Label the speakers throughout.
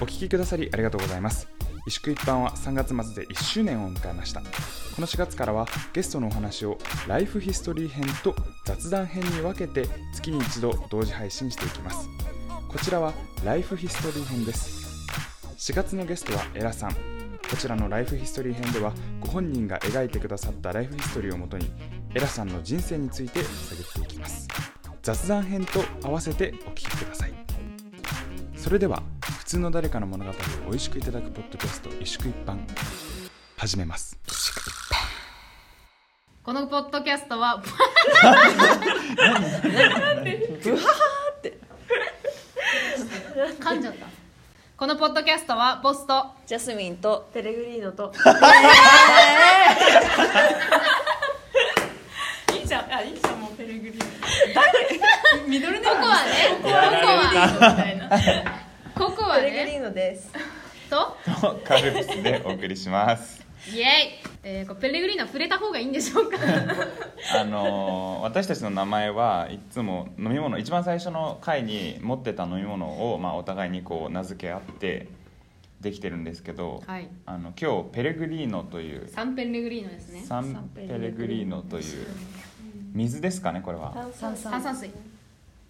Speaker 1: お聞きくださりありがとうございます萎縮一般は3月末で1周年を迎えましたこの4月からはゲストのお話をライフヒストリー編と雑談編に分けて月に一度同時配信していきますこちらはライフヒストリー編です4月のゲストはエラさんこちらのライフヒストリー編ではご本人が描いてくださったライフヒストリーをもとにエラさんの人生について探っていきます雑談編と合わせてお聞きくださいそれでは普通の誰かの物語を美味しくいただくポッドキャスト「萎縮一般」始めます
Speaker 2: このポッドキャストは噛んじゃったこのポッドキャストはボスと
Speaker 3: ジャスミンと
Speaker 4: テレグリーノと
Speaker 3: いいじゃんあいいじゃんもうペレグリー
Speaker 4: ミドルネ
Speaker 2: ココアねココア
Speaker 4: みたいな
Speaker 2: ココア
Speaker 4: テレグリ
Speaker 2: ね
Speaker 4: ーノです
Speaker 2: と
Speaker 1: カルピスでお送りします
Speaker 2: イエイ、えー、こうペレグリーナ触れた方がいいんでしょうか
Speaker 1: あのー私たちの名前はいつも飲み物一番最初の回に持ってた飲み物を、まあ、お互いにこう名付け合ってできてるんですけど、
Speaker 2: はい
Speaker 1: あの今日ペレグリーノという
Speaker 2: サンペレグリーノですね
Speaker 1: サンペレグリーノという水ですかねこれは
Speaker 4: 炭酸
Speaker 2: 炭酸水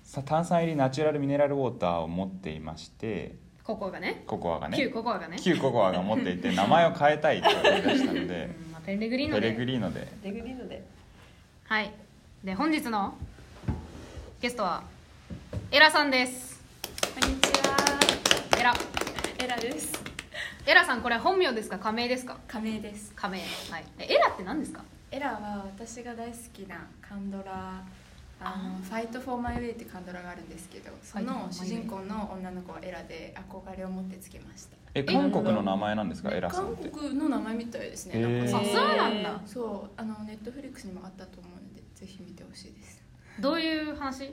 Speaker 1: さ炭酸入りナチュラルミネラルウォーターを持っていまして
Speaker 2: ココアがね
Speaker 1: ココアがね
Speaker 2: 旧ココアがね、
Speaker 1: 旧ココアが持っていて名前を変えたいと言い出したので
Speaker 2: まあ、ペレグリーノ
Speaker 1: ペレ
Speaker 2: で
Speaker 1: グリーノで
Speaker 4: テレグリーノで
Speaker 2: はいで本日のゲストはエラさんです
Speaker 3: こんにちは
Speaker 2: エラ
Speaker 3: エラです
Speaker 2: エラさんこれ本名ですか仮名ですか
Speaker 3: 仮名です
Speaker 2: 仮名はいえエラって何ですか
Speaker 3: エラは私が大好きなカンドラあのファイトフォーマイウェイってカンドラがあるんですけどその主人公の女の子はエラで憧れを持ってつけました
Speaker 1: え韓国の名前なんですかエラさんっ
Speaker 3: 韓
Speaker 1: て
Speaker 3: 国の名前みたいです
Speaker 1: へ
Speaker 3: ね
Speaker 1: ー
Speaker 3: なんか
Speaker 2: あそうなんだ
Speaker 3: そうあのネットフリックスにもあったと思うのでぜひ見てほしいです
Speaker 2: どういう話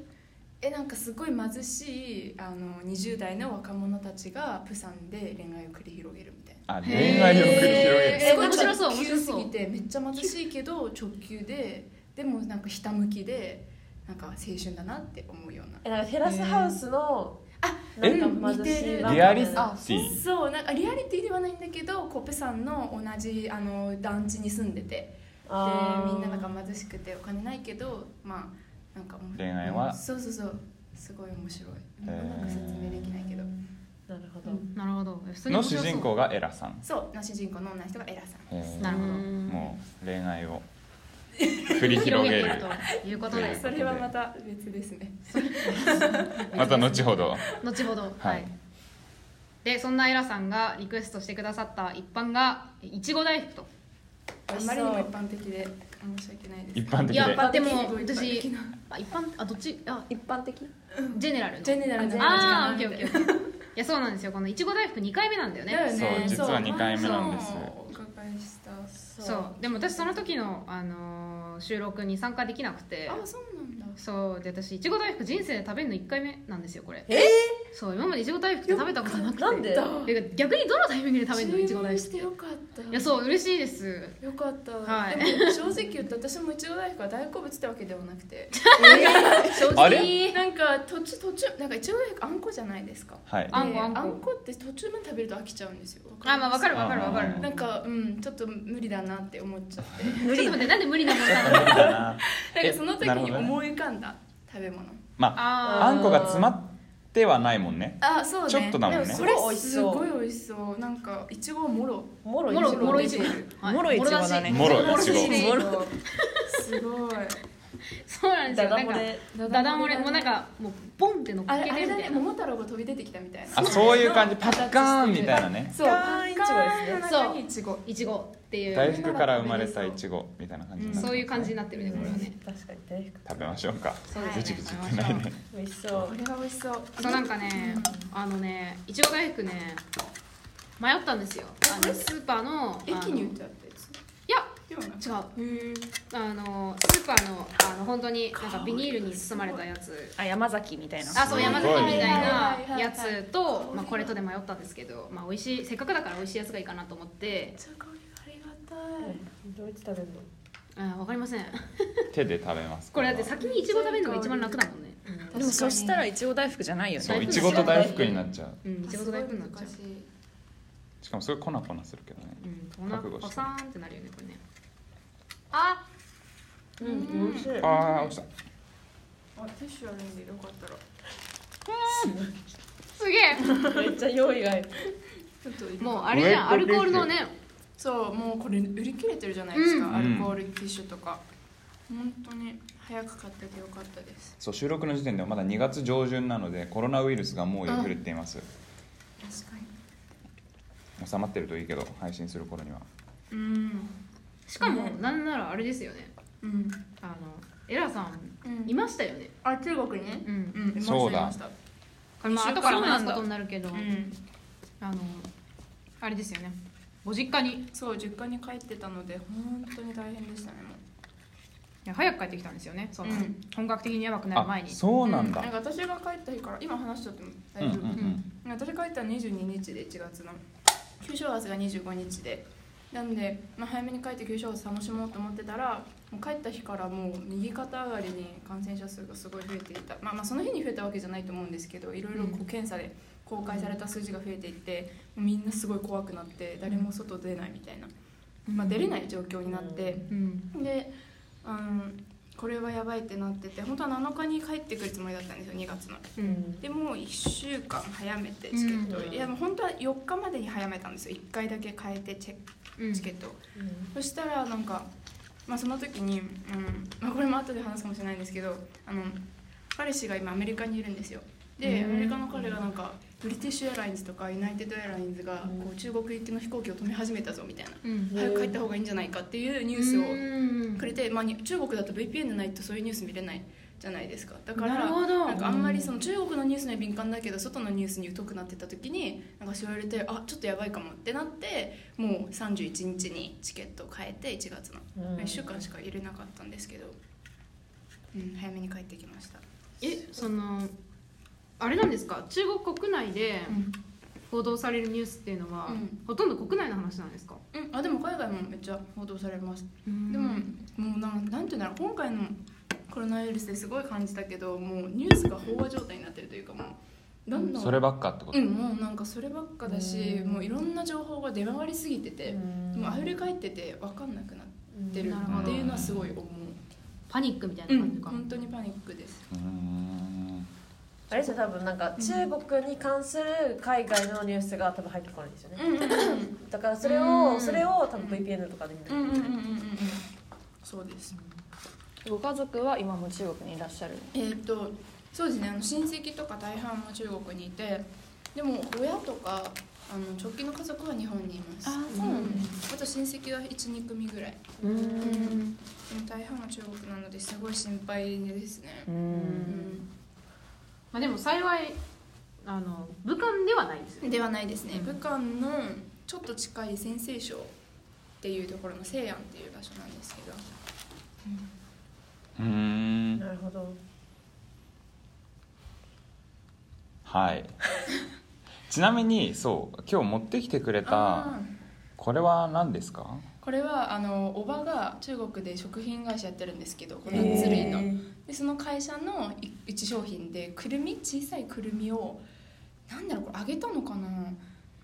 Speaker 3: えなんかすごい貧しいあの20代の若者たちがプサンで恋愛を繰り広げるみたいな
Speaker 1: あ恋愛を繰り広げる
Speaker 2: へー
Speaker 3: すごい
Speaker 2: 面白そう
Speaker 3: 直
Speaker 2: 面
Speaker 3: 球
Speaker 2: 白
Speaker 3: す
Speaker 2: そう
Speaker 3: ぎてめっちゃ貧しいけど直球ででもなんかひたむきでなんか青春だなって思うような
Speaker 4: えなんかテラスハウスの
Speaker 3: あ
Speaker 4: なんか貧しい
Speaker 3: 似て
Speaker 4: な
Speaker 3: る
Speaker 4: んか
Speaker 1: リアリステ
Speaker 3: あそう
Speaker 1: ィ
Speaker 3: そうなんかリアリティではないんだけどコペさんの同じあの団地に住んでてで
Speaker 4: あー
Speaker 3: みんななんか貧しくてお金ないけどまあなんかもう
Speaker 1: 恋愛は
Speaker 3: そうそうそうすごい面白い
Speaker 1: へー
Speaker 3: うまく説明できないけど
Speaker 4: なるほど
Speaker 3: うん
Speaker 2: なるほど普通に
Speaker 1: の
Speaker 2: 面白
Speaker 1: 主
Speaker 2: そう
Speaker 1: 人公がエラさん
Speaker 3: そうの主人公の女の人がエラさん
Speaker 1: え
Speaker 2: なるほど
Speaker 1: ーもう恋愛を繰り広
Speaker 2: 広
Speaker 1: げ
Speaker 2: げてる
Speaker 1: る
Speaker 2: ということで
Speaker 1: そ
Speaker 3: そ
Speaker 1: れ
Speaker 3: れ
Speaker 1: は
Speaker 3: は
Speaker 1: ま
Speaker 3: また別ですね
Speaker 1: また後ほど
Speaker 2: 後ほどはい、
Speaker 1: はい
Speaker 2: でそんなエラさんがリクエストしてくださった一般がいちご大福と
Speaker 3: あまりにも一般的で申し訳ないです
Speaker 1: 一般的
Speaker 2: い
Speaker 1: で
Speaker 2: やでも
Speaker 3: 一般的
Speaker 2: 私あ一般あどっちあ
Speaker 4: 一般的
Speaker 2: ジェネラルの
Speaker 3: ジェネラルの
Speaker 2: ああーオッケ
Speaker 3: ジェ
Speaker 2: ーオ
Speaker 3: ネ
Speaker 2: ッ
Speaker 3: ラ
Speaker 2: ケーオッケーいやそうなんですよこのいちご大福2回目なんだよね
Speaker 3: だよね
Speaker 1: そう実は二回目なんです
Speaker 3: そうお伺いした
Speaker 2: そうでも私その時の、あのー収録に参加できなくて
Speaker 3: あそうなんだ
Speaker 2: そうで私いちご大福人生で食べるの1回目なんですよこれ
Speaker 4: え
Speaker 2: そう今までいちご大福って食べたことなくて
Speaker 4: なんで
Speaker 2: いや逆にどのタイミングで食べるのいちご大福
Speaker 3: 注文
Speaker 2: っ
Speaker 3: してて
Speaker 2: い
Speaker 3: よかった
Speaker 2: やそう嬉しいです
Speaker 3: よかった、
Speaker 2: はい
Speaker 3: でも正直言って私もいちご大福は大好物ってわけではなくて
Speaker 2: 正
Speaker 1: あ
Speaker 2: 直
Speaker 3: なんか途中途中なんかいちご大福あんこじゃないですか
Speaker 1: はい
Speaker 2: あんこ
Speaker 3: で
Speaker 2: あんこ
Speaker 3: あんこって途中まで食べると飽きちゃうんですよ
Speaker 2: あまあわかるわかるわか
Speaker 1: あー
Speaker 2: る
Speaker 3: なんかうんちょっと無理だなって思っちゃって
Speaker 2: ちょっと待ってなんで無理なもの
Speaker 1: 無理だな
Speaker 2: なの
Speaker 3: なんかその
Speaker 1: え
Speaker 3: 時
Speaker 1: なるほ
Speaker 3: に
Speaker 1: どね
Speaker 3: 思い浮かんだ食べ物
Speaker 1: まあ
Speaker 2: あ
Speaker 1: あんこが詰まってはないもんね
Speaker 3: あそうね
Speaker 1: ちょっとだもんね
Speaker 3: で
Speaker 4: そ
Speaker 3: そ
Speaker 4: れ
Speaker 3: れ
Speaker 4: 美味し
Speaker 3: す
Speaker 4: そう
Speaker 3: ごい美味しそうなんかいちごもろ
Speaker 4: も
Speaker 2: あ
Speaker 4: ろ
Speaker 2: もろもろいちごはい
Speaker 4: もろいちごだね
Speaker 1: もろい
Speaker 2: もろだし
Speaker 1: いち
Speaker 4: もろ
Speaker 3: すごい
Speaker 2: そうなんです
Speaker 4: ダ
Speaker 2: よな
Speaker 4: ダ
Speaker 2: ん
Speaker 4: 漏
Speaker 2: か
Speaker 4: れ
Speaker 2: ダダ漏れもうなんかもうボンって乗っ
Speaker 3: あ
Speaker 2: け
Speaker 3: れ
Speaker 2: て
Speaker 3: あれ
Speaker 2: み
Speaker 3: だ
Speaker 2: たい
Speaker 3: ね
Speaker 2: な
Speaker 3: 桃太郎が飛び出てきたみたいな
Speaker 1: あそういう感じパッカーンみたいなね
Speaker 3: そう
Speaker 4: パッカーン
Speaker 3: パッカーンの中にいちご
Speaker 2: いちごっていう
Speaker 1: 大福から生まれたいちごみたいな感じになってます
Speaker 2: そういう感じになってるねこれはね
Speaker 4: 確かに大福
Speaker 1: 食べましょうか
Speaker 2: そうですね
Speaker 1: ぐちぐち言ってないね
Speaker 4: 美味しそう
Speaker 3: これが美味しそう
Speaker 2: そうなんかね、あのね、いちご大福ね、迷ったんですよ。あの
Speaker 3: これ
Speaker 2: スーパーのあの
Speaker 3: 駅に売っ
Speaker 2: い
Speaker 3: てあったやつ
Speaker 2: や
Speaker 3: ではなく
Speaker 2: 違う。あのスーパーのあの本当になんかビニールに包まれたやつ。
Speaker 4: あ山崎みたいな
Speaker 2: あ、そう
Speaker 1: すごい
Speaker 2: 山崎みたい
Speaker 3: は
Speaker 2: ない
Speaker 3: はいはい
Speaker 2: やつと、まあこれとで迷ったんですけど、まあ美味しいせっかくだから美味しいやつがいいかなと思って、
Speaker 3: ちゃ香りがありがたい
Speaker 4: どうやって食べるの
Speaker 2: あ、わかりません。
Speaker 1: 手で食べます
Speaker 2: これだって先にいちご食べるのが一番楽だもんね。
Speaker 3: 確
Speaker 5: でもそしたらいちご大福じゃないよ
Speaker 1: そ
Speaker 5: ね
Speaker 1: ういちごと大福になっちゃう
Speaker 2: うんいちごと大福になっちゃう
Speaker 3: すごい難しい
Speaker 1: しかもそれ粉粉するけどね
Speaker 2: うんおな
Speaker 1: 覚悟
Speaker 2: パ
Speaker 1: して
Speaker 2: サーンってなるよねこれねあ
Speaker 4: うん、美味しい。
Speaker 1: あー落ちた
Speaker 3: あティッシュあるんでよかったら
Speaker 2: すげえ
Speaker 4: めっちゃ用意がいい。
Speaker 3: ちょっと入れて
Speaker 2: もうあれじゃんア
Speaker 1: ウェ
Speaker 2: ル
Speaker 1: ルコ
Speaker 2: コー
Speaker 1: ール
Speaker 2: ル
Speaker 1: ティッシュ
Speaker 2: のね
Speaker 3: そうもうこれ売り切れてるじゃないですか、
Speaker 2: うん
Speaker 3: アルコールティッシュとか本当に早く買っててよかったです
Speaker 1: そう収録の時点ではまだ2月上旬なのでコロナウイルスが猛威を振るっています、
Speaker 3: 確かに
Speaker 1: 収まってるといいけど配信する頃には
Speaker 3: うん
Speaker 2: しかもなんならあれですよね
Speaker 3: うん、
Speaker 2: あのエラさん
Speaker 3: うん、
Speaker 2: いましたよね
Speaker 3: あ中国にね
Speaker 2: うん
Speaker 3: うんいました
Speaker 1: そうだ
Speaker 3: いました
Speaker 2: これまあ
Speaker 5: 一
Speaker 2: 後
Speaker 5: 緒
Speaker 2: から
Speaker 5: そうな
Speaker 2: 話
Speaker 5: ん
Speaker 2: す
Speaker 5: だ
Speaker 2: ことになるけど
Speaker 3: うん
Speaker 2: あのあれですよねご実家にい
Speaker 3: そう実家に帰ってたので本当に大変でしたねもう
Speaker 2: や早く帰ってきたんですよねその
Speaker 3: うん
Speaker 2: 本格的にやばくなる前に
Speaker 1: あそうなんだ、
Speaker 3: なんか私が帰った日から今話しちゃっても
Speaker 1: う
Speaker 3: 大
Speaker 1: んうん
Speaker 3: 丈
Speaker 1: う
Speaker 3: 夫、
Speaker 1: ん
Speaker 3: 私帰ったの22日で1月の旧正月が25日でなんで、まあ、早めに帰って旧正月楽しもうと思ってたらもう帰った日からもう右肩上がりに感染者数がすごい増えていた、まあ、まあその日に増えたわけじゃないと思うんですけどいろいろこ
Speaker 2: う
Speaker 3: う検査で公開された数字が増えていってみんなすごい怖くなって誰も外出ないみたいな、まあ、出れない状況になって。
Speaker 2: うん
Speaker 3: であのこれはやばいってなってて本当は7日に帰ってくるつもりだったんですよ2月の
Speaker 2: うん
Speaker 3: でもう1週間早めてチケットを、
Speaker 4: うん
Speaker 3: いやもう本当は4日までに早めたんですよ1回だけ変えてチェ
Speaker 2: うん
Speaker 3: チケットを、そしたらなんか、まあ、その時に、うんまあ、これも後で話すかもしれないんですけどあの彼氏が今アメリカにいるんですよでア
Speaker 4: うん
Speaker 3: メリカの彼がなんかブリティッシュエアラインズとかユナイテッドエアラインズがこう中国行きの飛行機を止め始めたぞみたいな
Speaker 2: うん
Speaker 3: 早く帰った方がいいんじゃないかっていうニュースを
Speaker 2: を
Speaker 3: くれて、まあ、に中国だと VPN ないとそういうニュース見れないじゃないですかだから
Speaker 2: なるほど
Speaker 3: んかあんまりその中国のニュースには敏感だけど外のニュースに疎くなってた時になんかそう言われてあちょっとやばいかもってなってもう31日にチケットを変えて1月の、
Speaker 4: うん
Speaker 3: 1週間しか入れなかったんですけど、うん、早めに帰ってきました、
Speaker 2: えそのあれなんですか中国国内で報道されるニュースっていうのは、
Speaker 3: うん
Speaker 2: ほとんど国内の話なんですか、
Speaker 3: うんあでも海外もめっちゃ報道されますで
Speaker 2: で
Speaker 3: も
Speaker 2: も
Speaker 3: もうなんなんていうんだろう今回のコロナウイルスですごい感じたけどもうニュースが飽和状態になってるというかもうどんどん
Speaker 1: そればっかってこと、
Speaker 3: うんもうなんかそればっかだし
Speaker 4: うん
Speaker 3: もういろんな情報が出回りすぎててもう溢れ返ってて分かんなくなってる
Speaker 2: なるほど
Speaker 3: っていうのはすごい思う
Speaker 2: パニックみたいな感じか、
Speaker 3: 本当にパニックです
Speaker 1: うーん
Speaker 4: あれですよ、多分なんか中国に関する海外のニュースが多分入ってこないんですよね。
Speaker 3: うんうんうん
Speaker 4: だからそれ
Speaker 2: うん
Speaker 4: を、それを多分 VPN とかで見
Speaker 3: うんうんうんうん
Speaker 4: る。
Speaker 3: そうです
Speaker 5: ご家族は今も中国にいらっしゃる
Speaker 3: えーっとそうですねあの親戚とか大半も中国にいてでも親とかあの直近の家族は日本にいます
Speaker 5: あそうなんだ
Speaker 3: あと親戚は12組ぐらい
Speaker 5: うん
Speaker 3: でも大半は中国なのですごい心配ですね
Speaker 4: ん
Speaker 2: まあ、でも幸いあの武漢ではないですよ
Speaker 3: う
Speaker 2: ね
Speaker 3: んではないですね、
Speaker 2: うん
Speaker 3: 武漢のちょっと近い陝西省っていうところの西安っていう場所なんですけど
Speaker 1: うーん
Speaker 4: なるほど。
Speaker 1: はい ちなみにそう今日持ってきてくれ
Speaker 3: あ
Speaker 1: た
Speaker 3: ー
Speaker 1: これは何ですか
Speaker 3: これはあのおばが中国で食品会社やってるんですけどこの
Speaker 1: へー
Speaker 3: 種類のでその会社のい一商品でくるみ小さいくるみをなんだろうこれ揚げたのかな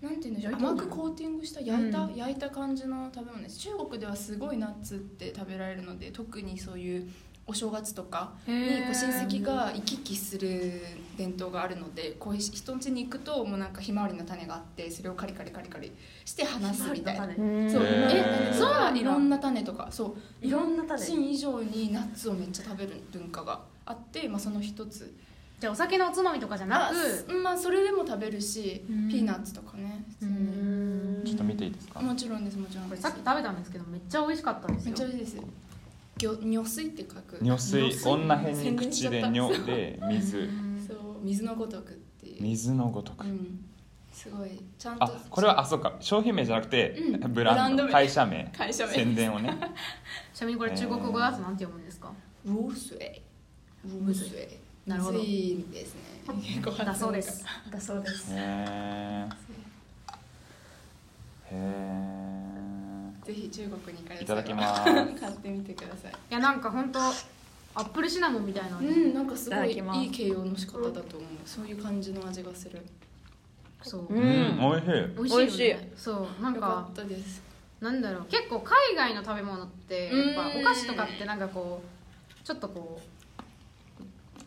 Speaker 3: なんていうんでしょう
Speaker 2: 焼いた
Speaker 3: 甘
Speaker 2: の
Speaker 3: くコーティングした焼いた、
Speaker 2: うん
Speaker 3: 焼いた感じの食べ物です中国ではすごいナッツって食べられるので特にそういうお正月とかに
Speaker 2: へー
Speaker 3: こう親戚が行き来する伝統があるのでこう人ん家に行くともうなんかひまわりの種があってそれをカリカリカリカリして話すみたいな。
Speaker 5: うん
Speaker 3: そう
Speaker 1: へー
Speaker 3: えそういろんな種とかそう
Speaker 4: いろんな種
Speaker 3: 芯以上にナッツをめっちゃ食べる文化があって、まあ、その一つ
Speaker 2: じゃあお酒のおつまみとかじゃなく
Speaker 3: あまあ、それでも食べるし、
Speaker 2: うん
Speaker 3: ピーナッツとかね普通
Speaker 2: う
Speaker 3: に
Speaker 2: ん
Speaker 1: ちょっと見ていいですか
Speaker 3: もちろんですもちろん
Speaker 2: これ
Speaker 3: です
Speaker 2: さっき食べたんですけどめっちゃ美味しかったんです
Speaker 3: めっ
Speaker 2: よ
Speaker 3: ちゃ美味しいです魚女水って書く
Speaker 1: 女水女辺に口で
Speaker 3: 女
Speaker 1: 尿で水
Speaker 3: そう水のごとくっていう、
Speaker 1: 水のごと
Speaker 3: う
Speaker 1: く
Speaker 3: ん、すごいちゃんと
Speaker 1: あこれはあそうか商品名じゃなくて、
Speaker 3: うん
Speaker 1: ブランド
Speaker 3: ブランド名
Speaker 1: 会社名
Speaker 3: 会社名
Speaker 1: 宣伝をね
Speaker 2: ちなみにこれ中国語だとなんて読むんですか、
Speaker 3: ウォースウェイウォースウェイ
Speaker 2: なるほど
Speaker 3: 水ですね結構発音
Speaker 2: だそう
Speaker 3: が
Speaker 2: です
Speaker 4: だそうです。
Speaker 1: へえへえ
Speaker 3: ぜひ中国に行かれ
Speaker 1: いただきます
Speaker 3: 買ってみてください
Speaker 2: いやなんか本当アップルシナモンみたいな、
Speaker 3: うんなんかすご
Speaker 5: いただ
Speaker 3: い
Speaker 5: きます
Speaker 3: いい形容の仕方だと思うそういう感じの味がする
Speaker 2: そう
Speaker 5: う
Speaker 1: うんん、美味しい。
Speaker 2: 美味しいよ、ね、
Speaker 5: 美味しい
Speaker 2: そうなん
Speaker 3: よか
Speaker 2: か
Speaker 3: ったです
Speaker 2: なんだろう結構海外の食べ物ってやっぱ
Speaker 3: うん
Speaker 2: お菓子とかってなんかこうちょっとこう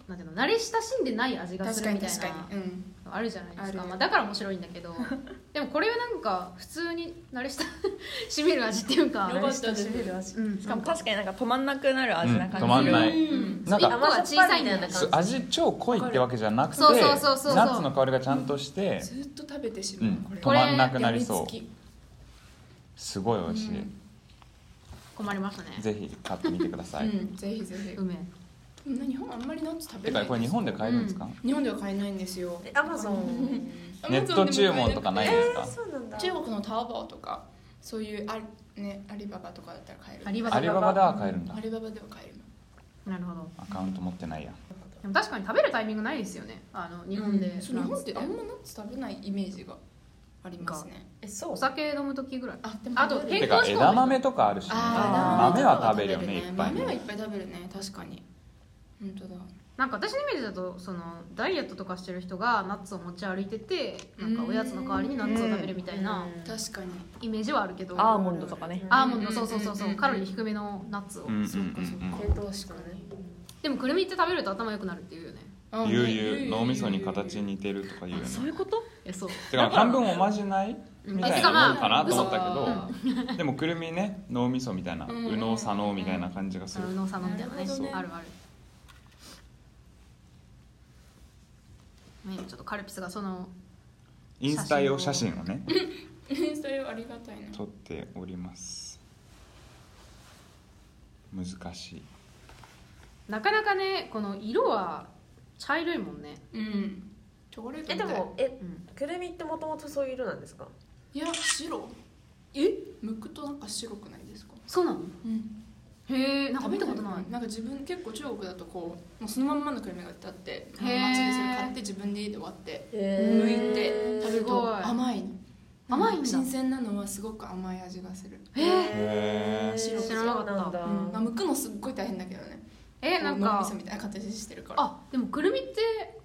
Speaker 2: なんていうの慣れ親しんでない味がす
Speaker 3: 確
Speaker 2: る
Speaker 3: か
Speaker 2: み
Speaker 3: に
Speaker 2: たい
Speaker 3: 確か
Speaker 2: な
Speaker 3: にうん
Speaker 2: あるじゃないですか、
Speaker 3: ある
Speaker 2: まあ、だから面白いんだけ どでもこれはなんか普通に慣れ親しみる味っていうか
Speaker 3: よかったです
Speaker 2: うん、
Speaker 5: しかも確かになんか止まんなくなる味な感じ、
Speaker 1: うん止まんないう
Speaker 2: うん、
Speaker 1: なん
Speaker 2: 1
Speaker 1: か
Speaker 2: 個は小さいんだよね
Speaker 4: 甘じ
Speaker 1: そ
Speaker 4: ょっぱいみたいな
Speaker 1: う味超濃いってわけじゃなくて
Speaker 2: そうそうそうそう
Speaker 1: ナッツの香りがちゃんとして
Speaker 3: ずっと食べてしまう、
Speaker 1: うん
Speaker 3: これ
Speaker 1: 止まんなくなりそう
Speaker 3: 病みつき
Speaker 1: すごい美味しい、
Speaker 2: 困りましたね
Speaker 1: ぜひ買ってみてください、
Speaker 3: うんぜひぜひ
Speaker 2: 梅
Speaker 3: でもね日本あんまりナッツ食べ
Speaker 1: て
Speaker 3: ない
Speaker 1: かこれ日本で買えるんですか、
Speaker 3: 日本では買えないんですよ
Speaker 4: えアマゾン
Speaker 1: ネット注文とかないんですか、
Speaker 4: そうなんだ
Speaker 3: 中国のターボーとかそういうあねアリババとかだったら買える
Speaker 2: アリバ
Speaker 1: ア
Speaker 2: バ
Speaker 1: リババでは買えるんだ
Speaker 3: アリババでは買える
Speaker 2: なるほど
Speaker 1: アカウント持ってないや
Speaker 2: でも確かに食べるタイミングないですよねあの日本で、
Speaker 3: うんそう日本ってあんまナッツ食べないイメージがありますね
Speaker 4: えそう
Speaker 2: お酒飲む時ぐらい
Speaker 3: あでも
Speaker 2: あと
Speaker 1: て
Speaker 2: 健
Speaker 1: か
Speaker 2: 康志向の人
Speaker 1: 枝豆とかあるし、ね、
Speaker 3: あー
Speaker 1: 豆は食べるよねい
Speaker 3: 豆
Speaker 1: っ
Speaker 3: は
Speaker 1: ぱい
Speaker 3: 食べるね豆はいっ
Speaker 1: ね
Speaker 3: ぱい食べるね確かに本当だ
Speaker 2: なんか私のイメージだとそのダイエットとかしてる人がナッツを持ち歩いててなんかおやつの代わりにナッツを食べるみたいな
Speaker 3: 確かに
Speaker 2: イメージはあるけど
Speaker 5: アーモンドとかね
Speaker 2: アーモンドそうそうそう
Speaker 3: うん
Speaker 2: そ
Speaker 3: うん
Speaker 2: う
Speaker 3: うん
Speaker 2: カロリー低めのナッツを、
Speaker 1: うんうん
Speaker 3: そっかそっ
Speaker 1: うん
Speaker 3: か
Speaker 1: うん
Speaker 4: 系統しかね
Speaker 2: でもくるみって食べると頭良くなるっていうよね
Speaker 3: あ
Speaker 1: ゆう
Speaker 3: ね
Speaker 1: ゆう脳みそに形に似てるとか言うよね
Speaker 5: そういうこと
Speaker 2: いやそう
Speaker 1: てか半分おまじない
Speaker 2: うん
Speaker 1: みたい
Speaker 2: て
Speaker 1: な
Speaker 2: かまあ
Speaker 1: もんかなと思った
Speaker 3: 嘘
Speaker 1: けどでもくるみね脳みそみたいな
Speaker 3: うん
Speaker 1: 右脳左脳みたいな感じがす
Speaker 2: そ
Speaker 1: る
Speaker 2: の右脳左脳みたいなね
Speaker 3: なるほどね
Speaker 2: あるあるねちょっとカルピスがその
Speaker 1: インスタ用写真をね
Speaker 3: それはありがたいな
Speaker 1: 撮っております難しい
Speaker 2: なかなかねこの色は茶色いもんね、
Speaker 3: うんチョコレート
Speaker 4: え
Speaker 3: みた
Speaker 4: で
Speaker 3: い
Speaker 4: もえ
Speaker 2: うん、
Speaker 4: くるみってもともとそういう色なんですか
Speaker 3: いや白えむくとなんか白くないですか
Speaker 2: そうなの
Speaker 3: うん
Speaker 2: へえんか見たことない
Speaker 3: なんか自分結構中国だとこうもうそのまんまのくるみが売ってあって
Speaker 2: へー
Speaker 3: 街でそれ買って自分で家で割って
Speaker 4: む
Speaker 3: 剥いて食べる
Speaker 2: すごい
Speaker 3: と甘いの
Speaker 2: 甘いんだ
Speaker 3: 新鮮なのはすごく甘い味がする
Speaker 2: へえ
Speaker 1: へ
Speaker 4: 知
Speaker 2: 知らな
Speaker 4: ら
Speaker 2: か
Speaker 4: なか
Speaker 2: っ
Speaker 4: ったたんだ
Speaker 3: まあむくのすっごい大変だけどね
Speaker 2: えなん
Speaker 3: こう脳み
Speaker 2: か
Speaker 3: そみたいな形してるから
Speaker 2: あでもくるみって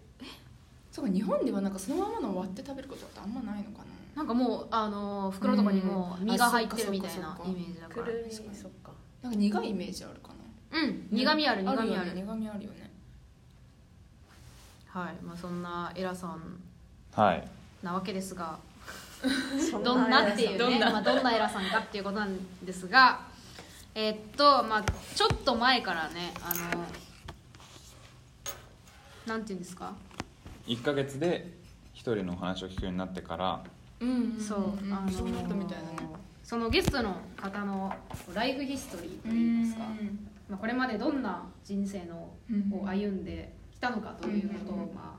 Speaker 3: そうか日本ではなんかそのままの割って食べることってあんまないのかな
Speaker 2: なんかもうあのー袋とかにもう
Speaker 3: うん
Speaker 2: 身が入ってるみたい
Speaker 3: あそっ
Speaker 2: な
Speaker 3: かそっかそっ
Speaker 2: イ
Speaker 3: か
Speaker 2: メージだか
Speaker 4: く
Speaker 2: ら
Speaker 4: るみ
Speaker 3: 確かに
Speaker 4: そっか
Speaker 3: なんか苦いイメージあるかな
Speaker 2: うん苦味ある苦味あ
Speaker 3: よ
Speaker 2: る
Speaker 3: ね苦味あるよね
Speaker 2: はいまあそんなエラさん
Speaker 1: はい
Speaker 2: なわけですが
Speaker 4: そ
Speaker 2: どんなっていうね
Speaker 4: どんな
Speaker 2: まあ、どんなエラさんかっていうことなんですがえーっとまあちょっと前からねあのなんていうんですか
Speaker 1: 1ヶ月で一人のお話を聞くようになってから
Speaker 3: うんんん
Speaker 2: そう、あのー
Speaker 3: そうなったみたいだね
Speaker 2: そのゲストの方のライフヒストリーといいますか、まあ、これまでどんな人生の
Speaker 3: うん
Speaker 2: を歩んできたのかということを、
Speaker 3: うん
Speaker 2: まあ、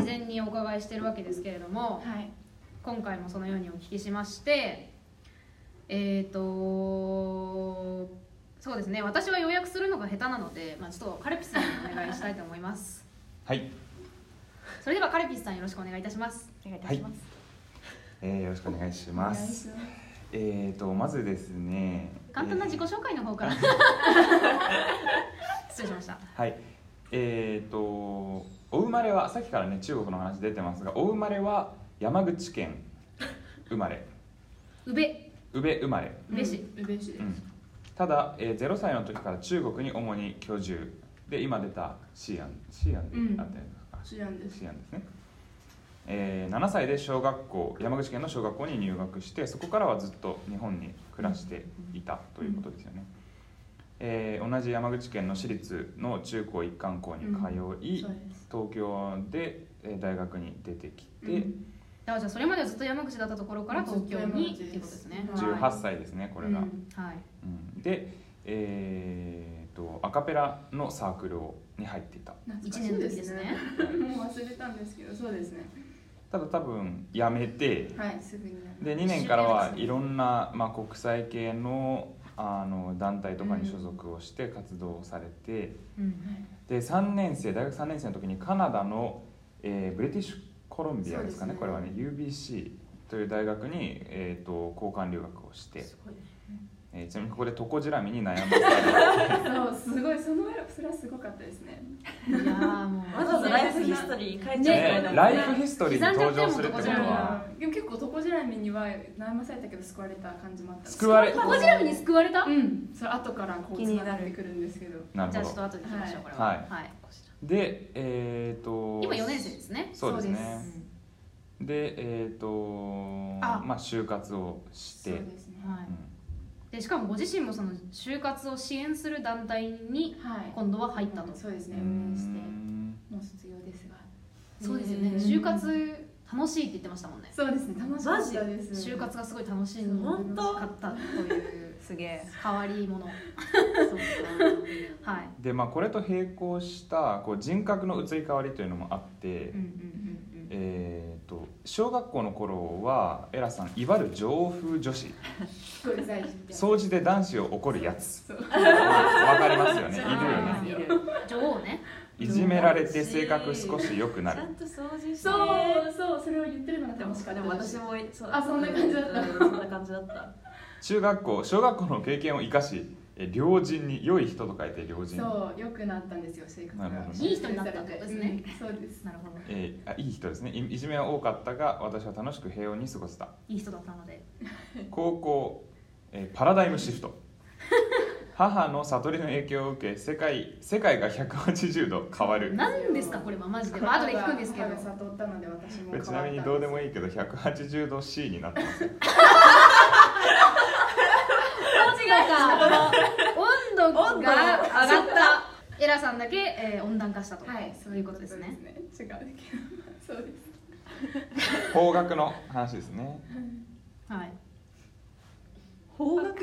Speaker 2: 事前にお伺いしてるわけですけれども、
Speaker 3: はい
Speaker 2: 今回もそのようにお聞きしましてえっ、とそうですね私は要約するのが下手なので、まあ、ちょっとカルピスさんにお願いしたいと思います
Speaker 1: はい、
Speaker 2: それではカルピスさんよろしくお願いいたします
Speaker 5: お願いい
Speaker 1: たしますえー、よろしくお願いし
Speaker 3: お
Speaker 1: ま
Speaker 3: 願い
Speaker 1: す
Speaker 3: します
Speaker 1: えーとまずですね
Speaker 2: 簡単な自己
Speaker 1: え
Speaker 2: 紹介の方から 失礼しました
Speaker 1: ーはいえーとお生まれはさっきからね中国の話出てますがお生まれは山口 県生まれ
Speaker 2: 宇部
Speaker 1: 宇部生まれ、
Speaker 2: 宇部市
Speaker 3: うん嬉しいで
Speaker 1: う
Speaker 3: す
Speaker 1: ん、ただ、えー、0歳の時から中国に主に居住で今出たシーアンシーアンで、
Speaker 3: うん
Speaker 1: あったよねあ
Speaker 3: 知らんです
Speaker 1: シアンですね、えー7歳で小学校山口県の小学校に入学してそこからはずっと日本に暮らしていたということですよね、えー同じ山口県の私立の中高一貫校に通い、
Speaker 3: そうです
Speaker 1: 東京でえー大学に出てきて、
Speaker 3: うん
Speaker 2: だからじゃあそれまではずっと山口だったところから東京にっていうことですね
Speaker 3: ずっと山口です
Speaker 2: はい
Speaker 1: 18歳ですねこれが、
Speaker 2: うんはい
Speaker 1: うんでえーとアカペラのサークルをに入っていた
Speaker 2: 1
Speaker 3: 懐かし
Speaker 2: 年
Speaker 3: い
Speaker 2: の
Speaker 3: で
Speaker 2: 時
Speaker 3: す
Speaker 2: です
Speaker 3: ね
Speaker 2: ね
Speaker 3: もう忘れたんですけどそうですね
Speaker 1: ただ多分辞めて
Speaker 3: はいすぐにやる
Speaker 1: で2年からはいろんな、まあ、国際系のあの団体とかに所属をして活動をされて、
Speaker 2: うん
Speaker 1: で3年生大学3年生の時にカナダの、えーブリティッシュコロンビアですかね
Speaker 3: そうですね
Speaker 1: これはね UBC という大学に、えー、と交換留学をして
Speaker 3: すごいね
Speaker 1: えーちなみにここでトコジラミに悩まされる
Speaker 3: そうすごいそのそれはすごかったですね
Speaker 2: いやーもう
Speaker 4: わざわざライフヒストリー書いちゃう
Speaker 2: ね
Speaker 4: らい
Speaker 1: ね
Speaker 4: だ
Speaker 1: ライフ
Speaker 4: もん
Speaker 1: ヒストリーに登場するってこ
Speaker 2: 刻ん
Speaker 1: と
Speaker 2: じゃってるもんトコジラミ
Speaker 1: は
Speaker 2: は
Speaker 3: でも結構トコジラミには悩まされたけど救われた感じもあったんです
Speaker 1: 救われ
Speaker 2: トコジラミに救われた、
Speaker 3: うんそれ後からこう
Speaker 4: 気
Speaker 3: つ
Speaker 4: に
Speaker 3: な
Speaker 4: なる
Speaker 3: がってくるんですけど
Speaker 1: な
Speaker 2: じゃ
Speaker 1: る
Speaker 2: あちょっ
Speaker 1: ほ
Speaker 2: と
Speaker 1: ど
Speaker 2: 後で聞きましょうこれは
Speaker 1: はい
Speaker 2: はい、
Speaker 1: でえっ、と
Speaker 2: 今4年生ですね
Speaker 1: そうです
Speaker 3: そう
Speaker 1: ね
Speaker 3: で
Speaker 1: でえっ、と
Speaker 2: あ
Speaker 1: まあ就活をして
Speaker 3: そうですね
Speaker 2: は
Speaker 1: うん
Speaker 2: い、でしかもご自身もその就活を支援する団体に
Speaker 3: はい
Speaker 2: 今度は入ったと、
Speaker 3: そうですね
Speaker 1: う
Speaker 3: 運営して
Speaker 1: ん
Speaker 3: もう卒業ですが
Speaker 2: そうですよね
Speaker 4: うん
Speaker 2: 就活楽しいって言ってましたもんね
Speaker 3: そうですね楽しかったです
Speaker 2: 就活がすごい楽しい
Speaker 4: 本当
Speaker 2: かったという
Speaker 5: すげえ
Speaker 2: 変わり者 はい
Speaker 1: でまあこれと並行したこう人格の移り変わりというのもあって、
Speaker 5: うんうんうん
Speaker 1: えー、と小学校の頃はエラさんいわゆる情風女子
Speaker 3: すごい大事みたいな
Speaker 1: 掃除で男子を怒るや つ
Speaker 3: そう
Speaker 1: わかりますよねいるよ
Speaker 2: あ
Speaker 1: ね
Speaker 2: ー
Speaker 5: いる
Speaker 2: 女王ね
Speaker 1: いじめられて性格少し良くな
Speaker 4: ちゃ
Speaker 1: る
Speaker 4: んと掃除して
Speaker 3: そうそうそれを言ってるのが楽しかった
Speaker 4: でも私もそう
Speaker 3: あそんな感じだった
Speaker 4: うんそんな感じだった
Speaker 1: 中学校小学校の経験を生かしえ良人に良い人と書いて良人
Speaker 3: そう良くなったんですよ性格が
Speaker 1: なるほど
Speaker 2: ねいい人になったってことですね
Speaker 3: うんそうです
Speaker 2: なるほど
Speaker 1: えーあいい人ですねいいじめは多かったが私は楽しく平穏に過ごせた
Speaker 2: いい人だったので
Speaker 1: 高校、えーパラダイムシフト 母の悟りの影響を受け世界世界が180度変わる
Speaker 2: 何ですかこれはマジで、まあ、後で聞くんですけど
Speaker 3: 母が悟ったので私も
Speaker 1: これ
Speaker 3: 変わ
Speaker 1: ち
Speaker 3: った
Speaker 1: なみにどうで
Speaker 3: いい
Speaker 1: もいいけど180度 C になって ますよ
Speaker 2: なんか温度が上
Speaker 4: 温度
Speaker 2: がったエラさんだけ、えー温暖化したと、
Speaker 3: はい
Speaker 2: そういうことですね
Speaker 3: そうですね違うけどそうです
Speaker 1: 方角の話ですね
Speaker 2: はい
Speaker 4: 方角
Speaker 5: 納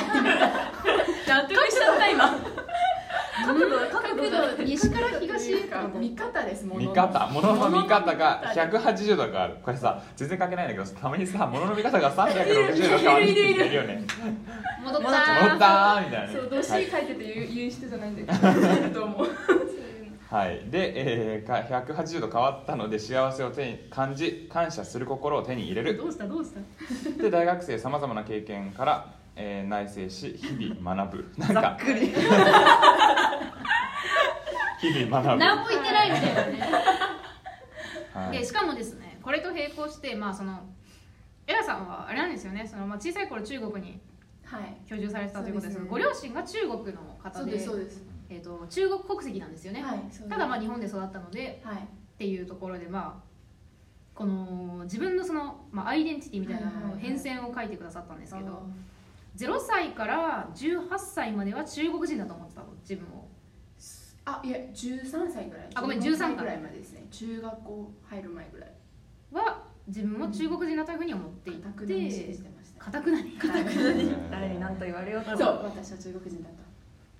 Speaker 5: 得しちゃった今
Speaker 4: 角度角度が
Speaker 2: 西から東へ
Speaker 3: か見方ですもの
Speaker 1: 見
Speaker 3: の
Speaker 1: 方物の見方が180度があるこれさ全然関係ないんだけどたまにさ物の見方が360度変わる人いるよね
Speaker 2: 戻った
Speaker 1: 戻ったーみたいなね
Speaker 3: そうどっし
Speaker 1: は
Speaker 3: り
Speaker 1: い
Speaker 3: 書いてて言う言う人じゃないんだけどどうも
Speaker 1: はい、で、えー、か180度変わったので幸せを手に感じ感謝する心を手に入れる
Speaker 2: どうしたどうした
Speaker 1: で大学生さまざまな経験から、えー内省し日々学 ぶなんか日々学ぶ、
Speaker 2: 何も言ってないみたいなね
Speaker 1: はい
Speaker 2: でしかもですねこれと並行してまあそのエラさんはあれなんですよねその、まあ、小さい頃中国に
Speaker 3: はい
Speaker 2: 居住されてたということですけど
Speaker 3: そ
Speaker 2: ご
Speaker 3: うです
Speaker 2: 両
Speaker 3: ね
Speaker 2: 親が中国の方
Speaker 3: そう
Speaker 2: で
Speaker 3: ですそうです
Speaker 2: えー、と中国国籍なんですよね、
Speaker 3: はいそうです
Speaker 2: ただまあ日本で育ったので
Speaker 3: はい
Speaker 2: っていうところでまあこの自分のその、まあ、アイデンティティみたいな
Speaker 3: はいはい
Speaker 2: のを
Speaker 3: はい
Speaker 2: 変遷を書いてくださったんですけど0歳から18歳までは中国人だと思ってたの自分を
Speaker 3: あいや13歳ぐらい
Speaker 2: あごめん
Speaker 3: 14
Speaker 2: 13歳
Speaker 3: ぐらいまでですね中学校入る前ぐらい
Speaker 2: は自分を中国人だというふうに思ってい
Speaker 3: 固く
Speaker 2: て
Speaker 3: なりしてました
Speaker 2: かたくなり
Speaker 5: 誰に何と言われようとも
Speaker 3: そう私は中国人だと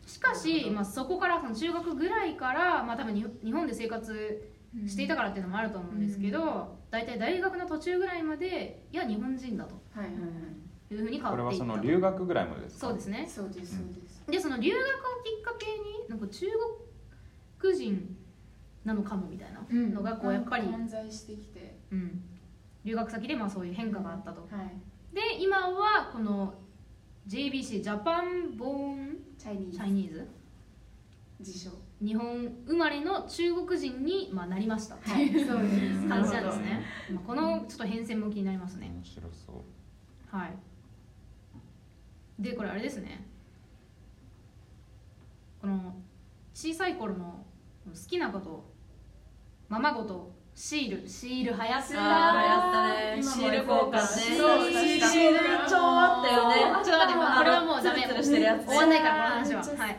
Speaker 2: しかし、まあ、そこからその中学ぐらいから、まあ、多分に日本で生活していた
Speaker 3: か
Speaker 2: からっていうのもあると思うんですけど、大体大学の途中ぐらいまでいや日本人だと
Speaker 3: らはいはいは
Speaker 2: いうふうに変
Speaker 1: これ
Speaker 2: わ
Speaker 1: は
Speaker 2: っていっ
Speaker 1: そ
Speaker 2: た
Speaker 1: の留学ぐらいまでですか
Speaker 2: そうですね
Speaker 3: いそうですそうです
Speaker 2: でその留学をきっかけになんか中国人なのかもみたいなのがこうやっぱり、
Speaker 3: 犯罪してきて
Speaker 2: うん、留学先でまあそういう変化があったと、
Speaker 3: はい
Speaker 2: で今はこの JBC ジャパン・ボーン・
Speaker 3: チャイニ
Speaker 2: チ
Speaker 3: ー
Speaker 2: ャイニーズ
Speaker 3: ズ自称
Speaker 2: 日本生まれの中国人にまあなりましたって
Speaker 3: はい
Speaker 2: いう
Speaker 3: そうです
Speaker 2: 感じなんですね、まあ、このちょっと変遷も気になりますね
Speaker 1: 面白そう
Speaker 2: はいでこれあれですねこの小さい頃の好きなことままごとシールシール流行った
Speaker 4: あー流行ったねシール交換ね
Speaker 3: そう
Speaker 4: シール超あったよね
Speaker 2: ちょっと待ってこれはもうダメ
Speaker 4: ツルツルしてるやつ
Speaker 2: 終わんないからこの話は
Speaker 3: めっちゃ好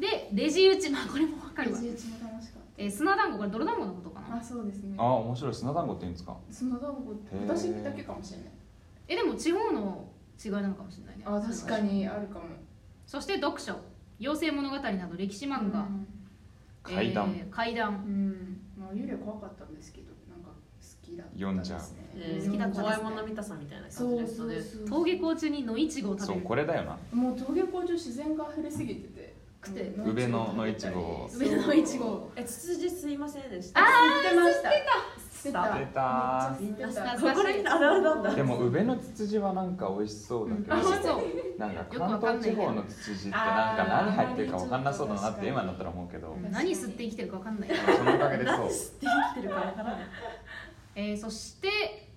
Speaker 3: き
Speaker 2: でレジ打ちまあこれもわかるわ、
Speaker 3: 11も楽しかっ
Speaker 2: えー砂団子これ泥団子のことか
Speaker 3: た
Speaker 2: な
Speaker 3: あそうですね
Speaker 1: ああ面白い砂団子って言うんですか
Speaker 3: その団子
Speaker 1: へー
Speaker 3: 私だけかもしれない
Speaker 2: えでも地方の違いなのかもしれないね
Speaker 3: あ確かにあるかも
Speaker 2: そして読書妖精物語など歴史漫画、
Speaker 1: 怪談
Speaker 2: えー怪談
Speaker 3: うんまあ幽霊怖かったんですけどなんか好きだった
Speaker 1: 読んじゃう
Speaker 4: え
Speaker 2: ー
Speaker 4: ー
Speaker 2: 好きだった
Speaker 4: 怖いもの見たさみたいな感
Speaker 3: そ
Speaker 4: じ
Speaker 3: う
Speaker 4: でした
Speaker 3: そう
Speaker 4: ね
Speaker 3: そう
Speaker 2: 登下校中に野いちごを食
Speaker 1: そ
Speaker 2: べ
Speaker 1: う
Speaker 2: る
Speaker 1: これだよな
Speaker 3: もう峠校中自然が溢れすぎてて
Speaker 2: 食って
Speaker 3: もう
Speaker 1: 上野のいちご
Speaker 3: 食べたり
Speaker 2: 上野のいちご
Speaker 3: そう
Speaker 2: を
Speaker 4: えツツジすいませんでした
Speaker 3: あ吸ってました
Speaker 2: 出た
Speaker 1: 出た
Speaker 5: みんな
Speaker 2: 懐かしい
Speaker 4: ここら辺に現れたんだ
Speaker 1: でも宇部のツツジはなんか美味しそうだけど、
Speaker 2: 美味しそう
Speaker 1: なんか
Speaker 2: よくわ
Speaker 1: 関
Speaker 2: かんな
Speaker 1: 東
Speaker 2: いけ
Speaker 1: 地
Speaker 2: ど
Speaker 1: 方のツツジってなんか何入ってるかわかんなそうだなって
Speaker 5: あー
Speaker 1: 今になったら思うけど
Speaker 5: ん
Speaker 2: 何吸って生きてるか分かんない
Speaker 1: そのおかげでそう
Speaker 4: 何知って生きてるかわからない
Speaker 2: えー、そして、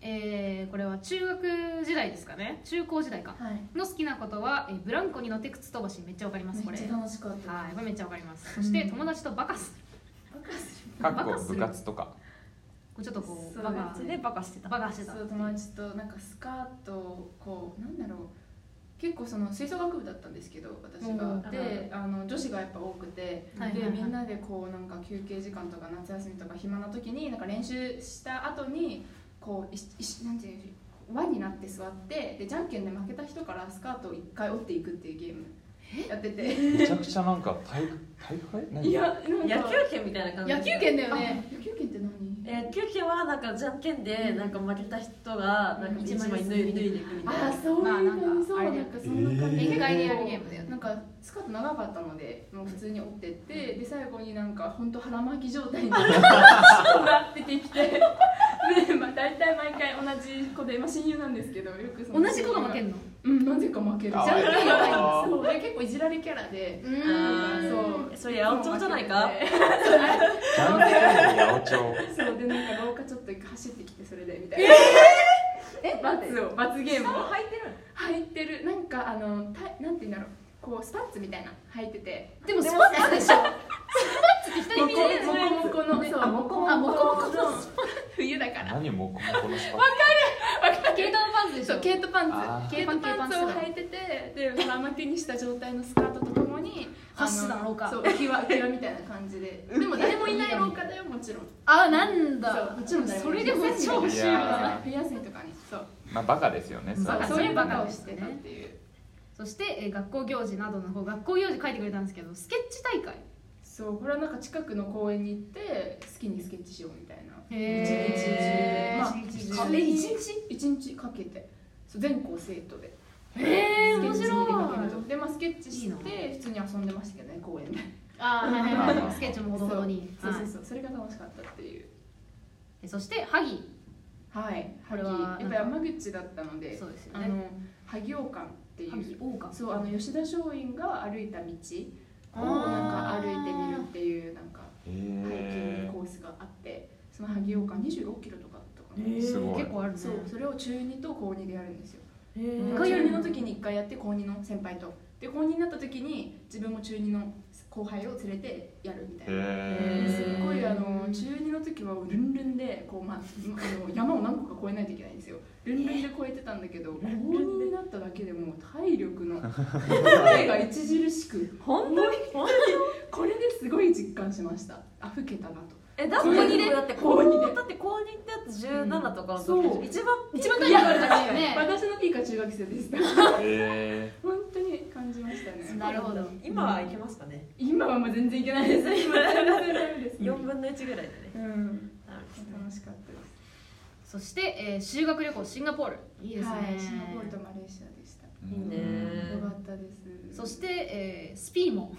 Speaker 2: えー、これは中学時代ですかね中高時代か
Speaker 5: はい
Speaker 2: の好きなことは、えー、ブランコに乗って靴飛ばしめっちゃわかりますこ
Speaker 5: め
Speaker 2: れ
Speaker 5: っちゃ楽しかった
Speaker 2: はいこれめっちゃわかりますそして友達とバカする
Speaker 1: かっこ部活とか
Speaker 2: こうちょっとこう
Speaker 5: そう
Speaker 2: バ
Speaker 5: め
Speaker 2: カ
Speaker 5: っちゃね
Speaker 4: バカしてた
Speaker 2: バカしてた
Speaker 3: そう友達となんかスカートをこうなんだろう結構その吹奏楽部だったんですけど私
Speaker 2: うん
Speaker 3: がであの女子がやっぱ多くて、
Speaker 2: はいはい
Speaker 3: で
Speaker 2: はい
Speaker 3: みんなでこうなんか休憩時間とか夏休みとか暇な時になんか練習した後にこういしいしなんていうの輪になって座ってでじゃんけんで負けた人からスカートを一回折っていくっていうゲームやってて
Speaker 1: めちゃくちゃなんか体育体育会何
Speaker 3: いやなん
Speaker 4: 野
Speaker 3: か
Speaker 4: 球拳みたいな感じ
Speaker 3: 野球拳だよね野球拳って何
Speaker 4: えー野球拳はなんかじゃんけんでなんか負けた人がなんか一枚脱い脱いでいくみたいな
Speaker 3: あーそう
Speaker 2: まあ
Speaker 3: い
Speaker 2: な
Speaker 3: うん
Speaker 2: か
Speaker 3: 感じそ
Speaker 2: あ
Speaker 3: う
Speaker 2: れ
Speaker 3: な
Speaker 2: だよ
Speaker 3: んかそんな感じ
Speaker 1: えー
Speaker 2: 宴会でやるゲームだよ
Speaker 3: な
Speaker 2: ね
Speaker 3: んかスカート長かったのでもう普通に折ってってで最後になんか本当腹巻き状態に なっててきてで、まあ、大体毎回同じ子で、まあ、親友なんですけどよくその
Speaker 2: 同じ子が負け
Speaker 3: る
Speaker 2: んの
Speaker 3: うんなぜか負ける
Speaker 1: かわいい
Speaker 3: じゃんけんやばいそうで結構いじられキャラで
Speaker 2: うーん
Speaker 4: あー
Speaker 3: そう
Speaker 4: それ八百長じゃないか
Speaker 1: じゃんけんの八百長
Speaker 3: そうでなんか廊下ちょっと走ってきてそれでみたいな
Speaker 5: え
Speaker 3: 罰を罰ゲームを
Speaker 5: 履いてる
Speaker 3: 履いてるなんかあのたなんて言うんだろうこうスパッツみたいな履いてて
Speaker 2: でもスパッツでしょスパッツって人
Speaker 3: モ
Speaker 2: に見えるよね
Speaker 3: コモコのそうモコモ
Speaker 2: あモコモコ
Speaker 3: コの冬だから
Speaker 1: 何もこのこのスパ
Speaker 2: 毛糸のパンツでし
Speaker 3: そう
Speaker 2: ょ
Speaker 3: ケートパ
Speaker 1: あ
Speaker 3: ン
Speaker 1: ー
Speaker 3: ツケートパンツを履いててで腹巻きにした状態のスカートとともに
Speaker 2: ハッスだろうか
Speaker 3: あのそう浮き輪浮き輪みたいな感 じででも誰もいない廊下だよもちろん
Speaker 2: あなんだ
Speaker 3: そうもちろん誰
Speaker 2: そ
Speaker 3: もい
Speaker 2: れ
Speaker 3: ない
Speaker 2: でも超
Speaker 1: 面
Speaker 2: 面
Speaker 1: 白い
Speaker 2: 白いわ
Speaker 3: 冬休みとかにそう
Speaker 1: まあバカですよね
Speaker 2: バカ
Speaker 1: れは
Speaker 3: そういうバカを
Speaker 2: で
Speaker 3: し
Speaker 2: す
Speaker 3: て
Speaker 2: ね
Speaker 3: たっていう
Speaker 2: そして、えー学校行事などの方学校行事書いてくれたんですけどスケッチ大会
Speaker 3: そうこれはなんか近くの公園に行って好きにスケッチしようみたいな
Speaker 2: へー
Speaker 3: 一日中まあ
Speaker 2: え
Speaker 3: 一
Speaker 2: 一
Speaker 3: 日一日かけてそう全校生徒で
Speaker 2: えー、面
Speaker 3: スケッチに出か
Speaker 2: 白
Speaker 3: け
Speaker 2: い
Speaker 3: るとでまあスケッチして
Speaker 2: いいな
Speaker 3: 普通に遊んでましたけどね公園で
Speaker 2: あーはいはいはいスケッチもほどほどに
Speaker 3: そう
Speaker 2: はい
Speaker 3: そうそうそうそれが楽しかったっていう
Speaker 2: えそして萩
Speaker 3: はい
Speaker 2: これは
Speaker 3: 萩やっぱ
Speaker 2: なん
Speaker 3: 山口だったので
Speaker 2: そうですよ
Speaker 3: あ
Speaker 2: ね
Speaker 3: の萩王館ってい
Speaker 2: 萩
Speaker 3: う
Speaker 2: 王か
Speaker 3: そうあの吉田松陰が歩いた道
Speaker 2: あ
Speaker 3: を
Speaker 2: ー
Speaker 3: なんか歩いてみるっていうなんか
Speaker 1: へ
Speaker 3: ハイキン
Speaker 1: え
Speaker 3: グコースがあってその萩王館26キロとかだったかな、
Speaker 1: すごい
Speaker 2: 結構あるね
Speaker 3: そうそれを中2と高2でやるんですよ
Speaker 4: へ
Speaker 2: うん
Speaker 3: 中
Speaker 4: ー
Speaker 3: 2の時に1回やって高2の先輩とで高2になった時に自分も中2の後輩を連れてやるみたいな
Speaker 1: へ
Speaker 3: すっごい
Speaker 1: え
Speaker 3: あの中2の時はルンルンでこう、ま、あの山を何個か越えないといけないんですよルンルンで越えてたんだけど高2になっただけでもう体力の衰えが著しく
Speaker 4: 本当に本当に
Speaker 3: これですごい実感しましたあ老けたなと
Speaker 4: えだって
Speaker 3: 高二で
Speaker 4: だって高
Speaker 3: 高二で
Speaker 4: 二だって高二ってだって17とかの時
Speaker 3: そう
Speaker 4: 一番
Speaker 2: 一番大会だったよね
Speaker 3: 私のピークは中学生でした
Speaker 1: へ
Speaker 3: 本当に感じましたね
Speaker 2: なるほど
Speaker 4: 今はいけますかね
Speaker 3: 今はもう全然いけないです今は全然ダメです
Speaker 4: 4分の1ぐらいでね
Speaker 3: うん
Speaker 4: なる
Speaker 3: 楽しかったです。
Speaker 2: そして、えー修学旅行シンガポールいいですね、
Speaker 3: はい、シンガポールとマレーシアでした。よ
Speaker 1: え
Speaker 4: いいね
Speaker 3: かったです。
Speaker 2: そして、えースピーも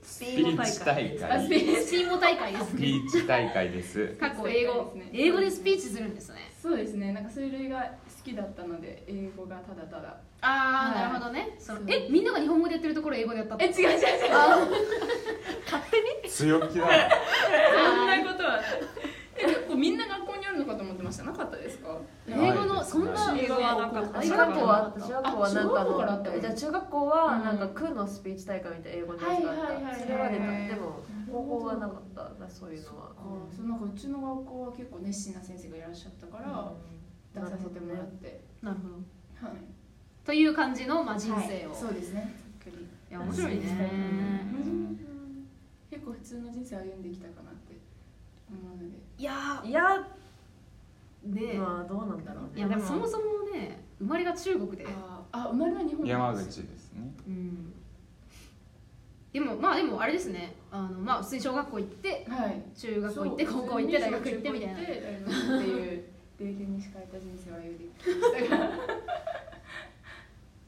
Speaker 4: ス
Speaker 1: スピーチ大
Speaker 3: あ、ス
Speaker 1: 会
Speaker 3: ペイン
Speaker 2: スピーも大会です
Speaker 1: スピ
Speaker 2: ね
Speaker 1: ーチ大会です
Speaker 2: 過去英語英語でスピーチするんですね
Speaker 3: そうですね。なんかそれが好きだったので、英語がただただ。
Speaker 2: ああ、
Speaker 3: はい
Speaker 2: なるほどねその
Speaker 3: そう
Speaker 2: えみんなが日本語でやってるところ英語でやったって
Speaker 3: え、違う違う違う。
Speaker 1: 強気だな
Speaker 3: そんなことはない。え結構みんな学校にあるのかと思ってました。なかったですか？
Speaker 2: 英語のそんな
Speaker 3: 英語はなんか
Speaker 4: 中学校は中学校はなんか
Speaker 3: あ小学校からあった
Speaker 4: の
Speaker 3: の
Speaker 4: じゃあ中学校はなんか空のスピーチ大会みたいな英語のやつが
Speaker 3: はいはい
Speaker 4: あ
Speaker 3: は
Speaker 4: っ
Speaker 3: い
Speaker 4: たそれは出た
Speaker 3: へー
Speaker 4: でも高校はなかったなそういうのは
Speaker 3: あそうなんかうちの学校は結構熱心な先生がいらっしゃったから出させてもらって。
Speaker 2: なるほど
Speaker 3: はい。
Speaker 2: という感じの、まあ、人生を、
Speaker 3: はい
Speaker 2: い、
Speaker 3: そうですね。ざっくり
Speaker 2: や面白いね
Speaker 1: うん
Speaker 3: 結構普通の人生歩んできたかなって思うので。
Speaker 2: いや
Speaker 4: いや
Speaker 2: ーね、
Speaker 4: まあどうなんだろう
Speaker 2: い
Speaker 4: ね
Speaker 2: やまあ
Speaker 4: でも
Speaker 2: そもそもね生まれが中国で
Speaker 3: あーあ、生まれは日本な
Speaker 1: 山
Speaker 3: ん
Speaker 1: 口
Speaker 3: です
Speaker 1: です
Speaker 3: よ。
Speaker 1: ね
Speaker 2: うんでもまあでもあれですねあのまあ普通に小学校行って
Speaker 3: はい。
Speaker 2: 中学校行って高校行って大学行ってみたいな
Speaker 3: な。っていう経験にしかえた人生を歩いてきましたが。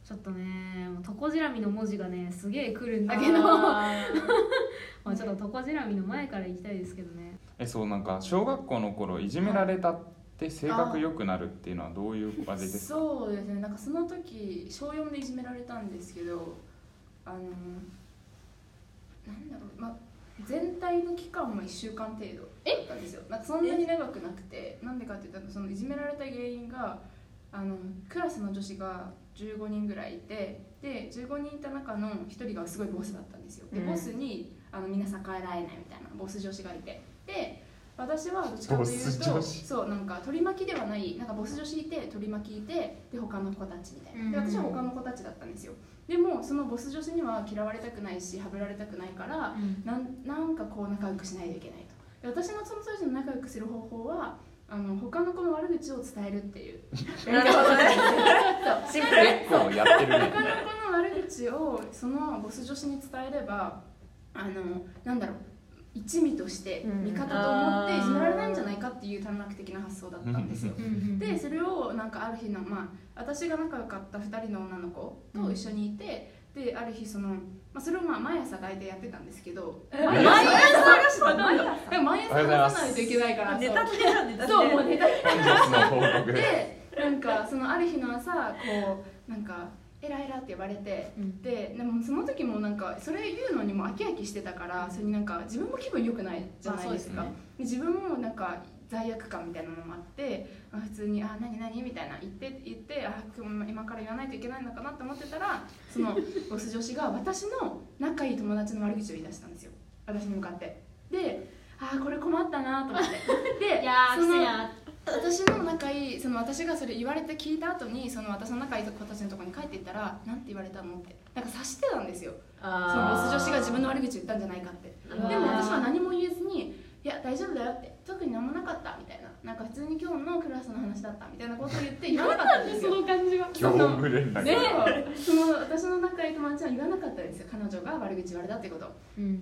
Speaker 2: ちょっとねもうトコジラミの文字がねすげえ来るんだ
Speaker 5: だ
Speaker 2: け
Speaker 5: け
Speaker 2: ど
Speaker 5: ど
Speaker 2: まあちょっとトコジラミの前から行きたいですけどね
Speaker 1: えそうなんか小学校の頃いじめられたって性格良くなるっていうのはどういうあれですか
Speaker 3: そうですねなんかその時小4でいじめられたんですけどあのなんだろう、まあ、全体の期間も1週間程度だったんですよなんかそんなに長くなくてなんでかっていうとそのいじめられた原因があのクラスの女子が15人ぐらいいてで15人いた中の1人がすごいボスだったんですよで
Speaker 4: うん
Speaker 3: ボスにあのみんな逆らえないみたいなボス女子がいてで私はどっちかとい
Speaker 1: ボ
Speaker 3: う
Speaker 1: ス女
Speaker 3: と
Speaker 1: 子
Speaker 3: そうなんか取り巻きではないなんかボス女子いて取り巻きいてで他の子たちみたいな
Speaker 2: うん
Speaker 3: で私は他の子たちだったんですよでもそのボス女子には嫌われたくないしはぶられたくないからなんなんかこう仲良くしないといけないとで私のその当時の仲良くする方法はあの他の子の悪口を伝えるっていう
Speaker 4: なるほどね
Speaker 3: そう
Speaker 4: シンプル
Speaker 1: 結構やってるね
Speaker 3: 他の子の悪口をそのボス女子に伝えればあのなんだろう一味として
Speaker 4: うん
Speaker 3: 味方と思っていじめられないんじゃないかっていう短絡的な発想だったんですよ
Speaker 1: うん
Speaker 3: でそれをなんかある日の、まあ、私が仲良かった2人の女の子と一緒にいて、である日その、まあ、それをまあ毎朝大体やってたんですけど毎朝探してた毎朝毎朝探さないといけないから
Speaker 5: ネ
Speaker 3: そう
Speaker 5: タ切れじゃんネタ切れ
Speaker 3: そうもうネタ
Speaker 1: 本日の報告
Speaker 3: でなんかそのある日の朝こうなんか「エラエラ」って呼ばれて、
Speaker 4: うん
Speaker 3: ででもその時もなんかそれ言うのにも飽き飽きしてたからそれになんか自分も気分良くないじゃないですか
Speaker 1: まあそう
Speaker 3: で自分もなんか罪悪感みたいなのもあってあ普通に「あ何何?」みたいな言って言ってあ今日今から言わないといけないのかなと思ってたらそのボス女子が私の仲いい友達の悪口を言い出したんですよ私に向かってであーこれ困ったなと思って で
Speaker 2: いやー
Speaker 3: その
Speaker 2: きついな
Speaker 3: 私の仲いいその私がそれ言われて聞いた後にその私の仲いい子たちのところに帰っていったら「なんて言われたの?」ってなんか察してたんですよそのボス女子が自分の悪口言ったんじゃないかって
Speaker 4: で
Speaker 3: でも私は何も言えずに「いや大丈夫だよ」って「特に何もなかった」みたいな「なんか普通に今日のクラスの話だった」みたいなことを言って言わなかったんです
Speaker 2: そ
Speaker 3: よ
Speaker 2: の感じは
Speaker 1: 業務連絡
Speaker 3: ねその私の仲いい友達は言わなかったんですよ彼女が悪口言われたってこと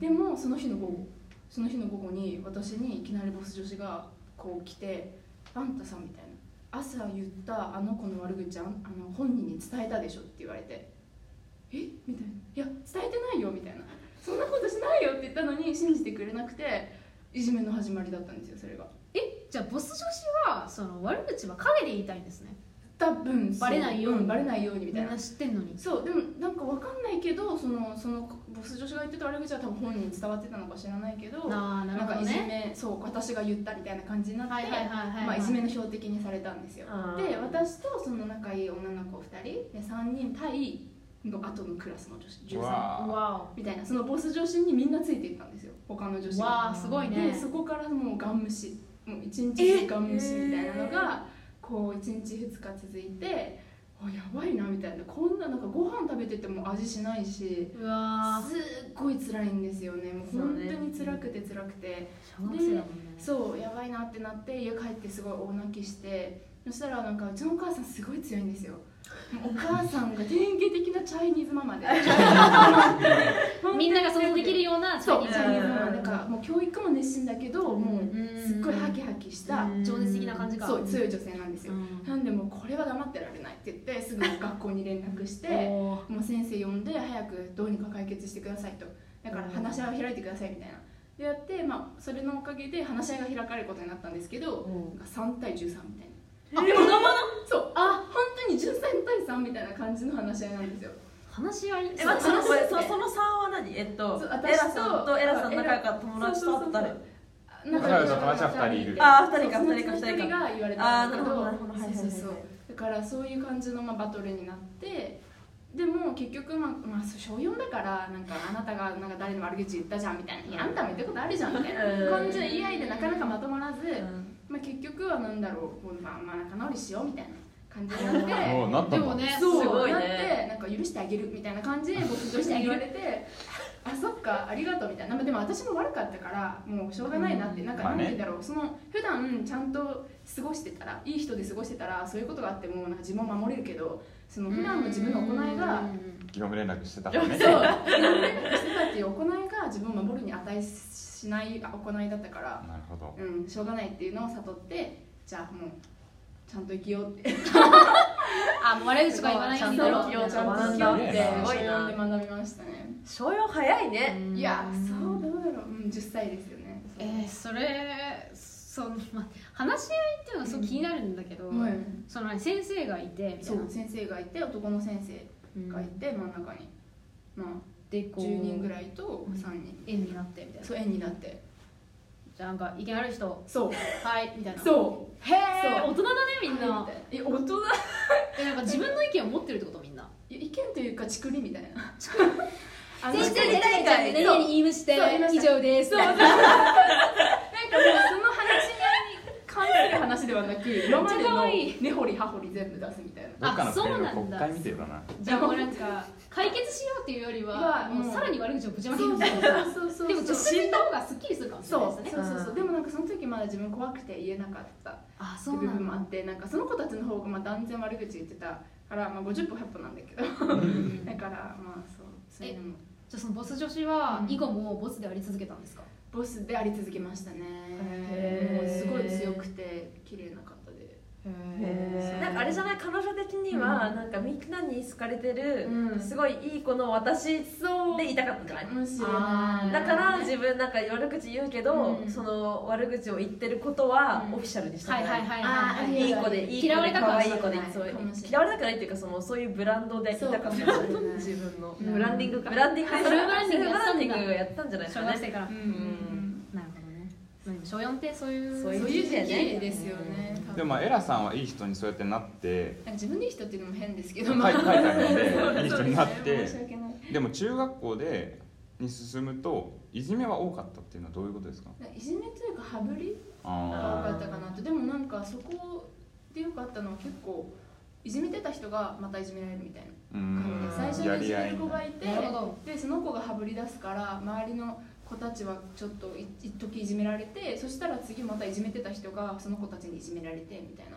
Speaker 3: でもその日の午後その日の午後に私にいきなりボス女子がこう来て「あんたさん」みたいな「朝言ったあの子の悪口あんあの本人に伝えたでしょ」って言われて「えみたいな「いや伝えてないよ」みたいな「そんなことしないよ」って言ったのに信じてくれなくていじめの始まりだったんですよそれが
Speaker 2: えじゃあボス女子はその悪口は陰で言いたいんですね
Speaker 3: 多分そう
Speaker 2: バレないように
Speaker 3: んバレないようにみた
Speaker 2: み
Speaker 3: い
Speaker 2: ん
Speaker 3: な
Speaker 2: な知ってんのに
Speaker 3: そうでもなんかわかんないけどそのそのボス女子が言ってた悪口は多分本人に伝わってたのか知らないけど
Speaker 2: ああなる
Speaker 3: な
Speaker 2: ほ
Speaker 3: んか
Speaker 2: ど
Speaker 3: いじ
Speaker 2: ね
Speaker 3: めそう私が言ったみたいな感じになって、
Speaker 2: はいはいはいはい
Speaker 3: まあ、いじめの標的にされたんですよ
Speaker 4: あー
Speaker 3: で私とその仲いい女の子2人で3人対の後のクラスの女子13
Speaker 1: わあ
Speaker 2: わ
Speaker 3: みたいなそのボス女子にみんなついていったんですよ他の女子
Speaker 2: お
Speaker 3: が
Speaker 2: わあすごい
Speaker 3: で
Speaker 2: ね
Speaker 3: そこからもうガン無視もう一日ガン無視みたいなのがこう1日2日続いてあやばいなみたいなこんななんかご飯食べてても味しないし
Speaker 2: うわ
Speaker 3: すっごい辛いんですよねもう本当に辛くて辛くて、
Speaker 2: 小学生だもんね
Speaker 3: そうやばいなってなって家帰ってすごい大泣きしてそしたらなんかうちのお母さんすごい強いんですよもうお母さんが典型的なチャイニーズママで
Speaker 2: みんなが想像できるような
Speaker 3: そう
Speaker 2: チ
Speaker 3: チ
Speaker 2: ャイ
Speaker 3: ャ
Speaker 2: ニ
Speaker 3: イ
Speaker 2: ーズ
Speaker 3: ニーズマ
Speaker 2: な
Speaker 3: マなんかもう教育も熱心だけどもうすっごいハキハキした
Speaker 4: うん
Speaker 2: 情熱的な感じか
Speaker 3: そう強い女性なんですよ
Speaker 2: うん
Speaker 3: なんでもうこれは黙ってられないって言ってすぐ学校に連絡して
Speaker 2: おー
Speaker 3: もう先生呼んで早くどうにか解決してくださいとだから話し合いを開いてくださいみたいなでやって、まあ、それのおかげで話し合いが開かれることになったんですけど、
Speaker 4: うん
Speaker 3: なんか3対13みたいな
Speaker 5: あ子供の
Speaker 3: そうあ本当に13対3みたいな感じの話し合いなんですよ
Speaker 2: 話し合い
Speaker 5: え待ってそ
Speaker 2: そう
Speaker 5: のそれそその3は何えっと
Speaker 3: そう
Speaker 5: エ
Speaker 3: 私
Speaker 5: ラ
Speaker 3: と
Speaker 5: さんとエラさん仲良かった友達とあと誰
Speaker 3: そうあ
Speaker 1: 仲良しの友達は二人いる
Speaker 5: あー二人か
Speaker 3: そうその
Speaker 5: 二人か
Speaker 3: うちの
Speaker 5: 二
Speaker 3: 一人
Speaker 5: 人
Speaker 3: が
Speaker 5: か
Speaker 3: 言われ
Speaker 5: あ
Speaker 3: た
Speaker 5: ーな
Speaker 3: んだけ
Speaker 5: るほ
Speaker 3: ど
Speaker 5: どなるほどはい
Speaker 3: そ
Speaker 5: はいはいはいう
Speaker 3: うそそうだからそういう感じの、まあ、バトルになってでも結局、まあまあ、小4だからなんかあなたがなんか誰の悪口言ったじゃんみたいな「いやあんたも言ったことあるじゃん」みたいな
Speaker 5: うん
Speaker 3: 感じで言い合いでなかなかまとまらず、
Speaker 5: うん
Speaker 3: まあ、結局はなんだろうこう、まあ、まあ仲直りしようみたいな感じになって。
Speaker 1: もうなった
Speaker 2: で
Speaker 1: ん
Speaker 2: も
Speaker 1: だ
Speaker 2: ね
Speaker 3: そう
Speaker 5: すごいね
Speaker 3: なってなんか許してあげるみたいな感 じで僕女子に言われてあそっかありがとうみたいなまあでも私も悪かったからもうしょうがないなってなんか
Speaker 1: まあ
Speaker 3: 何
Speaker 1: ね
Speaker 3: て言うんだろうその普段ちゃんと過ごしてたらいい人で過ごしてたらそういうことがあってもなんか自分を守れるけどその普段の自分の行いが
Speaker 1: 業務連絡してたからね
Speaker 3: そうしてたっていう行いが自分を守るに値しないあ行いだったから、
Speaker 1: なるほど
Speaker 3: うん、しょうがないっていうのを悟ってじゃあもうちゃんと生きようって
Speaker 2: あもう悪口とか言わないようになろう
Speaker 3: ちゃんと
Speaker 4: 学んだってすごいな
Speaker 3: 学びましたね
Speaker 4: 小4早いね
Speaker 2: うん
Speaker 3: いやそうどうだろううん10歳ですよね
Speaker 2: えー、それその、ま、話し合いっていうのがすごい気になるんだけど、
Speaker 3: はい
Speaker 2: その何先生がいてみた
Speaker 3: そ
Speaker 2: いうな
Speaker 3: 先生がいて男の先生
Speaker 2: うん
Speaker 3: がいて真ん中にま
Speaker 2: で
Speaker 3: あ
Speaker 2: こう
Speaker 3: 10人ぐらいと3人
Speaker 2: 円になってみたいな
Speaker 3: そう円になって
Speaker 2: じゃあなんか意見ある人
Speaker 3: そう
Speaker 2: はいみたいな
Speaker 3: そう
Speaker 2: へえ
Speaker 3: そう
Speaker 2: 大人だねみんな
Speaker 3: え大人
Speaker 2: えなんか自分の意見を持ってるってことみんな
Speaker 3: 意見というかちくりみたい なあの
Speaker 2: 先生
Speaker 3: そう
Speaker 2: に何々ちゃんで何々言いまして
Speaker 3: そう言いました
Speaker 2: 以上です
Speaker 3: そうなんかもうその話に関する話ではなく今までの根掘り葉掘り全部出すみたいな
Speaker 1: どっかの
Speaker 2: あそうなんだ
Speaker 1: 国会見てたな
Speaker 2: じゃあもうなんか解決しようっていうよりは
Speaker 3: うん
Speaker 2: もうさらに悪口をぶちまけるみたいな
Speaker 3: そうそう
Speaker 2: でも女子にいた方がすっきりするかもしれ
Speaker 3: そう
Speaker 2: ない
Speaker 3: そう
Speaker 2: です
Speaker 3: そ
Speaker 2: ね
Speaker 3: うそうでもなんかその時まだ自分怖くて言えなかった
Speaker 2: あ
Speaker 3: って
Speaker 2: そう
Speaker 3: 部
Speaker 2: な
Speaker 3: 分
Speaker 2: ん
Speaker 3: もあ
Speaker 2: だ
Speaker 3: ってなんかその子たちの方がまあ断然悪口言ってたから、まあ、50歩100歩なんだけどだからまあそうそれでも
Speaker 2: じゃあそのボス女子は
Speaker 3: うん
Speaker 2: 以後もボスであり続けたんですか
Speaker 3: ボスであり続けましたねもう
Speaker 4: へ
Speaker 3: す
Speaker 4: ー
Speaker 3: ごい強くて綺麗な方で
Speaker 4: へーなんかあれじゃない彼女的にはなんかみんなに好かれてる
Speaker 3: うん
Speaker 4: すごいいい子の私
Speaker 3: そう
Speaker 4: でいたかったんじゃない
Speaker 3: もしれ
Speaker 2: あー
Speaker 3: な
Speaker 4: だ
Speaker 3: い
Speaker 4: から自分なんか悪口言うけど、
Speaker 3: うん
Speaker 4: その悪口を言ってることは
Speaker 3: うん
Speaker 4: オフィシャルにした
Speaker 2: はい
Speaker 4: く
Speaker 2: は
Speaker 4: ないい、
Speaker 2: はい
Speaker 3: あー
Speaker 2: はい
Speaker 3: い
Speaker 2: はい
Speaker 4: い子でいい子で
Speaker 2: 嫌われたく
Speaker 4: 可
Speaker 2: は
Speaker 4: 愛
Speaker 2: し
Speaker 4: い
Speaker 2: たく
Speaker 4: 子
Speaker 2: ない
Speaker 4: でそう
Speaker 3: かもしれない
Speaker 4: 嫌われたくないっていうかそのそういうブランドでいたかったんじゃない
Speaker 3: そうかもしれない
Speaker 4: 自分の
Speaker 3: うん
Speaker 4: ブランディングかブランディング
Speaker 2: あそれブランディング
Speaker 4: それブランディン
Speaker 2: やってたんだ
Speaker 4: グがやったんじゃないです
Speaker 2: 小
Speaker 4: か
Speaker 2: 学
Speaker 4: ね
Speaker 2: 生から
Speaker 3: うん
Speaker 2: なるほどねまあでも小4ってそういう
Speaker 4: そういう
Speaker 3: そういう
Speaker 4: 時期だ
Speaker 3: 時
Speaker 4: ね
Speaker 3: 期ですよね多分
Speaker 1: でもまあエラさんはいい人にそうやってなって
Speaker 3: なんか自分でいい人っていうのも変ですけ
Speaker 1: 書
Speaker 3: ど
Speaker 1: い
Speaker 3: まあ
Speaker 1: 書いてあるのでいい
Speaker 3: そう
Speaker 1: 人
Speaker 3: で
Speaker 1: に
Speaker 3: す
Speaker 1: なっ
Speaker 3: ね
Speaker 1: て
Speaker 3: 申し訳ない
Speaker 1: でも中学校でに進むといじめは多かったっていうのはどういうことですか
Speaker 3: いじめというか羽振りが多
Speaker 1: あ
Speaker 3: かったかなとでもなんかそこでよかったのは結構いじめてた人がまたいじめられるみたいな
Speaker 1: ーう
Speaker 3: 感
Speaker 1: ん
Speaker 3: じで最初にいじめる子が
Speaker 1: い
Speaker 3: いて
Speaker 2: なるほど
Speaker 3: でその子が羽振り出すから周りの子たちはちょっとい一時いじめられてそしたら次またいじめてた人がその子たちにいじめられてみたいな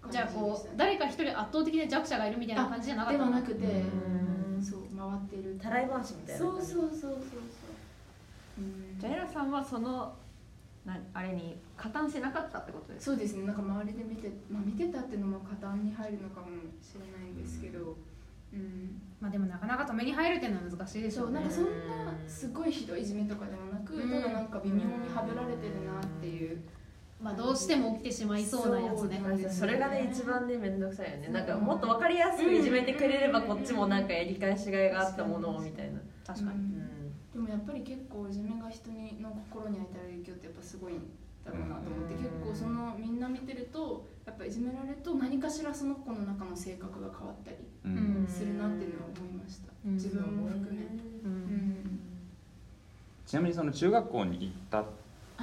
Speaker 3: 感
Speaker 2: じゃあこう
Speaker 3: で
Speaker 2: 誰か一人圧倒的な弱者がいるみたいな感じじゃなかった
Speaker 3: では
Speaker 2: の
Speaker 3: なくて
Speaker 4: うん
Speaker 3: そう回ってる
Speaker 4: たらい回しみたいな
Speaker 3: そう
Speaker 4: 感じ
Speaker 3: そうそうそうそううん
Speaker 6: じゃあエラさんはそのなあれに加担しなかったってことです
Speaker 3: そうですねなんか周りで見て、まあ、見てたっていうのも加担に入るのかもしれないんですけどうん
Speaker 2: まあでもなかなか止めに入るっていうのは難しいでし
Speaker 3: そ
Speaker 2: ょ
Speaker 3: う
Speaker 2: う
Speaker 3: なん
Speaker 2: ね
Speaker 3: かそんなすごいひどいいじめとかではなく
Speaker 2: うん
Speaker 3: ただなんか微妙にはぶられてるなっていう
Speaker 2: まあどうしても起きてしまいそうなやつね
Speaker 3: そうです
Speaker 4: それがね一番ね面倒くさいよねなんかもっと分かりやすくいじめてくれればこっちもなんかやり返しがいがあったものをみたいな、
Speaker 6: 確か
Speaker 3: う
Speaker 6: に
Speaker 3: ん
Speaker 4: ん
Speaker 3: でもやっぱり結構いじめが人にの心に与える影響ってやっぱすごいんだろうなと思って
Speaker 4: うん
Speaker 3: 結構そのみんな見てるとやっぱいじめられると何かしらその子の中の性格が変わったり
Speaker 2: うん
Speaker 3: するなっていうのは思いました
Speaker 2: うん
Speaker 3: 自分も含め
Speaker 2: うん
Speaker 1: ちなみにその中学校に行った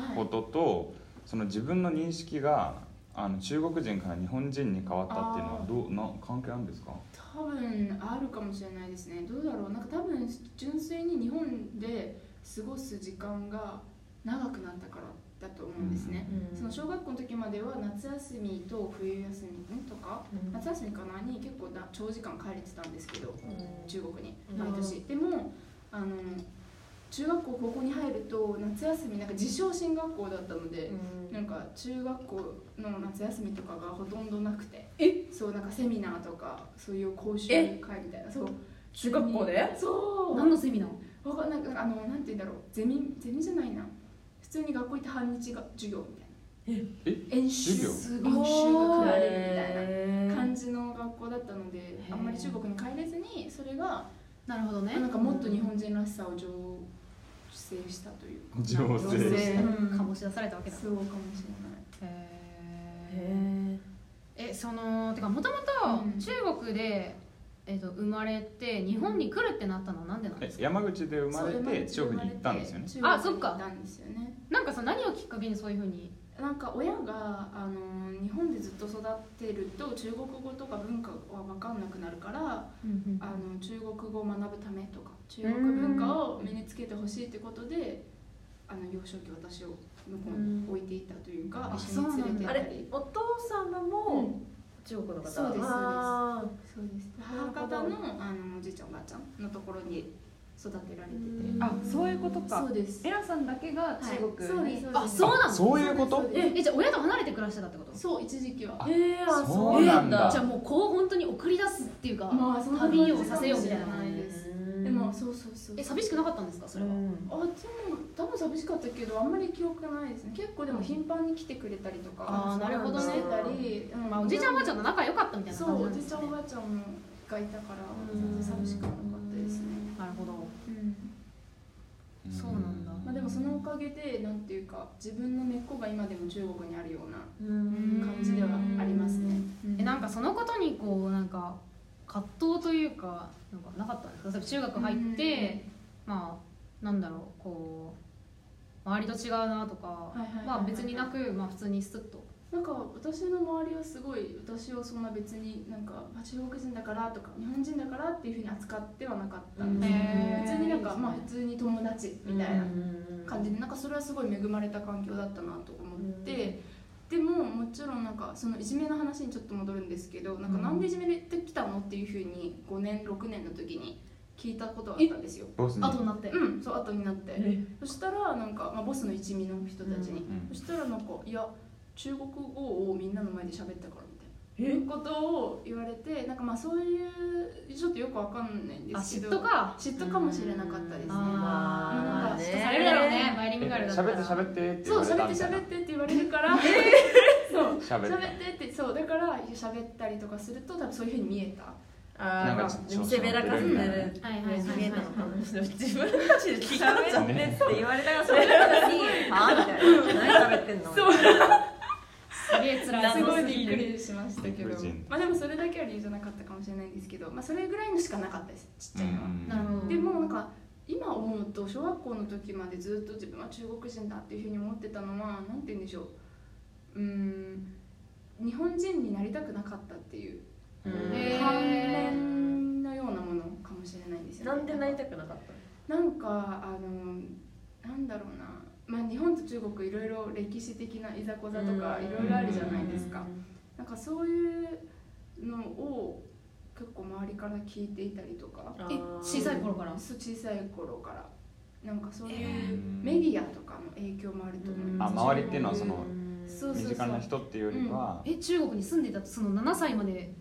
Speaker 3: はい
Speaker 1: こととその自分の認識があの中国人から日本人に変わったっていうのはどうな関係あるんですか
Speaker 3: 多分あるかもしれないですねどうだろうなんか多分純粋に日本で過ごす時間が長くなったからだと思うんですね、その小学校の時までは夏休みと冬休みんとか夏休みかなに結構だ長時間帰れてたんですけど中国に
Speaker 4: うん
Speaker 3: 毎年、でもあの中学校高校に入ると夏休みなんか自称進学校だったので、なんか中学校の夏休みとかがほとんどなくてそうなんかセミナーとかそういう講習会みたいなそう
Speaker 4: 中学校で
Speaker 3: そう
Speaker 2: 何のセミナー
Speaker 3: わかんないなんかあのなんて言うんだろうゼミゼミじゃないな普通に学校行って半日が授業みたいなえ演習
Speaker 1: 授業
Speaker 3: す
Speaker 2: ごい
Speaker 3: 演習が組まれるみたいな
Speaker 4: え
Speaker 3: 感じの学校だったので
Speaker 4: ー
Speaker 3: あんまり中国に帰れずにそれが
Speaker 2: なるほどね
Speaker 3: なんかもっと日本人らしさを醸成したというか
Speaker 1: 醸成
Speaker 3: 醸
Speaker 2: した
Speaker 3: うん
Speaker 2: 醸し出されたわけだ
Speaker 3: そうかもしれない
Speaker 2: へ
Speaker 4: へ
Speaker 2: ええそのてかもともと
Speaker 3: うん
Speaker 2: 中国で、えっと生まれて日本に来るってなったのはなんでなん
Speaker 1: え
Speaker 2: ですか
Speaker 1: 山口で生まれて
Speaker 3: そう
Speaker 1: 中国に行ったんですよね
Speaker 3: 生まれ
Speaker 2: あ
Speaker 3: て中国に
Speaker 2: そっか
Speaker 3: 行ったんですよね
Speaker 2: なんかその何をきっかけにそういうふうに
Speaker 3: なんか親があの日本でずっと育ってると中国語とか文化は分かんなくなるからあの中国語を学ぶためとか中国文化を身につけてほしいってことであの幼少期私を向こうに置いていたというか
Speaker 2: うん
Speaker 3: 一緒に
Speaker 4: ー
Speaker 3: 連れて行
Speaker 4: あ
Speaker 3: った
Speaker 4: れ
Speaker 3: り
Speaker 4: お父様
Speaker 3: う
Speaker 4: も
Speaker 3: ん
Speaker 4: 中国の方
Speaker 3: そうです
Speaker 4: あー
Speaker 3: そうです
Speaker 4: なる
Speaker 3: 母
Speaker 4: ほど
Speaker 3: 方のあのおじいちゃんおばあちゃんのところに
Speaker 2: 育てられてて、
Speaker 7: あそういうことか
Speaker 3: そうです
Speaker 7: エラさんだけが中国に、
Speaker 3: そうですそうです
Speaker 2: あそうなの
Speaker 1: そういうこと
Speaker 3: え
Speaker 2: えじゃあ親と離れて暮らしてたってこと
Speaker 3: そう一時期は
Speaker 1: あ
Speaker 8: えー、あ
Speaker 1: そうなんだ
Speaker 2: じゃあもうこう本当に送り出すっていうか、
Speaker 3: まあそんな感じ
Speaker 2: 旅をさせようみたいな
Speaker 3: かもしれないですでもそうそうそう
Speaker 2: え寂しくなかったんですかそれは、
Speaker 3: あでも多分寂しかったけどあんまり記憶がないですね結構でも頻繁に来てくれたりと
Speaker 2: あー
Speaker 3: か
Speaker 2: なるほどね
Speaker 3: してたり、うん
Speaker 2: まあ、おじいちゃんおばあちゃんと仲良かったみたいな
Speaker 3: そ
Speaker 2: 感じな
Speaker 3: う
Speaker 2: ん
Speaker 3: おじ
Speaker 2: で
Speaker 3: い
Speaker 2: す
Speaker 3: ちゃ
Speaker 2: か、
Speaker 3: んおばあちゃんがいたから全然寂しくはなかったですね
Speaker 2: なるほど
Speaker 3: うん
Speaker 2: そうなんだ
Speaker 3: まあ、でもそのおかげでなんていうか自分の根っこが今でも中国にあるような感じではありますね
Speaker 2: えなんかそのことにこうなんか葛藤というかなんかなかったんですか例えば中学入って、まあなんだろうこう周りと違うなとか
Speaker 3: いはいはいはい
Speaker 2: まあ別になく、まあ、普通にスッと
Speaker 3: なんか私の周りはすごい私をそんな別になんかあ中国人だからとか日本人だからっていうふうに扱ってはなかったんですよ
Speaker 2: へー
Speaker 3: 普通になんかまあ普通に友達みたいな感じでなんかそれはすごい恵まれた環境だったなと思ってでももちろんなんかそのいじめの話にちょっと戻るんですけどなんかなんでいじめてきたのっていうふうに5年6年の時に聞いたことがあったんですよ。
Speaker 1: ボスに
Speaker 2: 後になって、
Speaker 3: うん、そう後になってそしたらなんか、まあ、ボスの一味の人たちに、
Speaker 1: うん
Speaker 3: そしたらなんかいや中国語をみんなの前で喋ったからみたいなことを言われてなんかまあそういうちょっとよくわかんないんで
Speaker 2: あ
Speaker 3: すけ
Speaker 2: 嫉
Speaker 3: ど
Speaker 2: 妬か
Speaker 3: 嫉妬かもしれなかったですね
Speaker 4: あ
Speaker 3: なんか
Speaker 4: ー
Speaker 2: 嫉妬
Speaker 3: 嫉妬さ
Speaker 2: さ
Speaker 3: れ
Speaker 2: れ
Speaker 3: る
Speaker 2: る
Speaker 3: だ
Speaker 2: だ
Speaker 3: ろ
Speaker 2: ろ
Speaker 3: う
Speaker 2: う
Speaker 3: ね
Speaker 2: ね前り身があるだった
Speaker 1: 喋
Speaker 2: ら
Speaker 1: って喋ってって
Speaker 3: そう喋って喋ってって言われる からそう
Speaker 1: 喋った
Speaker 3: 喋ってってそうだから喋ったりとかすると多分そういうふうに見えた
Speaker 4: あ
Speaker 1: なん
Speaker 4: ー
Speaker 1: かちょっと
Speaker 4: 見せべらかせてる
Speaker 2: はいはいはい
Speaker 4: 見えたのか
Speaker 2: は
Speaker 4: もしれない自分たちで聞いたじゃんねって言われたらそれにあみたいな何食べてんの
Speaker 2: いすげえ辛い
Speaker 3: すごい
Speaker 2: び
Speaker 3: び
Speaker 2: っ
Speaker 3: っ
Speaker 2: く
Speaker 3: く
Speaker 2: り
Speaker 3: りしましたけ
Speaker 1: びっ
Speaker 3: ど
Speaker 1: くり人
Speaker 3: まあでもそれだけは理由じゃなかったかもしれないんですけどまあそれぐらいのしかなかったですちっちゃいのは。
Speaker 1: うん
Speaker 2: なるほど
Speaker 3: でもなんか今思うと小学校の時までずっと自分は中国人だっていうふうに思ってたのはなんて言うんでしょううーん日本人になりたくなかったっていう
Speaker 2: へー
Speaker 3: 反面のようなものかもしれないんですよね
Speaker 4: なんで泣いたくなかった
Speaker 3: なんかあのなんだろうなまあ日本と中国いろいろ歴史的ないざこざとかいろいろあるじゃないですかなんかそういうのを結構周りから聞いていたりとか
Speaker 4: え
Speaker 2: え小さい頃から
Speaker 3: そう小さい頃からなんかそういう
Speaker 1: うん
Speaker 3: メディアとかの影響もあると思います、
Speaker 1: あ周りっていうのはその
Speaker 3: そうそう
Speaker 1: 身
Speaker 3: そう
Speaker 1: 近な人っていうよりは、
Speaker 2: え中国に住んでたとその7歳まで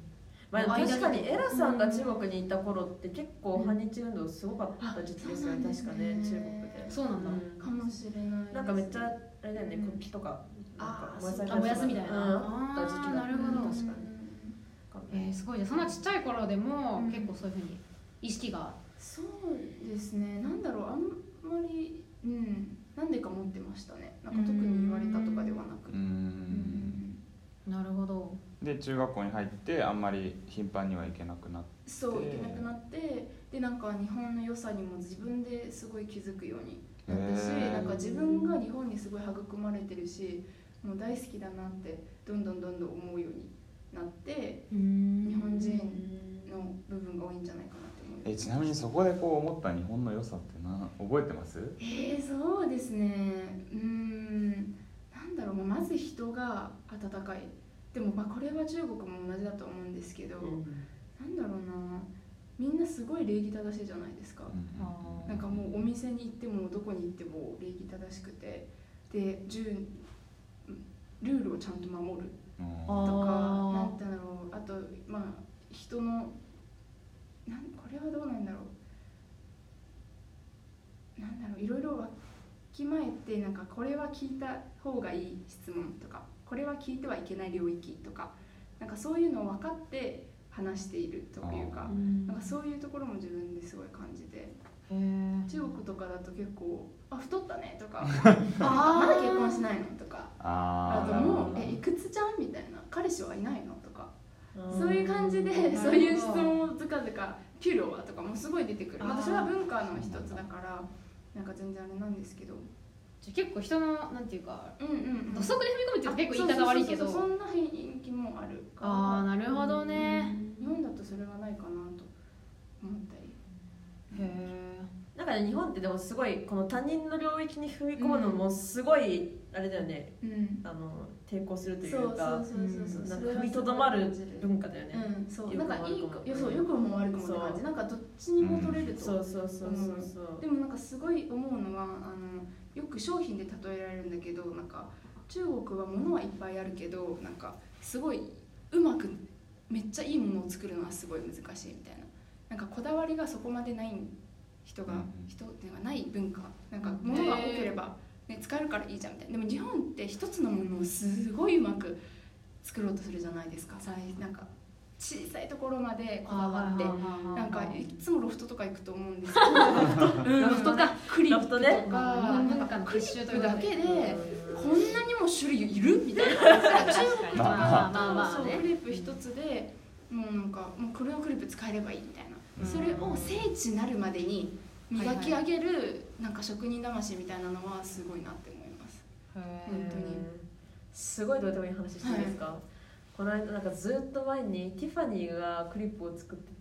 Speaker 4: まあ、確かにエラさんが中国に行った頃って結構反日運動すごかった時期ですよね確かね中国で
Speaker 2: そうなんだ、
Speaker 3: かもしれないです
Speaker 4: なんかめっちゃあれだよね国旗とかなんか燃え
Speaker 2: あおやすみたいな、
Speaker 4: うんあった時
Speaker 2: あ
Speaker 4: 期
Speaker 2: ー
Speaker 4: だ
Speaker 2: なるほど、
Speaker 4: 確かに
Speaker 2: えー、すごいねそんなちっちゃい頃でも、結構そういうふうに意識が
Speaker 3: そうですねなんだろうあんまりうんなんでか持ってましたねなんか特に言われたとかではなく
Speaker 1: う
Speaker 3: うん
Speaker 1: ん
Speaker 2: なるほど
Speaker 1: で中学校に入ってあんまり頻繁には行けなくなって
Speaker 3: そういけなくなってでなんか日本の良さにも自分ですごい気づくようになったし
Speaker 1: へー
Speaker 3: なんか自分が日本にすごい育まれてるしもう大好きだなってどんどんどんどん思うようになって
Speaker 2: 日
Speaker 3: 日本
Speaker 2: 本
Speaker 3: 人の部分が多いんじゃないかなって思います
Speaker 1: えちなみにそこでこう思った日本の良さってな覚えてます
Speaker 3: えー、そうですねうーんなんだろうまず人が温かいでもまあこれは中国も同じだと思うんですけど、なんだろうなみんなすごい礼儀正しいじゃないですか、
Speaker 1: うん
Speaker 3: なんかもうお店に行ってもどこに行っても礼儀正しくてで順ルールをちゃんと守る
Speaker 1: うん
Speaker 2: あ
Speaker 3: とか
Speaker 2: ー
Speaker 3: なんて言うんだろうあとまあ人のなんこれはどうなんだろうなんだろういろいろわきまえてなんかこれは聞いた方がいい質問とかこれは聞いてはいけない領域とかなんかそういうのを分かって話しているというかなんかそういうところも自分ですごい感じて中国とかだと結構「あ太ったね」と か「あまだ結婚しないの?」とかあ
Speaker 1: あー
Speaker 3: と
Speaker 1: なるほ
Speaker 3: も
Speaker 1: ど
Speaker 3: う「えいくつじゃん?」みたいな「彼氏はいないの?」とか
Speaker 4: うん
Speaker 3: そういう感じで
Speaker 2: ほど
Speaker 3: そういう質問をずかずか「給料は?」とかもすごい出てくるまたそれは文化の一つだからなんか全然あれなんですけど
Speaker 2: じゃあ結構人のなんていうか
Speaker 3: うんうん
Speaker 2: 土足で踏み込むっていうと結構言い方悪いけど
Speaker 3: そうそうそうそうそんな雰囲気もあるから
Speaker 2: ああなるほどね
Speaker 3: 日本だとそれはないかなと思ったり
Speaker 2: へえ
Speaker 4: なんなんかね日本ってでもすごいこの他人の領域に踏み込むのもすごいあれだよね、
Speaker 9: うん
Speaker 4: あの抵抗するとい
Speaker 9: そうそう
Speaker 4: うか
Speaker 9: そうそう
Speaker 4: な
Speaker 9: そ
Speaker 4: ん
Speaker 9: う
Speaker 4: か踏みとどまる文化だよね、
Speaker 9: うん
Speaker 3: そう
Speaker 4: 良
Speaker 3: な
Speaker 4: くも
Speaker 3: んかいい
Speaker 4: 悪くも
Speaker 3: よそう良くも悪くもって感
Speaker 4: そう
Speaker 3: じなんかどっちにも取れると、
Speaker 4: そうそうそうそうそう
Speaker 3: でもなんかすごい思うのはあのよく商品で例えられるんだけどなんか中国は物はいっぱいあるけどなんかすごいうまくめっちゃいいものを作るのはすごい難しいみたいななんかこだわりがそこまでない人が、
Speaker 1: うんうん
Speaker 3: 人っていうかない文化なんか物が多ければ、ね、使えるからいいじゃんみたいなでも日本って一つのものをすごいうまく作ろうとするじゃないですかさいなんか小さいところまでこだわってなんかいつもロフトとか行くと思うんですけどロフトかクリップとか、
Speaker 4: ロフ
Speaker 3: なんかクリップだけでこんなにも種類いるみたいな 中国とか
Speaker 1: ま
Speaker 3: だ
Speaker 10: あ
Speaker 3: と
Speaker 10: まあまあね
Speaker 3: そうクリップ一つでもうなんかもうこれのクリップ使えればいいみたいな、
Speaker 1: うん
Speaker 3: それを精緻なるまでに磨き上げるなんか職人魂みたいなのはすごいなって思います。本当に
Speaker 4: すごいどうでもいい話していいですか、この間なんかずっと前にティファニーがクリップを作って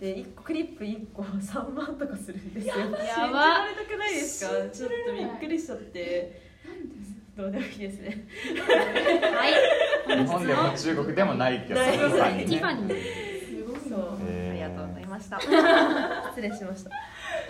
Speaker 4: てで一個クリップ1個3万 とかするんですよやば信じられたくないですかちょっとびっくりしちゃってどうでもいいですね
Speaker 2: はい
Speaker 1: 日本でも中国でもないけど
Speaker 4: ない
Speaker 1: ティ
Speaker 2: ティファニー
Speaker 4: そう
Speaker 10: ありがとうございま した。
Speaker 4: 失礼しました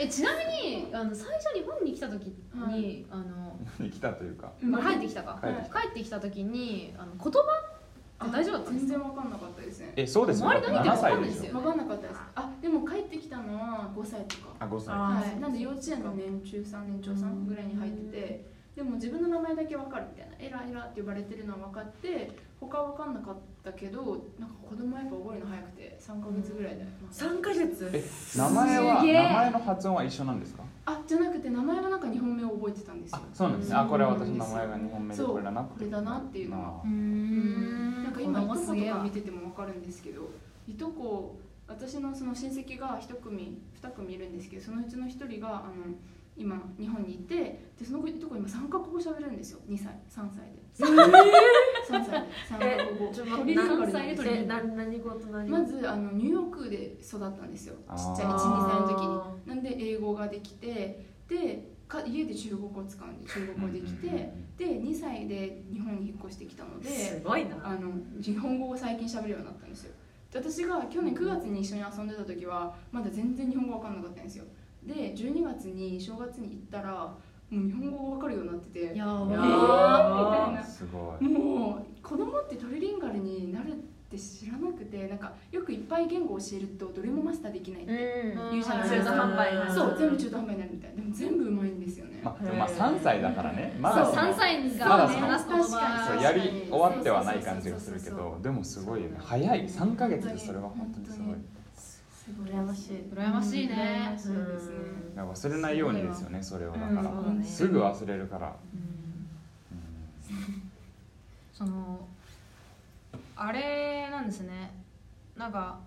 Speaker 2: えちなみにあの最初日本に来た時に、
Speaker 3: はい
Speaker 2: あの
Speaker 1: す 来たというか
Speaker 2: まあ帰ってきたか、
Speaker 1: 帰ってき
Speaker 2: 帰ってきた時にあの言葉って大丈夫だったんで
Speaker 3: 全
Speaker 2: すか
Speaker 3: 然わかんなかったですね。
Speaker 1: えそうです
Speaker 2: 周り何言ってるか分かんない
Speaker 1: で
Speaker 2: です
Speaker 1: す
Speaker 2: よ
Speaker 1: よ
Speaker 2: ね
Speaker 3: わかんなかったです。あでも帰ってきたのは5歳とか。
Speaker 1: あ5歳
Speaker 4: あ
Speaker 3: は
Speaker 4: そう
Speaker 3: い、なんで幼稚園の年中さん年長さんぐらいに入っててでも自分の名前だけ分かるみたいな「エラエラ」って呼ばれてるのは分かって他は分かんなかったけどなんか子供はやっぱ覚えるの早くて3ヶ月ぐらいで、
Speaker 4: 3ヶ月
Speaker 1: え名前は
Speaker 2: すげえ
Speaker 1: 名前の発音は一緒なんですか
Speaker 3: あじゃなくて名前はなんか日本名を覚えてたんですよ
Speaker 1: あそうなんですねあこれは私の名前が日本名でこれだな
Speaker 3: これだなっていうのは
Speaker 1: あ
Speaker 3: うんなんか今いと
Speaker 2: 子供
Speaker 3: こと
Speaker 2: すげえ
Speaker 3: か
Speaker 2: わ
Speaker 3: 見てても分かるんですけどいとこ私のその親戚が1組2組いるんですけどそのうちの1人があの今日本にいてでそのいとこ今3カ国語喋るんですよ2歳3歳で3歳で3カ国語取り掛かるんですよ
Speaker 4: 何何語と何語
Speaker 3: まずあのニューヨークで育ったんですよち
Speaker 1: あ
Speaker 3: っ
Speaker 1: ー
Speaker 3: ちゃい12歳の時になんで英語ができてでか家で中国語を使うんで中国語できて
Speaker 1: うんうん
Speaker 3: で2歳で日本に引っ越してきたのです
Speaker 4: ごいな
Speaker 3: あの日本語を最近喋るようになったんですよで私が去年9月に一緒に遊んでた時はまだ全然日本語わかんなかったんですよで12月に正月に行ったらもう日本語わかるようになってて
Speaker 2: やば
Speaker 4: いや
Speaker 3: みたい
Speaker 4: ー
Speaker 3: な
Speaker 1: すごい
Speaker 3: もう子供ってトリリンガルになるって知らなくてなんかよくいっぱい言語を教えるとどれもマスターできないって
Speaker 4: うん
Speaker 3: 言うじゃない
Speaker 4: 中
Speaker 3: で
Speaker 4: 途
Speaker 3: すか、
Speaker 4: 半端になる
Speaker 3: そう全部中途半端になるみたいでも全部うまいんですよね、
Speaker 1: まあでもまあ3歳だからねまだ
Speaker 3: そう
Speaker 1: その
Speaker 2: 3歳
Speaker 1: ま
Speaker 2: が
Speaker 1: だその
Speaker 2: 話す言
Speaker 1: そ
Speaker 2: 葉
Speaker 1: うやり終わってはない感じがするけ
Speaker 3: そうそう
Speaker 1: どでもすごいよね早い3ヶ月でそれは本当にすごい
Speaker 3: 本
Speaker 4: 羨ましい
Speaker 2: 羨ましいね、
Speaker 3: そうですね
Speaker 1: いや忘れないようにですよねそれをだから
Speaker 10: そうだね
Speaker 1: すぐ忘れるから
Speaker 2: そのあれなんですねなんか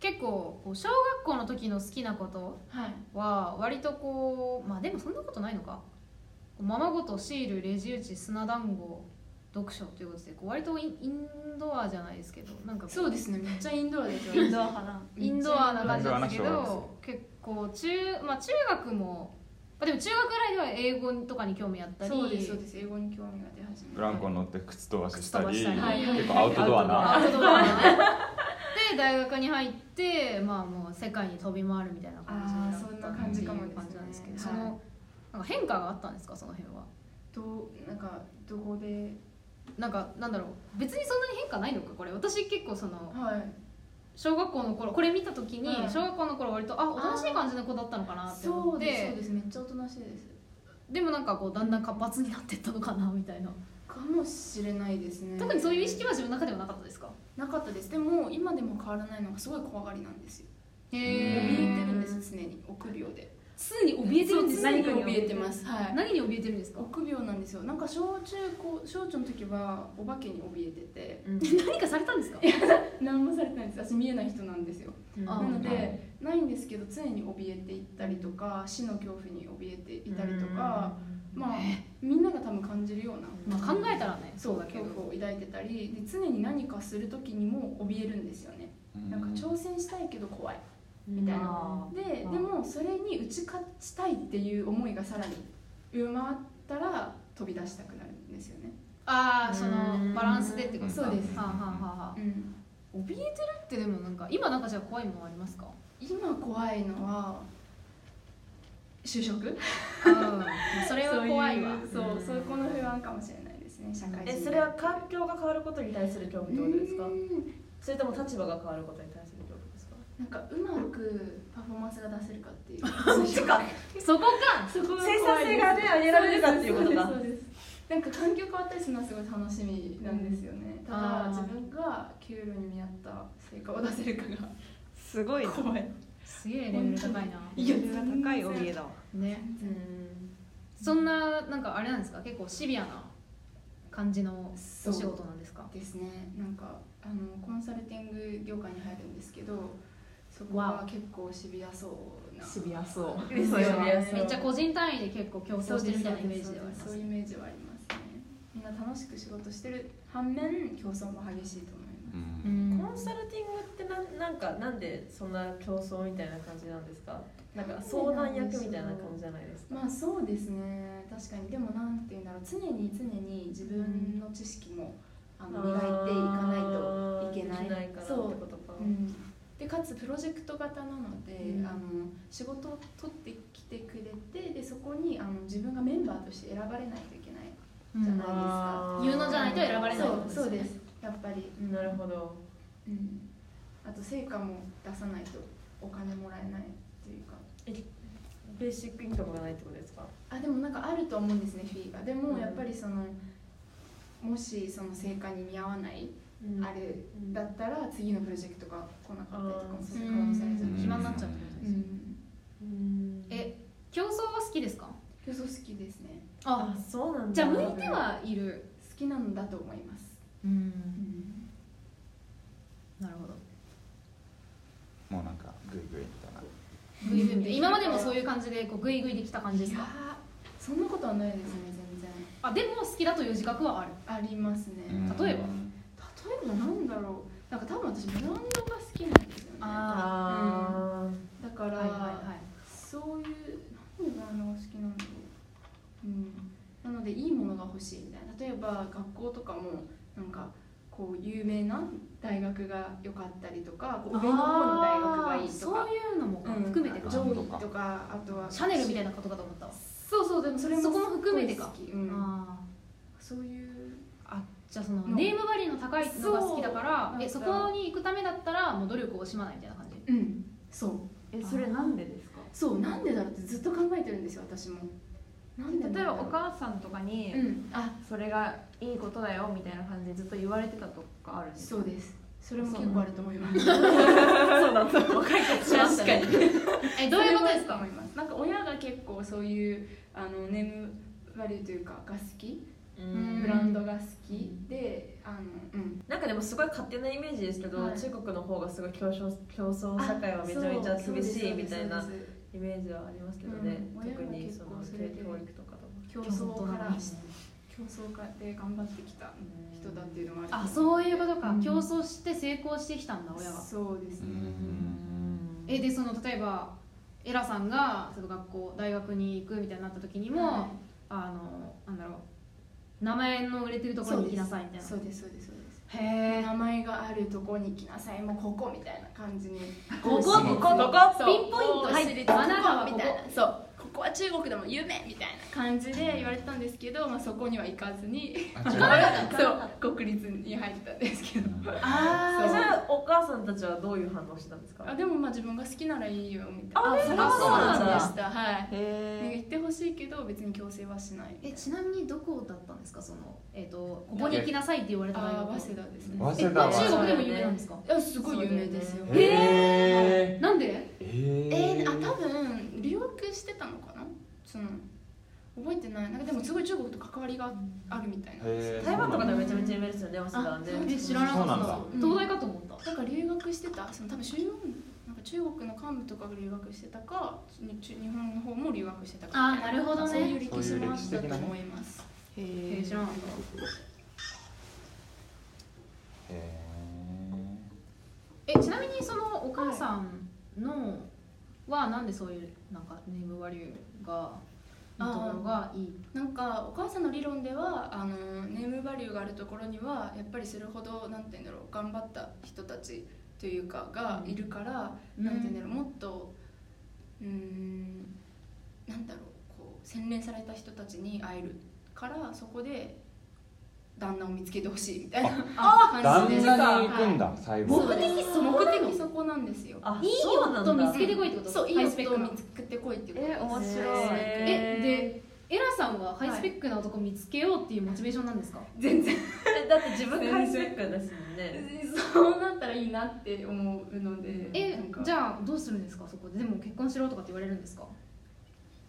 Speaker 2: 結構こう小学校の時の好きなこと
Speaker 3: はい
Speaker 2: は割とこうまあでもそんなことないのかこうままごとシールレジ打ち砂団子読書ということでこう割とインインドアじゃないですけどなんかこ
Speaker 3: そうですねめっちゃインドアですよ
Speaker 10: インドア派な。
Speaker 2: インドアな感じだったけ
Speaker 1: インドアな小学
Speaker 2: ど結構中,、まあ、中学も、まあ、でも中学ぐらいでは英語とかに興味あったり
Speaker 3: そうですそうです英語に興味が出始め
Speaker 1: ブ
Speaker 3: て
Speaker 1: ランコに乗って靴飛ばししたり
Speaker 2: 靴飛ば
Speaker 3: したり
Speaker 1: 結構アウトドアな
Speaker 2: アウトドアなで大学に入ってまあもう世界に飛び回るみたいな感じだった
Speaker 3: あーそんな感じかもですね
Speaker 2: っていう感じなんですけど、
Speaker 3: はい
Speaker 2: そのなんか変化があったんですかその辺は
Speaker 3: どうなんかどこで
Speaker 2: なんかなんだろう別にそんなに変化ないのかこれ私結構その
Speaker 3: はい
Speaker 2: 小学校の頃これ見た時に
Speaker 3: うん
Speaker 2: 小学校の頃割とあおとなしい感じの子だったのかなって思
Speaker 3: そ
Speaker 2: っ
Speaker 3: う
Speaker 2: て
Speaker 3: ですそうですめっちゃおとなしいです
Speaker 2: でもなんかこうだんだん活発になってったのかなみたいな、
Speaker 3: かもしれないですね
Speaker 2: 特にそういう意識は自分の中ではなかったですか
Speaker 3: なかったですでも今でも変わらないのがすごい怖がりなんですよ
Speaker 2: へ
Speaker 3: 怯え
Speaker 2: え
Speaker 3: てるんです常に臆病で
Speaker 2: 常に怯えてるんです
Speaker 3: 常に
Speaker 2: 何かに
Speaker 3: 怯えてますはい
Speaker 2: 何に怯えてるんですか
Speaker 3: 臆病なんですよなんか小中高小中の時はお化けに怯えてて
Speaker 2: 何かされたんですか
Speaker 3: 何もされてないんです私見えない人なんですよ
Speaker 2: あ
Speaker 3: なのでないんですけど常に怯えていったりとか死の恐怖に怯えていたりとかまあみんなが多分感じるような
Speaker 2: まあ考えたらね
Speaker 3: そうだ恐怖を抱いてたりで常に何かする時にも怯えるんですよねなんか挑戦したいけど怖いみたいな
Speaker 11: あ
Speaker 3: でで
Speaker 11: うん
Speaker 3: もそれに打ち勝ちたいっていう思いがさらに上回ったら飛び出したくなるんですよね、
Speaker 2: ああそのバランスでってことか
Speaker 3: そうです
Speaker 2: はあ、はあはあはあ、
Speaker 3: うん、
Speaker 2: 怯えてるってでもなんか今なんかじゃあ怖いものありますか
Speaker 3: 今怖いのは就職
Speaker 2: うんそれは怖いわ
Speaker 3: そういうそうそ
Speaker 2: ん
Speaker 3: この不安かもしれないですね社会人
Speaker 4: えそれは環境が変わることに対する恐怖ってことですか
Speaker 3: うん
Speaker 4: それとも立場が変わることに対する恐怖ですか
Speaker 3: なんかうまくパフォーマンスが出せるかっていう
Speaker 4: そっちか
Speaker 2: そこか
Speaker 3: そこが怖い
Speaker 4: 生産性がね上げられるかっていうことか
Speaker 3: そうですそうですなんか環境変わったりするのはすごい楽しみなんですよね、た
Speaker 2: あー
Speaker 3: だ自分が給料に見合った成果を出せるかが
Speaker 12: すごいな
Speaker 3: 怖い
Speaker 2: すげえレベル高いない
Speaker 12: や高い怯えだわ
Speaker 2: ねそんななんかあれなんですか結構シビアな感じのお仕事なんですか
Speaker 3: ですねなんかあのコンサルティング業界に入るんですけどそこは結構シビアそうな
Speaker 12: ビアそ
Speaker 3: ですよね
Speaker 2: めっちゃ個人単位で結構競
Speaker 3: そ
Speaker 2: 争
Speaker 3: う
Speaker 2: して
Speaker 3: で
Speaker 2: る
Speaker 3: す
Speaker 2: みたいう
Speaker 3: そ
Speaker 2: なイメー
Speaker 3: です
Speaker 2: ジではあります
Speaker 3: そういうイメージはありますねみんな楽しく仕事してる反面競争も激しいと思います、
Speaker 1: うん
Speaker 2: うん
Speaker 4: コンサルティングってなんなんかなんでそんな競争みたいな感じなんですかなんか相談役みたいな感じじゃないですか、
Speaker 3: まあそうですね確かにでもなんていうんだろう常に常に自分の知識もあの磨いていかないと
Speaker 4: と
Speaker 3: いけない
Speaker 4: からって
Speaker 3: そう
Speaker 4: ことか、
Speaker 3: うんでかつプロジェクト型なので、
Speaker 4: うん
Speaker 3: あの仕事を取ってきてくれてでそこにあの自分がメンバーとして選ばれないといけないじゃないですか、
Speaker 4: あー
Speaker 2: 有能じゃないと選ばれないってこと
Speaker 3: そう
Speaker 2: です
Speaker 3: そ
Speaker 2: ね
Speaker 3: うですやっぱり、うん
Speaker 4: なるほど
Speaker 3: うん、あと成果も出さないとお金もらえないっていうか
Speaker 4: ベーシックインカムがないってことですか
Speaker 3: あでもなんかあると思うんですねフィーがで
Speaker 4: う
Speaker 3: も
Speaker 4: ん
Speaker 3: やっぱりそのもしその成果に見合わない、あ
Speaker 4: れ
Speaker 3: れだったら次のプロジェクトが来なかったりとかもす
Speaker 2: う
Speaker 3: る
Speaker 2: ん
Speaker 3: 可能性あるじゃないですか
Speaker 2: 暇になっちゃうってこと
Speaker 3: う
Speaker 2: ですね
Speaker 3: ん
Speaker 4: うん
Speaker 2: え競争は好きですか
Speaker 3: 競争好きですね
Speaker 4: あそうなんだ
Speaker 2: じゃあ向いてはいる
Speaker 3: 好きなんだと思います、
Speaker 2: うんなるほど
Speaker 1: もうなんかグイグイみたいな
Speaker 2: グイグイみたいな今までもそういう感じでこうグイグイできた感じで
Speaker 3: い
Speaker 2: す
Speaker 3: や
Speaker 2: か
Speaker 3: ーそんなことはないですね全然
Speaker 2: あでも好きだという自覚はある
Speaker 3: ありますね、
Speaker 1: うん
Speaker 2: 例えば
Speaker 3: 例えばなんだろうなんか多分私ブランドが好きなんですよね
Speaker 4: あ
Speaker 3: だから、
Speaker 2: はいはいはい
Speaker 3: そういうなんでブランドが好きなんだろう、うん、なのでいいものが欲しいみたいな例えば学校とかもなんかこう有名な大学が良かったりとかこう上の方の大学がいいと
Speaker 2: そう
Speaker 3: か
Speaker 2: いうのも
Speaker 3: うん
Speaker 2: 含めてか、
Speaker 1: う
Speaker 3: 上
Speaker 1: ん
Speaker 3: 位とかあとは
Speaker 2: シャネルみたいなことかと思ったわ
Speaker 3: そうそうでもそれも
Speaker 2: そこも含めてか
Speaker 3: すごい好きうん
Speaker 2: あ
Speaker 3: そういう
Speaker 2: あじゃあその
Speaker 3: うん
Speaker 2: ネームバリューの高いのが好きだから
Speaker 3: そう
Speaker 2: えそこに行くためだったらもう努力を惜しまないみたいな 感じ
Speaker 3: うんそう
Speaker 12: えそれなんでですか
Speaker 3: そうなんでだろうってずっと考えてるんですよ私もなんでなん
Speaker 11: 例
Speaker 3: だ
Speaker 11: えば
Speaker 3: ろう
Speaker 11: お母さんとかに、
Speaker 3: うんあ
Speaker 11: それがいいことだよみたいな感じでずっと言われてたとかあるんですか
Speaker 3: そうです それも結構あると思い ます
Speaker 2: 確かにえどういうことですか
Speaker 3: それもあると思いますなんか親が結構そういうあのネームバリューというかが好き
Speaker 4: ーう
Speaker 2: うん
Speaker 4: ん
Speaker 3: ブランドが好きであのうん
Speaker 4: なんかでもすごい勝手なイメージですけど、
Speaker 3: はい
Speaker 4: 中国の方がすごい競争競争社会はめちゃめちゃ厳しいみたいなイメージはありますけどね、
Speaker 3: うん
Speaker 4: 特にその
Speaker 3: 親が結構それで
Speaker 4: 教育とかとか、
Speaker 3: 競争から競争家で頑張ってきた人だっていうのもあると思
Speaker 2: あそういうこととか、競争して成功してきたんだ親は
Speaker 3: そうです
Speaker 1: う
Speaker 3: ね
Speaker 1: ん
Speaker 2: えでその例えばエラさんがその学校大学に行くみたいになった時にも、
Speaker 3: はい
Speaker 2: あのなんだろう名前の売れてるところに行きなさいみたいな
Speaker 3: そうですそうですそうです
Speaker 2: へえ
Speaker 3: 名前があるとこに行きなさいもうここみたいな感じに
Speaker 2: ここ
Speaker 3: そう
Speaker 2: ここ
Speaker 3: そう
Speaker 2: ピンポイント
Speaker 3: はい
Speaker 2: 知り
Speaker 3: ここ
Speaker 2: あなたはここ
Speaker 3: みたいなそうここは中国でも有名みたいな感じで言われたんですけど、まあ、そこには行かずに
Speaker 1: あ違う
Speaker 3: そう国立に入ったんですけど
Speaker 2: あ
Speaker 4: え
Speaker 2: ー
Speaker 4: それはお母さんたちはどういう反応してたんですか
Speaker 3: あでもまあ自分が好きならいいよみたいなあ
Speaker 2: それはそうなんだ
Speaker 3: でしたはいなんか
Speaker 12: へ
Speaker 3: 行ってほしいけど別に強制はしない
Speaker 2: えちなみにどこだったんですかそのえっ、とここに行きなさいって言われた
Speaker 3: ああ
Speaker 2: 大
Speaker 3: 早稲
Speaker 2: 学
Speaker 3: 田ですね
Speaker 1: 早
Speaker 2: え
Speaker 1: 稲田
Speaker 2: 中
Speaker 1: は
Speaker 2: 国でも有名なんですか
Speaker 3: いやすごい有名ですよ
Speaker 1: へえ
Speaker 2: なんで
Speaker 1: えー
Speaker 3: えー、あ多分留学してたのかなその覚えてないなんかでもすごい中国と関わりがあるみたいなんですよ
Speaker 1: へー
Speaker 4: 台湾とかでもめちゃめちゃ有名ですよね早稲田ね
Speaker 2: え知らなか
Speaker 1: そうなん
Speaker 2: っ
Speaker 1: だ
Speaker 2: た東大かと思った、
Speaker 3: だから留学してたその多分中国なんか中国の幹部とかが留学してたかに中日本の方も留学してたか
Speaker 2: あー
Speaker 3: みたい
Speaker 2: なるほどね
Speaker 3: そういう歴
Speaker 1: そう
Speaker 3: 史
Speaker 1: いう
Speaker 3: もあ
Speaker 1: 歴
Speaker 3: っ
Speaker 1: 史
Speaker 3: た
Speaker 1: 的なね
Speaker 3: と思います
Speaker 2: えー知らなかっ
Speaker 1: へ
Speaker 2: たえちなみにそのお母さんのはなんでそういうなんかネームバリューがいいところがいい
Speaker 3: なんかお母さんの理論ではあのネームバリューがあるところにはやっぱりそれほどなんて言うんだろう頑張った人たちというかがいるから、
Speaker 2: うん
Speaker 3: なんて言うんだろうもっとうーんなんだろうこう洗練された人たちに会えるからそこで旦那を見つけてほしいみたいな感
Speaker 1: 旦
Speaker 3: じで
Speaker 1: 那に行くんだ最後
Speaker 3: 目的そ
Speaker 13: こなの
Speaker 3: 目的そこなんですよ
Speaker 4: あ
Speaker 2: いい
Speaker 4: そうなん
Speaker 2: 夫
Speaker 4: だ
Speaker 2: を見つけてこいってこと
Speaker 3: そういい
Speaker 2: ハイスペッ
Speaker 3: 夫を
Speaker 2: クな
Speaker 3: 見つけてこいっていうこと
Speaker 14: え面白い
Speaker 2: え
Speaker 4: え
Speaker 2: でエラさんはハイスペックな男見つけようっていうモチベーションなんですか、
Speaker 3: 全然
Speaker 4: えだって自分ハイスペックですもんね
Speaker 3: そうなったらいいなって思うので
Speaker 2: え
Speaker 3: なんか
Speaker 2: じゃあどうするんですかそこででも結婚しろとかって言われるんですか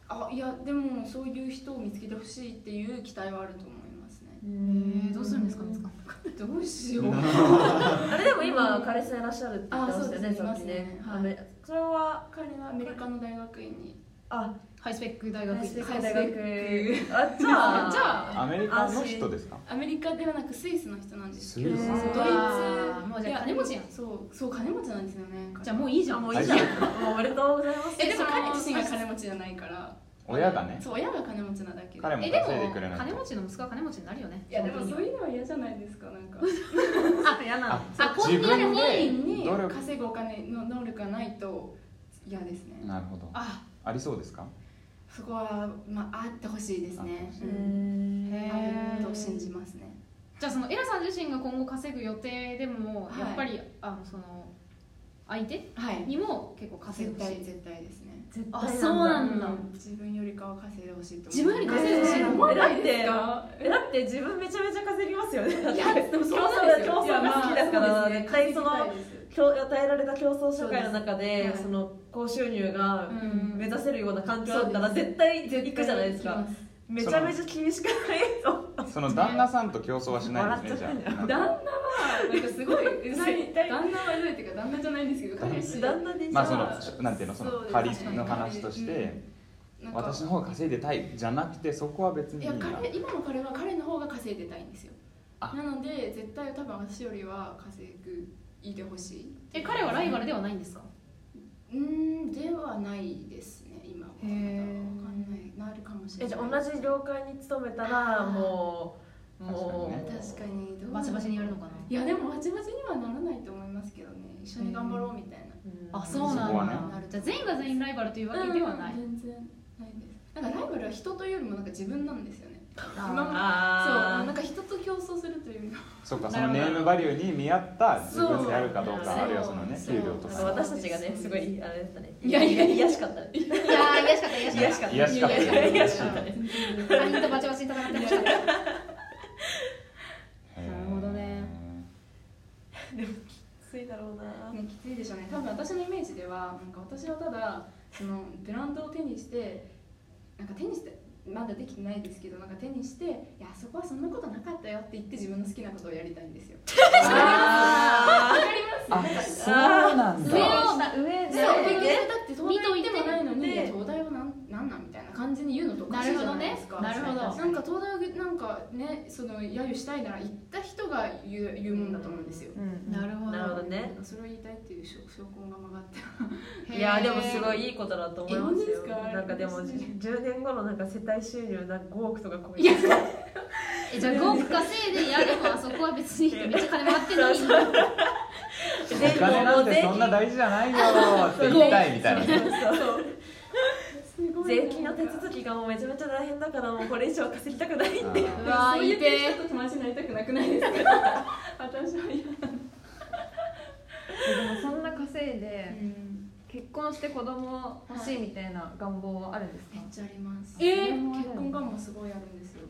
Speaker 3: あいやでもそういう人を見つけてほしいっていう期待はあると思いますね
Speaker 2: えどうするんですか見つかんない
Speaker 3: どう しよう
Speaker 4: あれでも今彼氏さんいらっしゃるって言ってましたよね
Speaker 3: あ
Speaker 4: さ
Speaker 3: そう
Speaker 4: っ
Speaker 3: で
Speaker 4: き
Speaker 3: す
Speaker 4: ね
Speaker 3: ね
Speaker 4: あのそれは
Speaker 3: 彼はアメリカの大学院に
Speaker 4: あ
Speaker 2: ハイスペック大学
Speaker 4: ハイ
Speaker 2: 院
Speaker 4: スペッ
Speaker 2: ハ
Speaker 4: ク
Speaker 2: イ
Speaker 4: 大
Speaker 2: スペ
Speaker 4: 学
Speaker 2: ック
Speaker 4: あじ ゃあ
Speaker 2: じゃあ
Speaker 1: アメリカの人ですか
Speaker 3: アメリカではなくスイスの人なんですけど
Speaker 1: スイ
Speaker 3: ドイ
Speaker 1: ス
Speaker 3: ツ
Speaker 2: あーもうじゃあ
Speaker 3: い
Speaker 2: 金持ちやん
Speaker 3: そうそう金持ちなんですよね
Speaker 2: じゃあもういいじゃん
Speaker 4: もういいじゃんもうおめでとうございます
Speaker 3: えで
Speaker 2: そ
Speaker 3: も
Speaker 2: の
Speaker 3: 彼自身が金持ちじゃないから
Speaker 1: 親がね
Speaker 3: そう親が金持ちなだけで
Speaker 1: 彼も
Speaker 2: えでも
Speaker 1: 稼いでくれない
Speaker 2: 金
Speaker 1: と
Speaker 2: 持ちの息子は金持ちになるよね
Speaker 3: いやでもそういうのは嫌じゃないですかなんか
Speaker 14: 嫌な
Speaker 1: あ
Speaker 14: の
Speaker 2: あこう
Speaker 1: 自分
Speaker 2: 本
Speaker 1: で
Speaker 3: 本人に
Speaker 1: 努力
Speaker 3: 稼ぐお金の能力がないと嫌ですね
Speaker 1: なるほど
Speaker 2: あ
Speaker 1: ありそうですか
Speaker 3: そこは、まあ、あってほしいですね
Speaker 1: あ。
Speaker 3: うん
Speaker 2: へー
Speaker 3: あると信じますね。
Speaker 2: じゃあそのエラさん自身が今後稼ぐ予定でも
Speaker 3: はい
Speaker 2: やっぱり、あのその相手
Speaker 3: はい。
Speaker 2: にも結構稼い
Speaker 3: 絶
Speaker 2: でほし
Speaker 3: 対
Speaker 2: い
Speaker 3: 絶対ですね。
Speaker 4: 絶
Speaker 2: あ
Speaker 4: 対
Speaker 2: そうな
Speaker 4: だ
Speaker 2: んだ、
Speaker 3: 自分よりかは稼いでほしいと思う。
Speaker 2: 自分より稼いでほしい
Speaker 4: えー
Speaker 3: 思わないです
Speaker 4: だ
Speaker 3: か。
Speaker 4: えだって自分めちゃめちゃ稼ぎますよねい
Speaker 3: やでもそうなんですよ
Speaker 4: 競争が好きだからね
Speaker 3: 稼
Speaker 4: 会
Speaker 3: ぎ
Speaker 4: そ
Speaker 3: た
Speaker 4: の
Speaker 3: いです
Speaker 4: 競与えられた競争社会の中でそ
Speaker 3: そうですはい
Speaker 4: の高収入が
Speaker 2: うん
Speaker 4: 目指せるような環境だったら
Speaker 3: そうで
Speaker 4: 絶対行くじゃないですか。めちゃめちゃ厳しくないと
Speaker 1: その旦那さんと競争はしないんですね
Speaker 14: 笑っ
Speaker 1: じゃあ
Speaker 3: 旦那はなんかすごいうざい
Speaker 4: 絶対
Speaker 3: 旦那はうざいっていうか旦那じゃないんですけど彼氏
Speaker 4: 旦那で
Speaker 1: まあ
Speaker 4: さ
Speaker 1: そのなんていうのそ
Speaker 3: そう
Speaker 1: の
Speaker 3: です
Speaker 1: 仮の話として
Speaker 3: なんか
Speaker 1: 私の方が稼いでたいじゃなくてそこは別にいい
Speaker 3: いや
Speaker 1: んだ
Speaker 3: 彼今の彼は彼の方が稼いでたいんですよ
Speaker 1: あ
Speaker 3: なので絶対多分私よりは稼ぐいてほしい
Speaker 2: え彼はライバルではないんですか
Speaker 3: うーんではないですね今はまだ
Speaker 2: へー
Speaker 3: わかんないなるかもしれ
Speaker 4: えじ
Speaker 3: ない
Speaker 4: ゃあ同じ業界に勤めたらもう
Speaker 1: 確かにね
Speaker 4: もう
Speaker 3: 確かにどう
Speaker 2: バチバチにやるのか
Speaker 3: いやでもバチバチにはならないと思いますけどね一緒に頑張ろうみたいな
Speaker 2: なあそうなん
Speaker 1: そこは
Speaker 2: だ、
Speaker 1: ね
Speaker 2: じゃあ全員が全員ライバルというわけではない、
Speaker 3: 全然ないですなんかライバルは人というよりもなんか自分なんですよね
Speaker 2: あー
Speaker 3: 今までそう
Speaker 4: あ
Speaker 3: なん
Speaker 4: ー
Speaker 3: か人と競争するというよりも
Speaker 1: そうかそのネームバリューに見合った自分でやるかどう
Speaker 4: そう
Speaker 1: かあるいはそのね
Speaker 3: そう
Speaker 1: 給料と
Speaker 4: なん
Speaker 1: か
Speaker 4: か
Speaker 1: ね
Speaker 4: 私たちがねすごいあれでしたね
Speaker 3: いやいやいや
Speaker 4: 癒しかったね
Speaker 2: いやー癒やしかった癒やしか
Speaker 4: 癒
Speaker 2: っ
Speaker 4: しかった
Speaker 1: 癒しかった
Speaker 4: ね癒しかったね
Speaker 2: た他人とバチバチに戦ってました
Speaker 1: へー
Speaker 2: なるほどね
Speaker 4: きついだろうな
Speaker 3: ね、きついでしょうね多分私のイメージではなんか私はただそのブランドを手にしてなんか手にしてまだできてないですけどなんか手にしていやそこはそんなことなかったよって言って自分の好きなことをやりたいんですよわかりますなんか
Speaker 1: そうなん
Speaker 2: 上
Speaker 1: だ
Speaker 2: をだ上
Speaker 3: そう勉強してたって東大行ってもないのにいや東大はなんなんなんみたいな感じに言うのとおかしいじゃないですか
Speaker 2: なるほどねなるほど
Speaker 3: なんか東大をなんかねその揶揄したいなら行った人が言う言うもんだと思うんですよ、
Speaker 14: うん
Speaker 2: なるほど
Speaker 4: なるほどね
Speaker 3: なんかそれを言いたいっていう証証拠が曲がって
Speaker 4: いやーでもすごいいいことだと思いますよ。
Speaker 3: え本当ですか
Speaker 4: なんかでも
Speaker 3: 嬉しい
Speaker 4: 10年後のなんか世帯収入なんか5億とか超え
Speaker 3: いや
Speaker 4: て
Speaker 2: えじゃあ5億稼いでいやでもあそこは別にめっちゃ金もらってんのに
Speaker 1: お金なんてそんな大事じゃないよーって言いたいみたいなね
Speaker 4: 税金の手続きがもうめちゃめちゃ大変だからもうこれ以上は稼ぎたくないって
Speaker 1: あー
Speaker 2: うわーいいて
Speaker 3: ちょっと友達になりたくなくないですか私は嫌
Speaker 14: でもそんな稼いで結婚して子供欲しいみたいな願望はあるんですか
Speaker 3: めっちゃあります
Speaker 2: えー
Speaker 3: 結婚願望すごいあるんですよ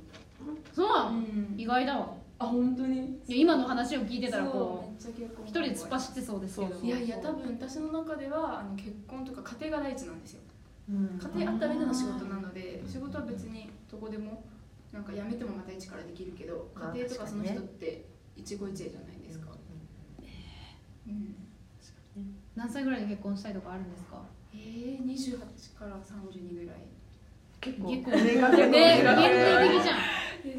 Speaker 2: そうなの
Speaker 3: ん
Speaker 2: 意外だわ
Speaker 3: あ本当に
Speaker 2: いや今の話を聞いてたらこ
Speaker 3: そうめっちゃ結婚
Speaker 2: う一人で突っ走ってそうですけど
Speaker 3: いやいや多分私の中ではあの結婚とか家庭が第一なんですよ家庭あった上での仕事なので仕事は別にどこでもなんか辞めてもまた一からできるけど
Speaker 4: あ
Speaker 3: 家庭とか
Speaker 4: 確
Speaker 3: そ
Speaker 4: かにね
Speaker 3: の人って一期一会じゃないですか、うん、
Speaker 2: 何歳ぐらいで結婚したいとかあるんですか
Speaker 3: えー、28から32ぐらい
Speaker 14: 結
Speaker 2: 結構
Speaker 14: 明確
Speaker 2: ね
Speaker 14: に
Speaker 2: 限定的じゃん、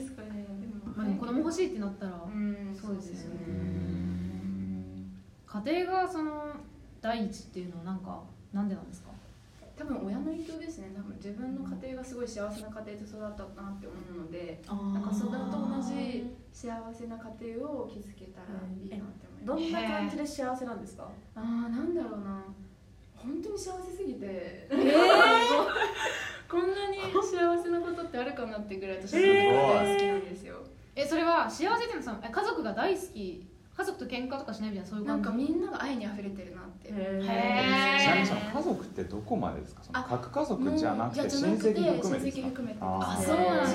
Speaker 3: ですかねでも
Speaker 2: まあ、でも子供欲しいってなったら
Speaker 3: うん
Speaker 2: そうですよね
Speaker 1: うーん
Speaker 2: 家庭がその第一っていうのはなんかなんでなんですか
Speaker 3: 多分親の影響ですね多分自分の家庭がすごい幸せな家庭で育ったなって思うのでなんかそれと同じ幸せな家庭を築けたらいいなって思
Speaker 4: ど
Speaker 3: います、
Speaker 4: んな感じで幸せなんですか
Speaker 3: ああなんだろうな本当に幸せすぎて、 こんなに幸せなことってあるかなってぐらい私は大好きなんですよ、
Speaker 2: えそれは幸せっていうのはそのえ家族が大好き家族と喧嘩とかしないみたいなそういう
Speaker 3: なん
Speaker 2: 感じ
Speaker 3: かみんなが愛に溢れてるなって、
Speaker 2: へー
Speaker 1: ちなみにその家族ってどこまでですかその
Speaker 3: あ
Speaker 1: 核家族じゃなくて
Speaker 3: もうじゃ
Speaker 1: 親戚
Speaker 3: なく
Speaker 1: 含めですか
Speaker 3: 親戚含めて
Speaker 1: あー
Speaker 2: そうなんだ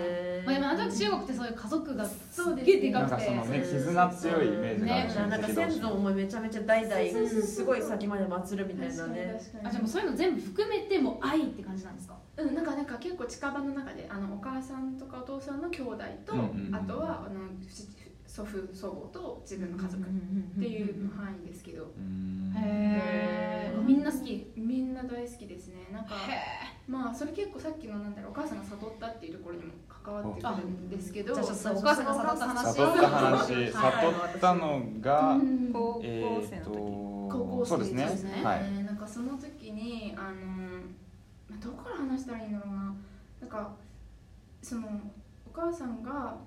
Speaker 4: へー
Speaker 2: まあ、でもなんとなく中国ってそういう家族がす
Speaker 3: そう
Speaker 2: っ
Speaker 3: です
Speaker 2: げえで
Speaker 1: な
Speaker 2: か
Speaker 1: ん
Speaker 2: く
Speaker 1: か
Speaker 2: て
Speaker 1: そのね絆強いイメージがある
Speaker 2: ね
Speaker 1: 親
Speaker 4: なんか
Speaker 1: 戚同
Speaker 4: 先
Speaker 1: 士
Speaker 4: 祖
Speaker 1: の
Speaker 4: もめちゃめちゃ代々すごい先まで祀るみたいなね
Speaker 3: 確かに
Speaker 2: あじゃあもうそういうの全部含めてもう愛って感じなんですか
Speaker 3: うん、なんかなんか結構近場の中であのお母さんとかお父さんの兄弟と、
Speaker 1: うんうんうん
Speaker 3: あとはあの父祖父祖母と自分の家族っていう範囲ですけど、
Speaker 1: うん
Speaker 2: へえみんな好き
Speaker 3: みんな大好きですねなんか
Speaker 2: へ
Speaker 3: まあそれ結構さっきのなんだろうお母さんが悟ったっていうところにも関わってくるんですけど
Speaker 2: じゃあちょっとお母さんが悟った話
Speaker 1: 悟った話悟ったのが
Speaker 3: うん
Speaker 15: 高校
Speaker 1: え
Speaker 15: 生
Speaker 1: ー
Speaker 15: の
Speaker 1: と
Speaker 15: 時、
Speaker 3: 高校生
Speaker 1: そうですね
Speaker 2: そうですね
Speaker 1: はい
Speaker 3: えーなんかその時にあのまあどこから話したらいいんだろうななんかそのお母さんが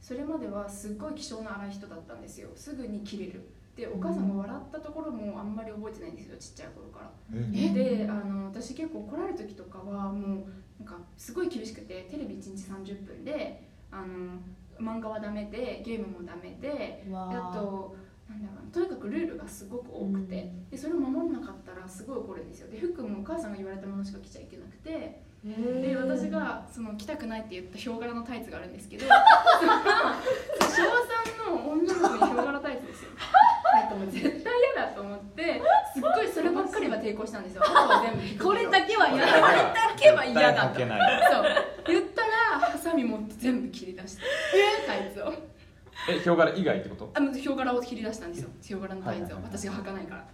Speaker 3: それまではすっごい気性の荒い人だったんですよすぐに切れるでお母さんが笑ったところもあんまり覚えてないんですよちっちゃい頃から
Speaker 1: え
Speaker 3: であの私結構怒られる時とかはもうなんかすごい厳しくてテレビ1日30分であの漫画はダメでゲームもダメで
Speaker 2: わ
Speaker 3: あとなんだろうなとにかくルールがすごく多くて、でそれを守らなかったらすごい怒るんですよで服もお母さんが言われたものしか着ちゃいけなくてで私がその着たくないって言ったヒョウ柄のタイツがあるんですけどその昭和さんの女の子にヒョウ柄タイツですよなんかもう絶対嫌だと思ってすっごいそればっかりは抵抗したんですよあとは全部引くけど
Speaker 2: これだけは嫌だ
Speaker 1: だ
Speaker 3: けは嫌だと
Speaker 1: けない
Speaker 3: そう言ったらハサミ持って全部切り出してタイツを
Speaker 1: えヒョウ柄以外ってこと
Speaker 3: あのヒョウ柄を切り出したんですよヒョウ柄のタイツを
Speaker 1: はいはいはい
Speaker 3: 私が履かないから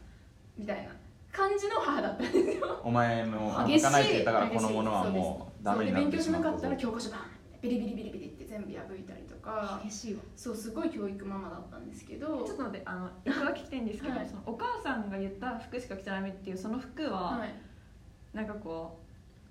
Speaker 3: みたいな感じの母だったんですよ
Speaker 1: お前の
Speaker 2: 激しい
Speaker 1: 履かないって言ったからこのものはもうダメにな
Speaker 3: そう
Speaker 1: って
Speaker 3: で勉強
Speaker 1: し
Speaker 3: し
Speaker 1: ま
Speaker 3: な
Speaker 1: う
Speaker 3: かったら教科書バーンってビリビリビリビリって全部破いたりとか
Speaker 2: 激しいわ
Speaker 3: そうすごい教育ママだったんですけど
Speaker 15: ちょっと待ってあの一個だけ聞きたいんですけど、
Speaker 3: はい
Speaker 15: そのお母さんが言った服しか着ちゃダメっていうその服は、
Speaker 3: はい
Speaker 15: なんかこ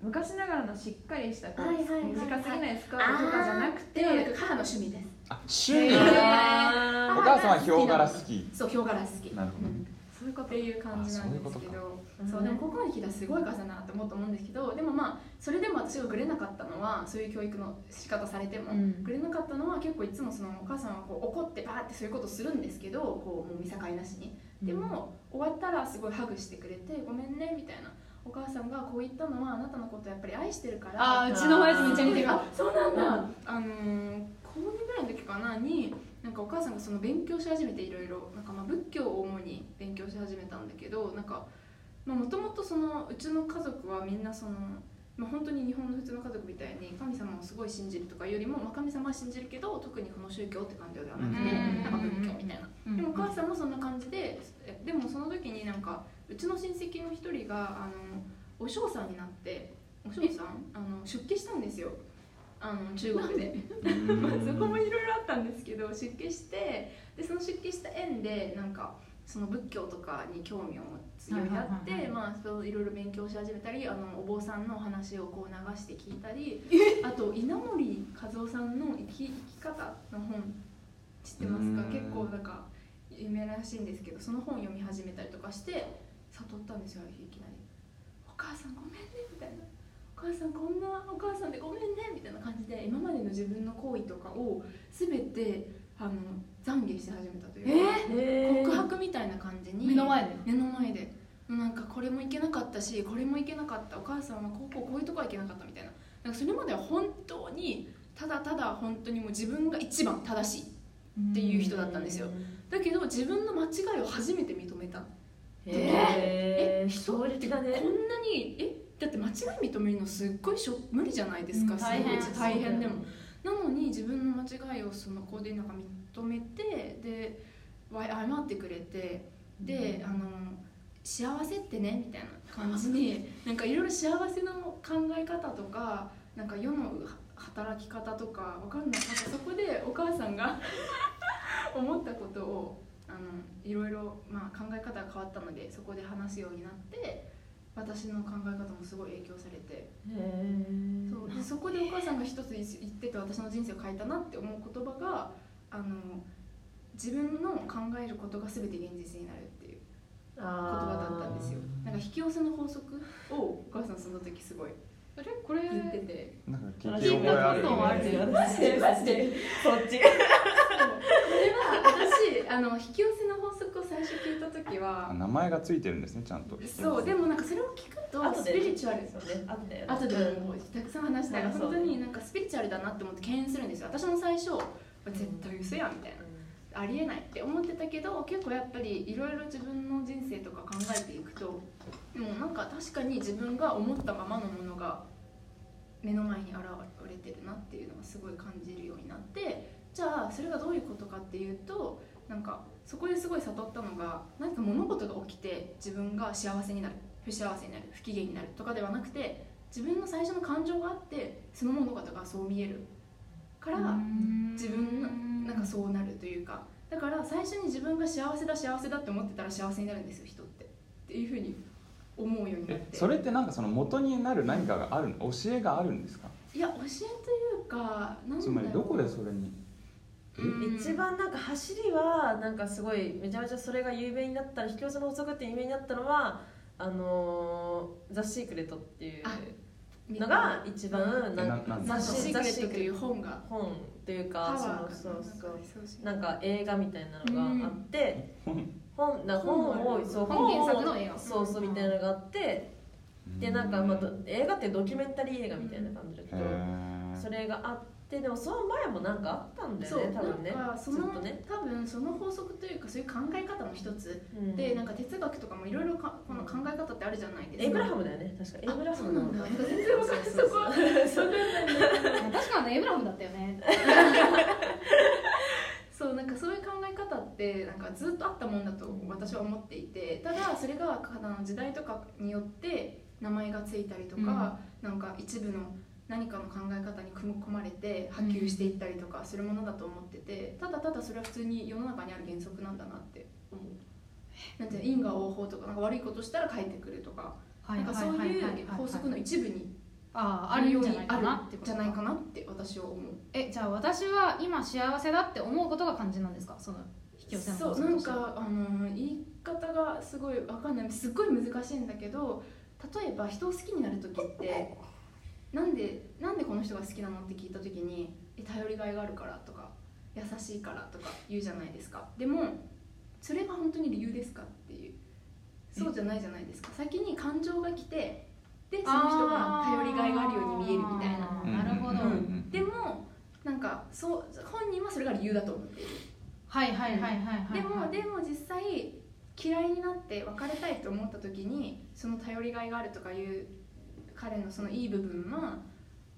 Speaker 15: う昔ながらのしっかりしたこう、
Speaker 3: はいはいはいはい
Speaker 15: 短すぎないスカートとかじゃなくて
Speaker 3: ではなく母の趣味です
Speaker 1: あ趣味
Speaker 2: へ
Speaker 1: お
Speaker 2: ー
Speaker 1: 母さんはヒョウ柄好き
Speaker 3: そうヒョウ柄好き
Speaker 1: なるほど
Speaker 3: うん
Speaker 15: そういうこ
Speaker 3: っていう感じなんですけ
Speaker 1: あそういう
Speaker 3: どそうでも高校の時はすごい風だなと思うと思うんですけどでもまあそれでも私がグレなかったのはそういう教育の仕方されても、
Speaker 2: うん
Speaker 3: グレなかったのは結構いつもそのお母さんはこう怒ってバーってそういうことするんですけどこうもう見境なしにでも、終わったらすごいハグしてくれてごめんねみたいなお母さんがこう言ったのはあなたのことやっぱり愛してるから
Speaker 2: あーうちの親父めっちゃ似てる
Speaker 3: あそうなんだ、あのー高2ぐらいの時かなになんかお母さんがその勉強し始めていろいろなんかまあ仏教を主に勉強し始めたんだけどなんかもともとそのうちの家族はみんなその、まあ、本当に日本の普通の家族みたいに神様をすごい信じるとかよりも、まあ、神様は信じるけど特にこの宗教って感じではなくて
Speaker 2: うん
Speaker 3: なんか仏教みたい
Speaker 2: う
Speaker 3: な。
Speaker 2: ん
Speaker 3: でもお母さんもそんな感じでえでもその時になんかうちの親戚の一人があのお嬢さんになってお嬢さんあの出家したんですよあの中国でそこもいろいろあったんですけど出家してでその出家した縁でなんかその仏教とかに興味を持つようになって、
Speaker 2: はいはいはい
Speaker 3: まあそういろいろ勉強し始めたりあのお坊さんの話をこう流して聞いた りあと稲森和夫さんの生き生き方の本知ってますか
Speaker 1: うん
Speaker 3: 結構なんか有名らしいんですけどその本読み始めたりとかして悟ったんですよある日いきなり「お母さんごめんね」みたいな「お母さんこんなお母さんでごめんね」みたいな感じで今までの自分の行為とかを全てあの懺悔して始めたというか、告白みたいな感じに
Speaker 2: 目の前で
Speaker 3: 目の前でなんかこれもいけなかったしこれもいけなかったお母さんはこうこうこういうとこはいけなかったみたいななんかそれまでは本当にただただ本当にもう自分が一番正しいっていう人だったんですよだけど自分の間違いを初めて認めた
Speaker 4: え
Speaker 3: え
Speaker 4: 衝撃だ
Speaker 3: こ
Speaker 4: ね
Speaker 3: んなにえだって間違い認めるのすっごいしょ無理じゃないですか、
Speaker 2: うん
Speaker 3: すごい
Speaker 2: 大変
Speaker 3: 大変でもなのに自分の間違いをその子でなんか認めてでわ謝ってくれてで、あの幸せってねみたいな感じになんかいろいろ幸せの考え方とかなんか世のは働き 方とかわかんないなんかそこでお母さんが思ったことをあのいろいろ、まあ、考え方が変わったのでそこで話すようになって私の考え方もすごい影響されてそうでそこでお母さんが一つ言ってて私の人生を変えたなって思う言葉があの自分の考えることが全て現実になるっていう
Speaker 16: 言
Speaker 3: 言葉だったんですよなんか引き寄せの法則をお母さんその時すごい
Speaker 2: あれこれ
Speaker 3: 言ってて
Speaker 1: なんか聞
Speaker 2: 聞
Speaker 1: き
Speaker 2: い
Speaker 1: 覚
Speaker 2: た
Speaker 1: えあ
Speaker 2: こ
Speaker 1: る
Speaker 2: とはあるよね
Speaker 4: マジでマジでそっち
Speaker 3: これは私あの引き寄せの法則を最初聞いた時
Speaker 1: あ
Speaker 3: は
Speaker 1: 名前がついてるんですねちゃんと
Speaker 3: そうでもなんかそれを聞くと
Speaker 4: 後
Speaker 3: ス
Speaker 4: で
Speaker 3: ピリチュアル
Speaker 4: そうね後で
Speaker 3: 後でもうたくさん話したい
Speaker 4: まあ
Speaker 3: 本当
Speaker 4: そう
Speaker 3: になんかスピリチュアルだなって思って敬遠するんですよ私も最初絶対嘘やんみたいなありえないって思ってたけど結構やっぱりいろいろ自分の人生とか考えていくとでもなんか確かに自分が思ったままのものが目の前に現れてるなっていうのがすごい感じるようになってじゃあそれがどういうことかっていうとなんかそこですごい悟ったのが何か物事が起きて自分が幸せになる不幸せになる不機嫌になるとかではなくて自分の最初の感情があってその物事がそう見えるから自分のなんかそうなるというかだから最初に自分が幸せだ幸せだって思ってたら幸せになるんですよ人ってっていうふうに思うようになっ
Speaker 1: え
Speaker 3: て
Speaker 1: それってなんかその元になる何かがあるの教えがあるんですか
Speaker 3: いや教えというかなんだろう
Speaker 1: つまりどこでそれに
Speaker 3: うん
Speaker 4: 一番なんか走りはなんかすごいめちゃめちゃそれが有名になったら引き寄せの法則って有名になったのはあのーザ・シークレットっていうのが一番
Speaker 1: え
Speaker 4: な
Speaker 1: なん
Speaker 4: か
Speaker 1: なん
Speaker 3: 「ザ・シークレ
Speaker 4: ザ
Speaker 3: ット」という本が
Speaker 4: 本というか
Speaker 3: パワー
Speaker 4: そうそうそう
Speaker 3: う
Speaker 4: なんか映画みたいなのがあって、
Speaker 1: 本
Speaker 4: 本な本をそう
Speaker 2: 本原作
Speaker 4: を
Speaker 2: の映画
Speaker 4: そうそうみたいなのがあって、でなんか、まあ、ど映画ってドキュメンタリー映画みたいな感じだけ
Speaker 1: へ
Speaker 4: ど、
Speaker 1: ー
Speaker 4: それがあってでもその前もなんかあったんだよ
Speaker 3: そう
Speaker 4: ね多分ね
Speaker 3: なんかそ
Speaker 4: ず
Speaker 3: の
Speaker 4: っとね、
Speaker 3: 多分その法則というかそういう考え方の一つ
Speaker 4: うん、
Speaker 3: でなんか哲学とかもいろいろかこの考え方ってあるじゃないですか。
Speaker 4: エイブラハムだよね確かエイブラハム
Speaker 3: あそうなんだ
Speaker 4: そう
Speaker 3: 全然わかんないそこは
Speaker 4: そうそう
Speaker 2: 確かねエブラムだったよね
Speaker 3: そうなんかそういう考え方ってなんかずっとあったもんだと私は思っていてただそれがあの時代とかによって名前がついたりとか、なんか一部の何かの考え方に組み込まれて波及していったりとかするものだと思っててただただそれは普通に世の中にある原則なんだなって思う。なんていうの因果応報とかなんか悪いことしたら帰ってくるとかなんかそういう法則の一部に
Speaker 2: ああ
Speaker 3: あ
Speaker 2: ある
Speaker 3: るよ
Speaker 2: よう
Speaker 3: う
Speaker 2: に
Speaker 3: に
Speaker 2: あ
Speaker 3: あ
Speaker 2: る
Speaker 3: る
Speaker 2: なって
Speaker 3: ん
Speaker 2: こ
Speaker 3: じ
Speaker 2: と
Speaker 3: ゃないかなって私は思う。
Speaker 2: えじゃあ私は今幸せだって思うことが肝心なんですかその引き寄せの
Speaker 3: そうなんかあの言い方がすごいわかんないすっごい難しいんだけど例えば人を好きになる時ってなんでなんでこの人が好きなのって聞いた時にえ頼りがいがあるからとか優しいからとか言うじゃないですかでもそれが本当に理由ですかっていうそうじゃないじゃないですか先に感情が来てでその人が頼りがいがあるように見えるみたい
Speaker 2: あ
Speaker 3: な
Speaker 2: ーなるほど、
Speaker 1: うんうんうんうん
Speaker 3: でもなんかそう本人はそれが理由だと思っている
Speaker 2: はいはいはいはいはい
Speaker 3: でもでも実際嫌いになって別れたいと思った時にその頼りがいがあるとかいう彼のそのいい部分は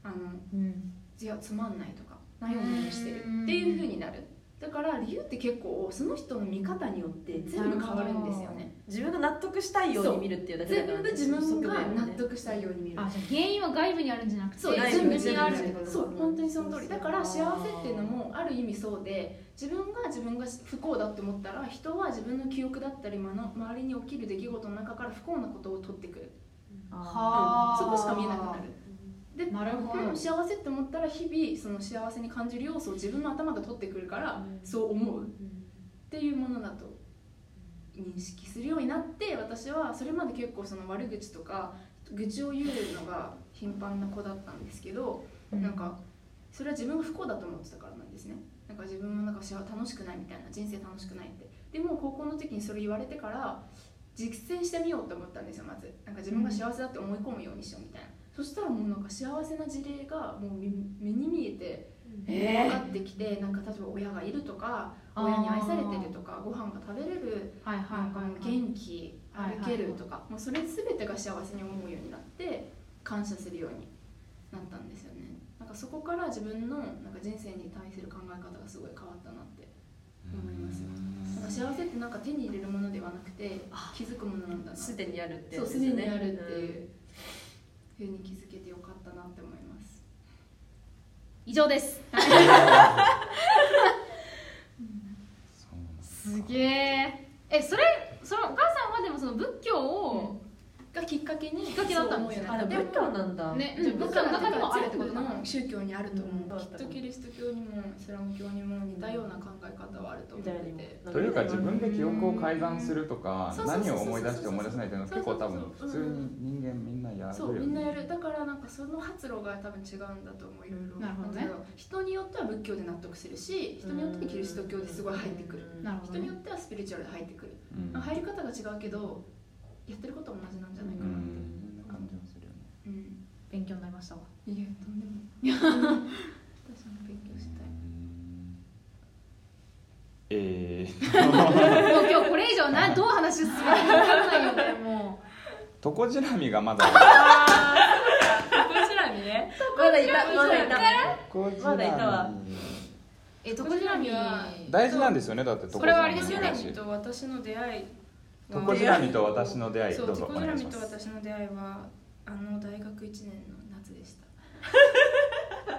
Speaker 3: あの
Speaker 2: うん
Speaker 3: いやつまんないとかない思いをしてるっていう風になるだから理由って結構その人の見方によって全部変わるんですよね
Speaker 4: 自分が納得したいように見るっていうだけだ
Speaker 3: 全
Speaker 4: から
Speaker 3: 部自分が納得したいように見る
Speaker 2: あじゃあ原因は外部にあるんじゃなくて
Speaker 3: そう
Speaker 4: 内
Speaker 2: 全
Speaker 4: 部
Speaker 2: 部にあるってこと
Speaker 3: そう本当にその通りだから幸
Speaker 4: あー
Speaker 3: せっていうのもある意味そうで自分が自分が不幸だって思ったら人は自分の記憶だったりまの周りに起きる出来事の中から不幸なことを取ってくる
Speaker 2: はあ
Speaker 3: そこしか見えなくなるで
Speaker 2: なるほど
Speaker 3: うん幸せって思ったら日々その幸せに感じる要素を自分の頭が取ってくるからそう思うっていうものだと認識するようになって私はそれまで結構その悪口とか愚痴を言うのが頻繁な子だったんですけど、なんかそれは自分が不幸だと思ってたからなんですねなんか自分もなんか幸せ楽しくないみたいな人生楽しくないってでも高校の時にそれ言われてから実践してみようと思ったんですよまずなんか自分が幸せだって思い込むようにしようみたいな、そしたらもうなんか幸せな事例がもうみ目に見えて分かってきて、なんか例えば親がいるとか
Speaker 2: あー
Speaker 3: 親に愛されてるとかご飯が食べれる
Speaker 2: はいはい
Speaker 3: なんかもう
Speaker 2: はい
Speaker 3: 元気
Speaker 2: はいはい
Speaker 3: 歩けるとか、もうそれ全てが幸せに思うようになって感謝するようになったんですよねなんかそこから自分のなんか人生に対する考え方がすごい変わったなって思いますなんか幸せってなんか手に入れるものではなくて気づくものなんだな
Speaker 4: すでにあるって
Speaker 3: そうすでにあるっていう、ふうに気づけてよかったなって思います
Speaker 2: 以上です
Speaker 1: そうなんだ
Speaker 2: すげえ
Speaker 6: な、
Speaker 2: ね、うん、仏教
Speaker 3: じゃあ仏教
Speaker 2: の
Speaker 3: の
Speaker 2: 中
Speaker 3: 中
Speaker 2: に
Speaker 3: に
Speaker 2: も
Speaker 3: も
Speaker 2: あ
Speaker 3: あ
Speaker 2: る
Speaker 3: る
Speaker 2: っ
Speaker 3: っ
Speaker 2: こ
Speaker 3: ててこと
Speaker 2: だ
Speaker 3: とだ
Speaker 2: な
Speaker 3: な、宗教にあると思
Speaker 4: う
Speaker 3: う、
Speaker 4: ん
Speaker 3: きっとキリスト教にもイスラム教にも似たような考え方はあると
Speaker 4: みた
Speaker 3: 思
Speaker 4: い
Speaker 3: っ
Speaker 4: に
Speaker 3: て
Speaker 4: も
Speaker 3: て。
Speaker 1: というか自分で記憶を改ざんす
Speaker 4: る
Speaker 1: るとか
Speaker 3: そうそうそう
Speaker 1: 何
Speaker 3: そう
Speaker 1: を思い出して思い出せないというのは結構多分普通に人間みんなやる
Speaker 3: そ
Speaker 1: よ
Speaker 3: うみんな
Speaker 1: ね
Speaker 3: やるだからなんかその発露が多分違うんだと思ういろいろ
Speaker 2: なるほどね
Speaker 3: 人によっては仏教で納得するし人によってはキリスト教ですごい入ってくる
Speaker 2: なるほ
Speaker 3: 人
Speaker 2: ど
Speaker 3: に
Speaker 2: ね
Speaker 3: よってはスピリチュアルで入ってくる
Speaker 1: うん
Speaker 3: 入り方が違うけどやってることは同じなんじゃないか
Speaker 1: う
Speaker 3: なって
Speaker 1: んそんな感じもするよね
Speaker 3: うん
Speaker 2: 勉強になりましたわ
Speaker 3: いやとんでもない 私も勉強したい
Speaker 1: えー、
Speaker 2: もう今日これ以上などう話進めるか分かんないよねも
Speaker 1: トコジラミがまだ
Speaker 4: こちらにね
Speaker 5: まだいたまだいた
Speaker 1: トコジ
Speaker 5: まだいた
Speaker 1: ラ
Speaker 5: わ
Speaker 1: ミ
Speaker 2: うえトコジラミは
Speaker 1: 大事なんですよねだってトコ
Speaker 2: こ
Speaker 1: ジ
Speaker 2: れはあ
Speaker 1: ラ
Speaker 2: れ
Speaker 1: ミの
Speaker 2: ですよね
Speaker 1: 話
Speaker 3: と私の出会い
Speaker 1: トコジラミと私の出会い
Speaker 3: そう
Speaker 1: どうぞ
Speaker 3: ト
Speaker 1: お
Speaker 3: コジラ
Speaker 1: 願い
Speaker 3: ミ
Speaker 1: しま
Speaker 3: と
Speaker 1: す
Speaker 3: 私の出会いはあの大学1年の夏でした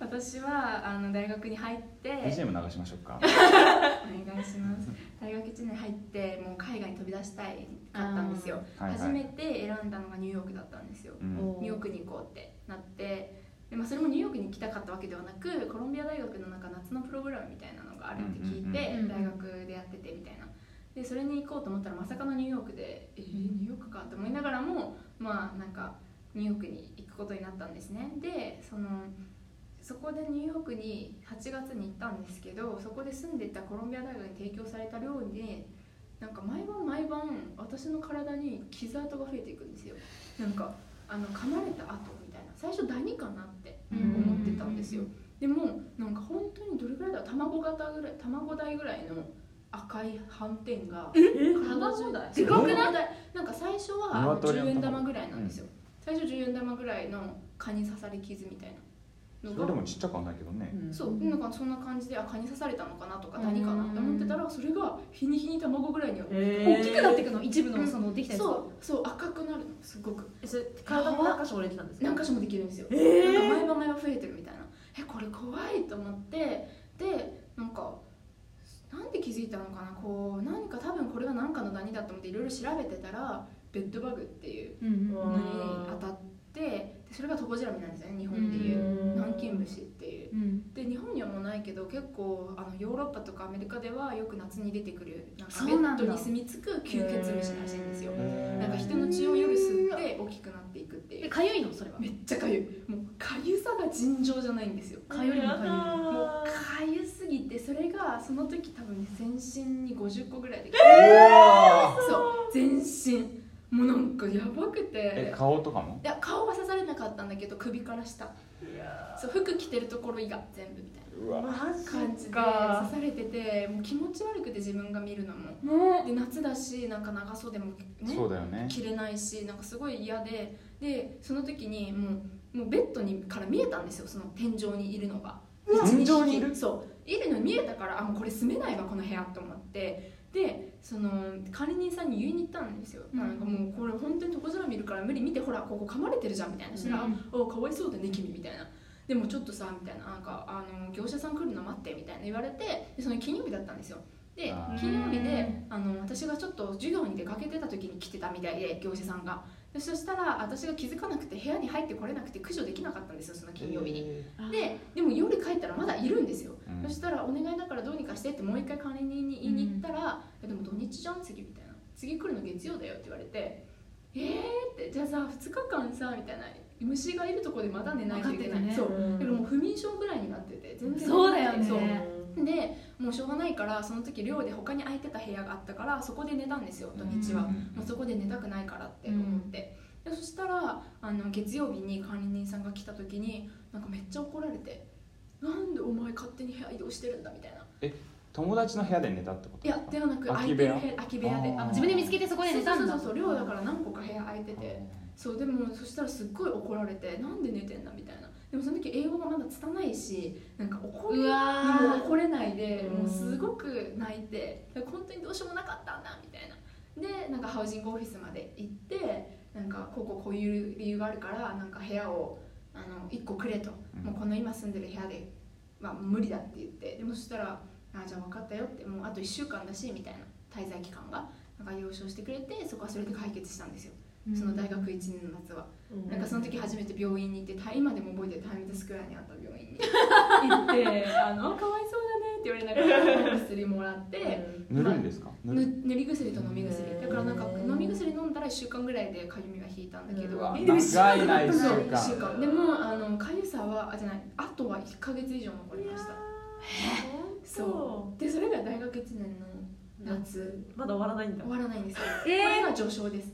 Speaker 3: 私はあの大学に入って
Speaker 1: BGM 流しましょうか
Speaker 3: お願いします大学1年入ってもう海外に飛び出したいかったんですよ、
Speaker 1: あーはいはい
Speaker 3: 初めて選んだのがニューヨークだったんですよ、
Speaker 1: うん
Speaker 2: お
Speaker 3: ニューヨークに行こうってなってで、まあ、それもニューヨークに行きたかったわけではなくコロンビア大学の中夏のプログラムみたいなのがあるって聞いて、
Speaker 2: うんうんうん
Speaker 3: 大学でやっててみたいなでそれに行こうと思ったらまさかのニューヨークでえーニューヨークかと思いながらもまあなんかニューヨークに行くことになったんですねでそのそこでニューヨークに8月に行ったんですけどそこで住んでたコロンビア大学に提供された料理でなんか毎晩毎晩私の体に傷跡が増えていくんですよなんかあの噛まれた跡みたいな最初ダニかなって思ってたんですよでもなんか本当にどれぐらいだろう卵型ぐらい卵代ぐらいの赤い斑点が体中でかくないなんか最初はあの
Speaker 1: 鶏の
Speaker 3: 10
Speaker 1: 卵
Speaker 3: 円玉ぐらいなんですよ、最初10円玉ぐらいの蚊に刺され傷みたいなの
Speaker 1: そ
Speaker 3: が
Speaker 1: れでもちっちゃくはないけどね
Speaker 3: そうなんかそんな感じであ蚊に刺されたのかなとか
Speaker 2: うん
Speaker 3: 何かなって思ってたらそれが日に日に卵ぐらいには
Speaker 2: 大きくなって
Speaker 4: く
Speaker 2: いくの一部のそのできたやつが
Speaker 3: そうそう赤くなるのすごく
Speaker 5: えそれ体も何箇所折れてたんですか
Speaker 3: 何箇所もできるんですよ、
Speaker 5: え
Speaker 3: なんか毎晩毎晩増えてるみたいなえこれ怖いと思ってでなんかなんで気づいたのかなこう何か多分これは何かのダニだと思っていろいろ調べてたらベッドバグっていう
Speaker 2: うんうん
Speaker 3: のに当たってでそれがトコジラミなんですよね日本でいう南京虫っていう
Speaker 2: うん
Speaker 3: で日本にはもうないけど結構あのヨーロッパとかアメリカではよく夏に出てくるなんか
Speaker 2: そ
Speaker 3: ベ
Speaker 2: うなん
Speaker 3: ッ
Speaker 2: だ
Speaker 3: ドに住み着く吸血虫らしいんですよなんか
Speaker 1: え
Speaker 3: 人の血を夜吸って大きくなっていくってい
Speaker 2: え
Speaker 3: う
Speaker 2: かゆいのそれは
Speaker 3: めっちゃかゆいもうかゆさが尋常じゃないんですよ
Speaker 2: かゆいのかゆいの
Speaker 3: もうかゆすぎてそれがその時多分ね全身に50個ぐらいできて
Speaker 1: ー
Speaker 3: そう全身もうなんかやばく
Speaker 1: え
Speaker 3: て
Speaker 1: 顔とかも
Speaker 3: いや顔は刺されなかったんだけど首から下そう服着てるところ以外全部みたいな
Speaker 1: うわ
Speaker 5: マジ
Speaker 3: 感じで刺
Speaker 5: か
Speaker 3: されててもう気持ち悪くて自分が見るのも
Speaker 2: も
Speaker 3: で夏だしなんか長袖もね
Speaker 1: そうだよね
Speaker 3: 着れないしなんかすごい嫌ででその時にもうもうベッドにから見えたんですよその天井にいるのが
Speaker 1: 天井にいる
Speaker 3: そういるの見えたからあもうこれ住めないわこの部屋と思ってでその管理人さんに言いに行ったんですよ、
Speaker 2: うん
Speaker 3: なんかもうこれ本当に床空見るから無理見てほらここ噛まれてるじゃんみたいなそしたら、
Speaker 2: うん
Speaker 3: あかわいそうだね君みたいなでもちょっとさみたいななんかあの業者さん来るの待ってみたいな言われてでその金曜日だったんですよで
Speaker 1: あー
Speaker 3: 金曜日であの私がちょっと授業に出かけてた時に来てたみたいで業者さんがでそしたら私が気づかなくて部屋に入ってこれなくて駆除できなかったんですよその金曜日に、ででも夜帰ったらまだいるんですよ
Speaker 1: うん
Speaker 3: そしたら「お願いだからどうにかして」ってもう一回管理人に言いに行ったら「えでも土日じゃん次」みたいな「次来るの月曜だよ」って言われて「えー」ってじゃあさ2日間さみたいな虫がいるとこでまだ寝ないといけない、
Speaker 2: 分かってたね
Speaker 3: そう
Speaker 5: うん
Speaker 3: でもう不眠症ぐらいになってて全然
Speaker 2: そうだよね
Speaker 3: そう
Speaker 5: うん
Speaker 3: でもうしょうがないからその時寮で他に空いてた部屋があったからそこで寝たんですよ土日は、
Speaker 2: うん
Speaker 3: もうそこで寝たくないからって思って、でそしたらあの月曜日に管理人さんが来た時になんかめっちゃ怒られて「なんでお前勝手に部屋移動してるんだ」みたいな
Speaker 1: 友達の部屋で寝たってこと
Speaker 3: いやではなく
Speaker 1: 空き
Speaker 3: 空い
Speaker 1: 部
Speaker 3: て
Speaker 1: 屋
Speaker 3: る部屋空き部屋で
Speaker 1: あー
Speaker 2: 自分で見つけてそこで寝たんだ
Speaker 3: そうそうそうそう寮だから何個か部屋空いててそうでもそしたらすっごい怒られて「なんで寝てんだ」みたいなでもその時英語がまだ拙いしなんか怒る
Speaker 2: うわ
Speaker 3: に
Speaker 2: ー
Speaker 3: も怒れないでもうすごく泣いて本当にどうしようもなかったんだみたいなでなんかハウジングオフィスまで行ってなんかこうこうこういう理由があるからなんか部屋をあの1個くれと、
Speaker 1: うん
Speaker 3: もうこの今住んでる部屋では無理だって言ってでもそしたら「あじゃあ分かったよ」ってもうあと1週間だしみたいな滞在期間がなんか了承してくれてそこはそれで解決したんですよその大学1年の夏は、
Speaker 4: うん
Speaker 3: なんかその時初めて病院に行ってタイ今でも覚えてるタイムズスクエアにあった病院に行って「あのかわいそうだね」って言われながら薬もらって
Speaker 1: 塗るんですか塗る
Speaker 3: ぬ塗り薬と飲み薬だからなんか
Speaker 4: へー
Speaker 3: 飲み薬飲んだら1週間ぐらいでかゆみが引いたんだけど
Speaker 1: うわ
Speaker 3: え
Speaker 1: 長いな一週
Speaker 3: そう
Speaker 1: 間
Speaker 3: 1週間でもあのかゆさはあじゃないあとは1か月以上残りましたそうでそれが大学1年の夏
Speaker 4: まだ終わらないんだ
Speaker 3: 終わらないんですよ、これが上昇です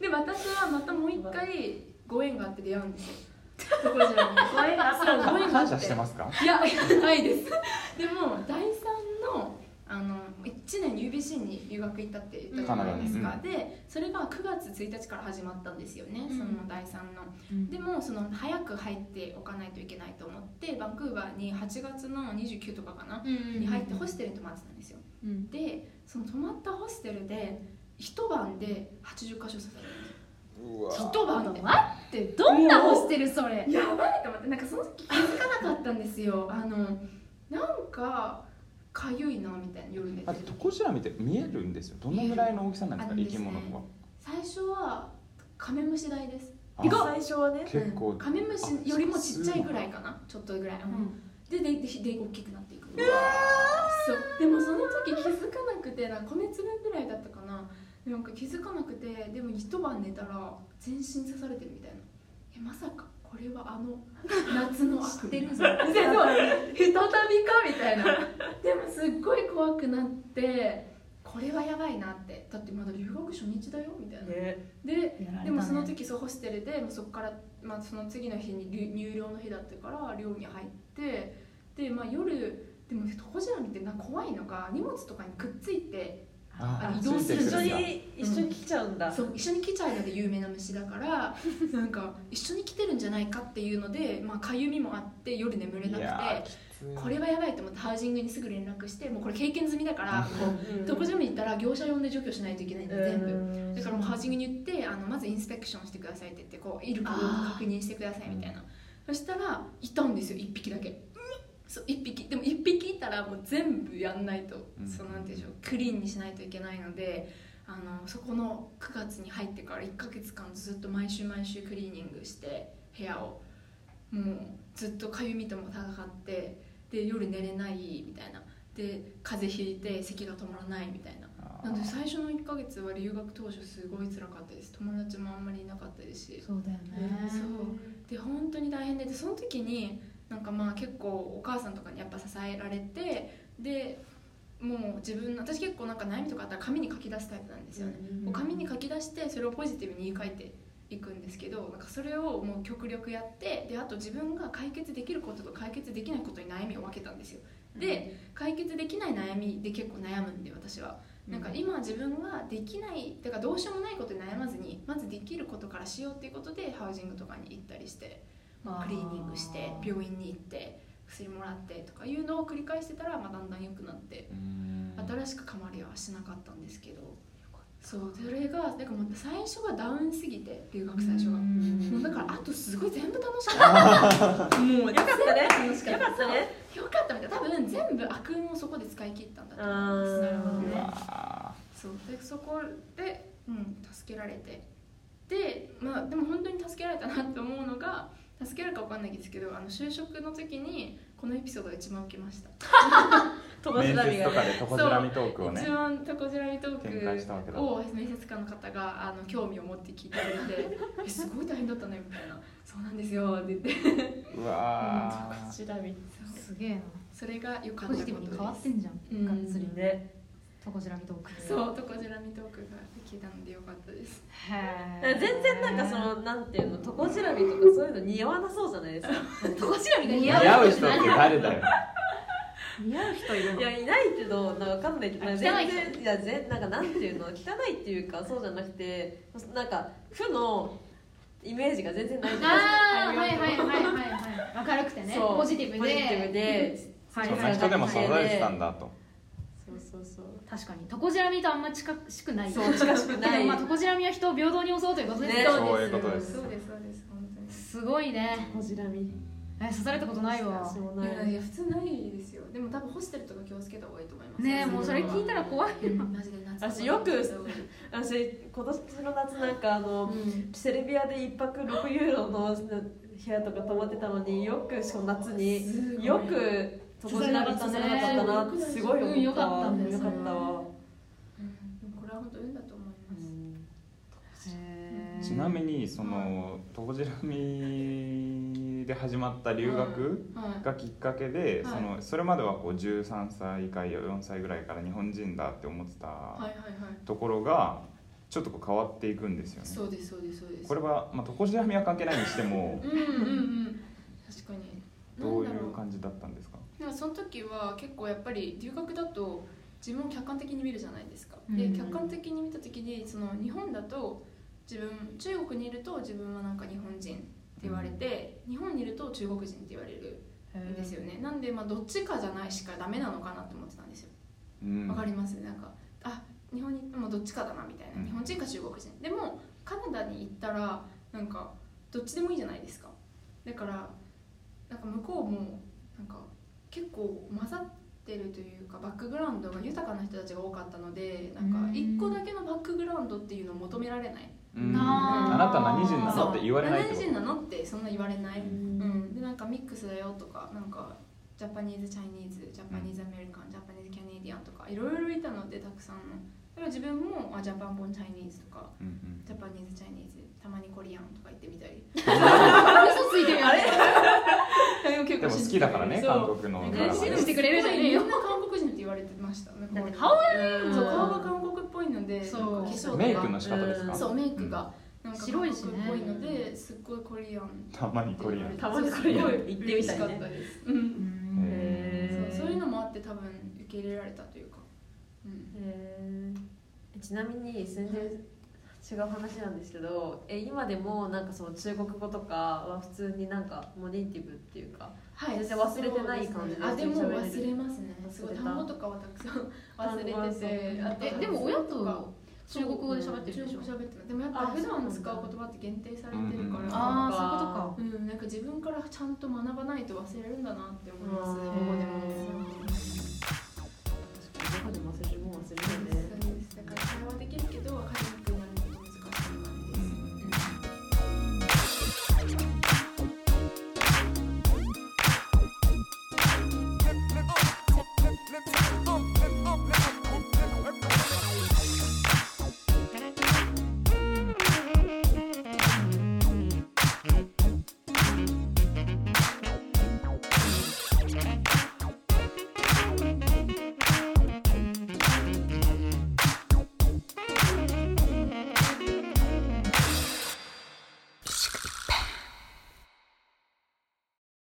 Speaker 3: で私はまたもう一回ご縁があって出会うんですよ そこじゃないご縁があったご縁があ
Speaker 1: 感
Speaker 3: って
Speaker 1: 謝してますか
Speaker 3: いやないですでも第3のあの1年 UBC に留学行ったって言ったじゃないです
Speaker 1: う
Speaker 3: か
Speaker 1: ん、
Speaker 3: でそれが9月1日から始まったんですよね、
Speaker 2: うん
Speaker 3: その第3の、でもその早く入っておかないといけないと思ってバンクーバーに8月の29とかかな、に入ってホステルに泊まってたんですよ、
Speaker 2: うん
Speaker 3: でその泊まったホステルで一晩で80箇所刺される
Speaker 1: うわ
Speaker 3: 一晩で
Speaker 2: 待ってどんなホステルそれ
Speaker 3: やばいと思ってなんかその時気づかなかったんですよあのなんかかゆいなみたいな夜寝て
Speaker 1: あ
Speaker 3: る
Speaker 1: れトコジラミって見えるんですよどのぐらいの大きさなんですか
Speaker 3: ある
Speaker 1: 生
Speaker 3: んです
Speaker 1: き
Speaker 3: ね
Speaker 1: 物は
Speaker 3: 最初はカメムシ大です
Speaker 1: あ
Speaker 3: 行こう
Speaker 4: 最初はね
Speaker 1: 結構
Speaker 3: カメムシよりもちっちゃいぐらいかなちょっとぐらい、うんでででで大きくなっていくそうでもその時気づかなくてなんか米粒ぐらいだったかななんか気づかなくてでも一晩寝たら全身刺されてるみたいなえまさかこれは あの夏の知ってるぞ再びかみたいなでもすっごい怖くなってこれはやばいなってだってまだ留学初日だよみたいな
Speaker 4: ね
Speaker 3: ででもその
Speaker 2: 時
Speaker 3: 時そうホステルでもうそこから、まあ、その次の日に入入寮の日だったから寮に入ってで、まあ、夜でもホジラミってな怖いのが荷物とかにくっついて
Speaker 1: あ
Speaker 3: あ移動する
Speaker 1: ついて
Speaker 4: 一緒
Speaker 1: くんだ
Speaker 4: に一緒に来ちゃうんだ
Speaker 3: そう一緒に来ちゃうので有名な虫だからなんか一緒に来てるんじゃないかっていうのでまあかゆみもあって夜眠れない
Speaker 1: や
Speaker 3: くてこれはやばいと思ってハウジングにすぐ連絡してもうこれ経験済みだから
Speaker 4: うん
Speaker 3: どこじゃに行ったら業者呼んで除去しないといけないんで全部。
Speaker 4: うん
Speaker 3: だからもうハウジングに言ってあのまずインスペクションしてくださいって言ってこういるかどうか確認してくださいみたいなそしたらいたんですよ1匹だけ、そう1匹でも1匹いたらもう全部やんないと、
Speaker 1: うん
Speaker 3: そのなんていうんでしょうクリーンにしないといけないのであのそこの9月に入ってから1か月間ずっと毎週毎週クリーニングして部屋をもうずっとかゆみとも戦ってで夜寝れないみたいなで風邪ひいて咳が止まらないみたいな
Speaker 1: あー
Speaker 3: なんで最初の1か月は留学当初すごい辛かったです友達もあんまりいなかったですし
Speaker 2: そうだよね
Speaker 3: そうで本当に大変ででその時になんかまあ結構お母さんとかにやっぱ支えられてでもう自分の私結構なんか悩みとかあったら紙に書き出すタイプなんですよね、こう紙に書き出してそれをポジティブに言い換えていくんですけどなんかそれをもう極力やってであと自分が解決できることと解決できないことに悩みを分けたんですよで解決できない悩みで結構悩むんで私はなんか今自分ができないだからどうしようもないことに悩まずにまずできることからしようっていうことでハウジングとかに行ったりして、まあ、クリーニングして病院に行って薬もらってとかいうのを繰り返してたら、まあ、だんだん良くなって
Speaker 1: うん
Speaker 3: 新しく噛まれはしなかったんですけどそうそれがなんかもう最初がダウンすぎて留学最初がもうだからあとすごい全部楽しか ったもうよかったね楽しかったよかったねよかったみたいな多分全部悪運をそこで使い切ったんだと思います
Speaker 4: あー
Speaker 3: なるほど
Speaker 1: う
Speaker 3: ね
Speaker 1: わ
Speaker 3: そうでそこで、うん、助けられてで,、まあ、でも本当に助けられたなって思うのが助けられるか分かんないですけどあの就職の時にこのエピソードが一番受けました、
Speaker 4: 飛ばし
Speaker 1: 面
Speaker 4: だみ
Speaker 1: 接
Speaker 4: が
Speaker 1: とか
Speaker 4: ね
Speaker 1: でトコジラミトークをね
Speaker 3: 一番タコジラミト
Speaker 1: 展開したわけ
Speaker 3: ー
Speaker 1: だ
Speaker 3: クを面接官の方があの興味を持って聞いてくれ てえすごい大変だったねみたいな「そうなんですよ」って言って
Speaker 1: うわ
Speaker 4: こ
Speaker 1: ー
Speaker 4: ちらみ
Speaker 3: そう
Speaker 2: すげえな
Speaker 3: それが良かった
Speaker 2: ポ
Speaker 3: こ
Speaker 2: ジ
Speaker 3: と
Speaker 2: テ
Speaker 3: で
Speaker 2: ィブに変わっ
Speaker 3: す
Speaker 2: てんじゃん
Speaker 3: うん
Speaker 2: がっつり
Speaker 4: ね
Speaker 2: トコジラミトーク
Speaker 3: そうタコジラミトークができたので良かったです
Speaker 2: へ
Speaker 4: 全
Speaker 2: え
Speaker 4: 然なんかそのなんていうのトコジラミとかそういうの似合わなそうじゃないですか
Speaker 2: トコジラミが似
Speaker 1: 似合
Speaker 2: 合う
Speaker 1: う人って誰だよ
Speaker 2: 似合う人いる
Speaker 4: いやいないけどなんかわかんないけど
Speaker 2: あ
Speaker 4: 全
Speaker 2: 汚い人
Speaker 4: 然いや全なんかなんていうの汚いっていうかそうじゃなくてなんか負のイメージが全然ないじゃないですか
Speaker 2: ああはいはいはい
Speaker 4: い
Speaker 2: はいはい明るくてね
Speaker 4: そう
Speaker 2: ポジティブ
Speaker 4: ポジティ
Speaker 2: で
Speaker 4: ブで
Speaker 2: はい
Speaker 1: そん
Speaker 2: は
Speaker 1: ない人でも支えてたんだと
Speaker 4: そうそうそう
Speaker 2: 確かにトコジラミとあんま近しくない
Speaker 4: そう近しくな
Speaker 2: で
Speaker 4: い
Speaker 2: もまあトコジラミは人を平等に襲うということです
Speaker 4: ね
Speaker 2: よ
Speaker 1: そういうことです
Speaker 3: そうですそうです本当に
Speaker 2: すごいね
Speaker 4: トコジラミ
Speaker 2: え刺されたことないわ
Speaker 4: 私も
Speaker 3: い
Speaker 4: ない
Speaker 3: やいや普通ないですよでも多分ホステルとか気をつけた方がいいと思います
Speaker 2: ねえもうそれ聞いたら怖い
Speaker 3: うんマジで夏
Speaker 4: 私よく私今年の夏なんかあの、セルビアで一泊6ユーロの部屋とか泊まってたのによくしかも夏によく床じなかったなかったなすごい思ったよかった
Speaker 2: んです
Speaker 4: よ
Speaker 2: ね
Speaker 4: かったわ
Speaker 3: でもこれは本当運だと思います。
Speaker 1: ちなみにそのトジラミで始まった留学
Speaker 3: はい。
Speaker 1: がきっかけで、
Speaker 3: はい
Speaker 1: そのそれまではこう13歳か4歳ぐらいから日本人だって思って
Speaker 3: はいはいは
Speaker 1: た
Speaker 3: い。
Speaker 1: ところがちょっとこう変わっていくんですよね。
Speaker 3: そうですそうですそうです。
Speaker 1: これは、まあ、トコジラミは関係ないにしても
Speaker 3: うんうんうん。確かに。
Speaker 1: どうい
Speaker 3: なんだろ
Speaker 1: う感じだったんですか
Speaker 3: でもその時は結構やっぱり留学だと自分を客観的に見るじゃないですか、
Speaker 2: うん
Speaker 3: で客観的に見た時にその日本だと自分中国にいると自分はなんか日本人って言われて、日本にいると中国人って言われるんですよねなんでまあどっちかじゃないしかダメなのかなって思ってたんですよ
Speaker 1: うん
Speaker 3: わかりますなんかあ日本にもうどっちかだなみたいな、
Speaker 1: うん
Speaker 3: 日本人か中国人でもカナダに行ったらなんかどっちでもいいじゃないですかだからなんか向こうもなんか結構混ざってるというかバックグラウンドが豊かな人たちが多かったのでなん
Speaker 2: う
Speaker 3: か
Speaker 2: ん
Speaker 3: 一個だけのバックグラウンドっていうのを求められない
Speaker 1: うん
Speaker 2: あー
Speaker 1: あなた何人な
Speaker 3: そ
Speaker 1: の
Speaker 3: う
Speaker 1: って言われないって
Speaker 3: 何
Speaker 1: こ
Speaker 3: 人
Speaker 1: と
Speaker 3: なのってそんな言われない、
Speaker 1: うん
Speaker 3: うん、でなんかミックスだよとかなんかジャパニーズチャイニーズジャパニーズアメリカン、ジャパニーズキャネディアンとかいろいろいたのでたくさんのだから自分もあジャパンボンチャイニーズとか
Speaker 1: うんうん
Speaker 3: ジャパニーズチャイニーズたまにコリアンとか言ってみたり
Speaker 2: 嘘ついてるあれ
Speaker 3: 結
Speaker 1: でも好きだからね韓国のドラマ
Speaker 2: 信
Speaker 1: ね
Speaker 2: じてくれるじゃん
Speaker 3: いろんな韓国人って言われてましただ
Speaker 2: だって顔
Speaker 3: が
Speaker 2: うん
Speaker 3: そう顔が韓国っぽいので
Speaker 2: そう
Speaker 3: なんか化粧とか
Speaker 1: メイクの仕方ですか
Speaker 3: そうメイクがなんか韓
Speaker 2: 白
Speaker 3: 国
Speaker 2: い
Speaker 3: っ
Speaker 2: しね
Speaker 3: ぽいのですっごいコリアン
Speaker 1: たまにコリアン
Speaker 3: たまにコリアン
Speaker 4: 行ってみたいね
Speaker 3: 嬉しかったですうん
Speaker 1: へ
Speaker 3: そうそういうのもあって多分受け入れられたというか、うん、
Speaker 4: へーちなみに全然違う話なんですけどえ今でもなんかその中国語とかは普通になんかもうネイティブっていうか
Speaker 3: は
Speaker 4: 全然忘れてない感じで
Speaker 3: そうですねあでも忘れ
Speaker 4: 喋
Speaker 3: ますねすごい単語とかはたくさん 忘れ
Speaker 4: 単語
Speaker 3: てて
Speaker 4: は
Speaker 3: あと
Speaker 2: えでも親と中国語で喋ってるでしょ
Speaker 3: 中国語喋ってるでもやっぱ
Speaker 4: あ
Speaker 3: 普段使う言葉って限定されてるから
Speaker 2: ああ
Speaker 4: あ
Speaker 3: うんなんか自分からちゃんと学ばないと忘れるんだなって思います
Speaker 4: うん
Speaker 3: ここでも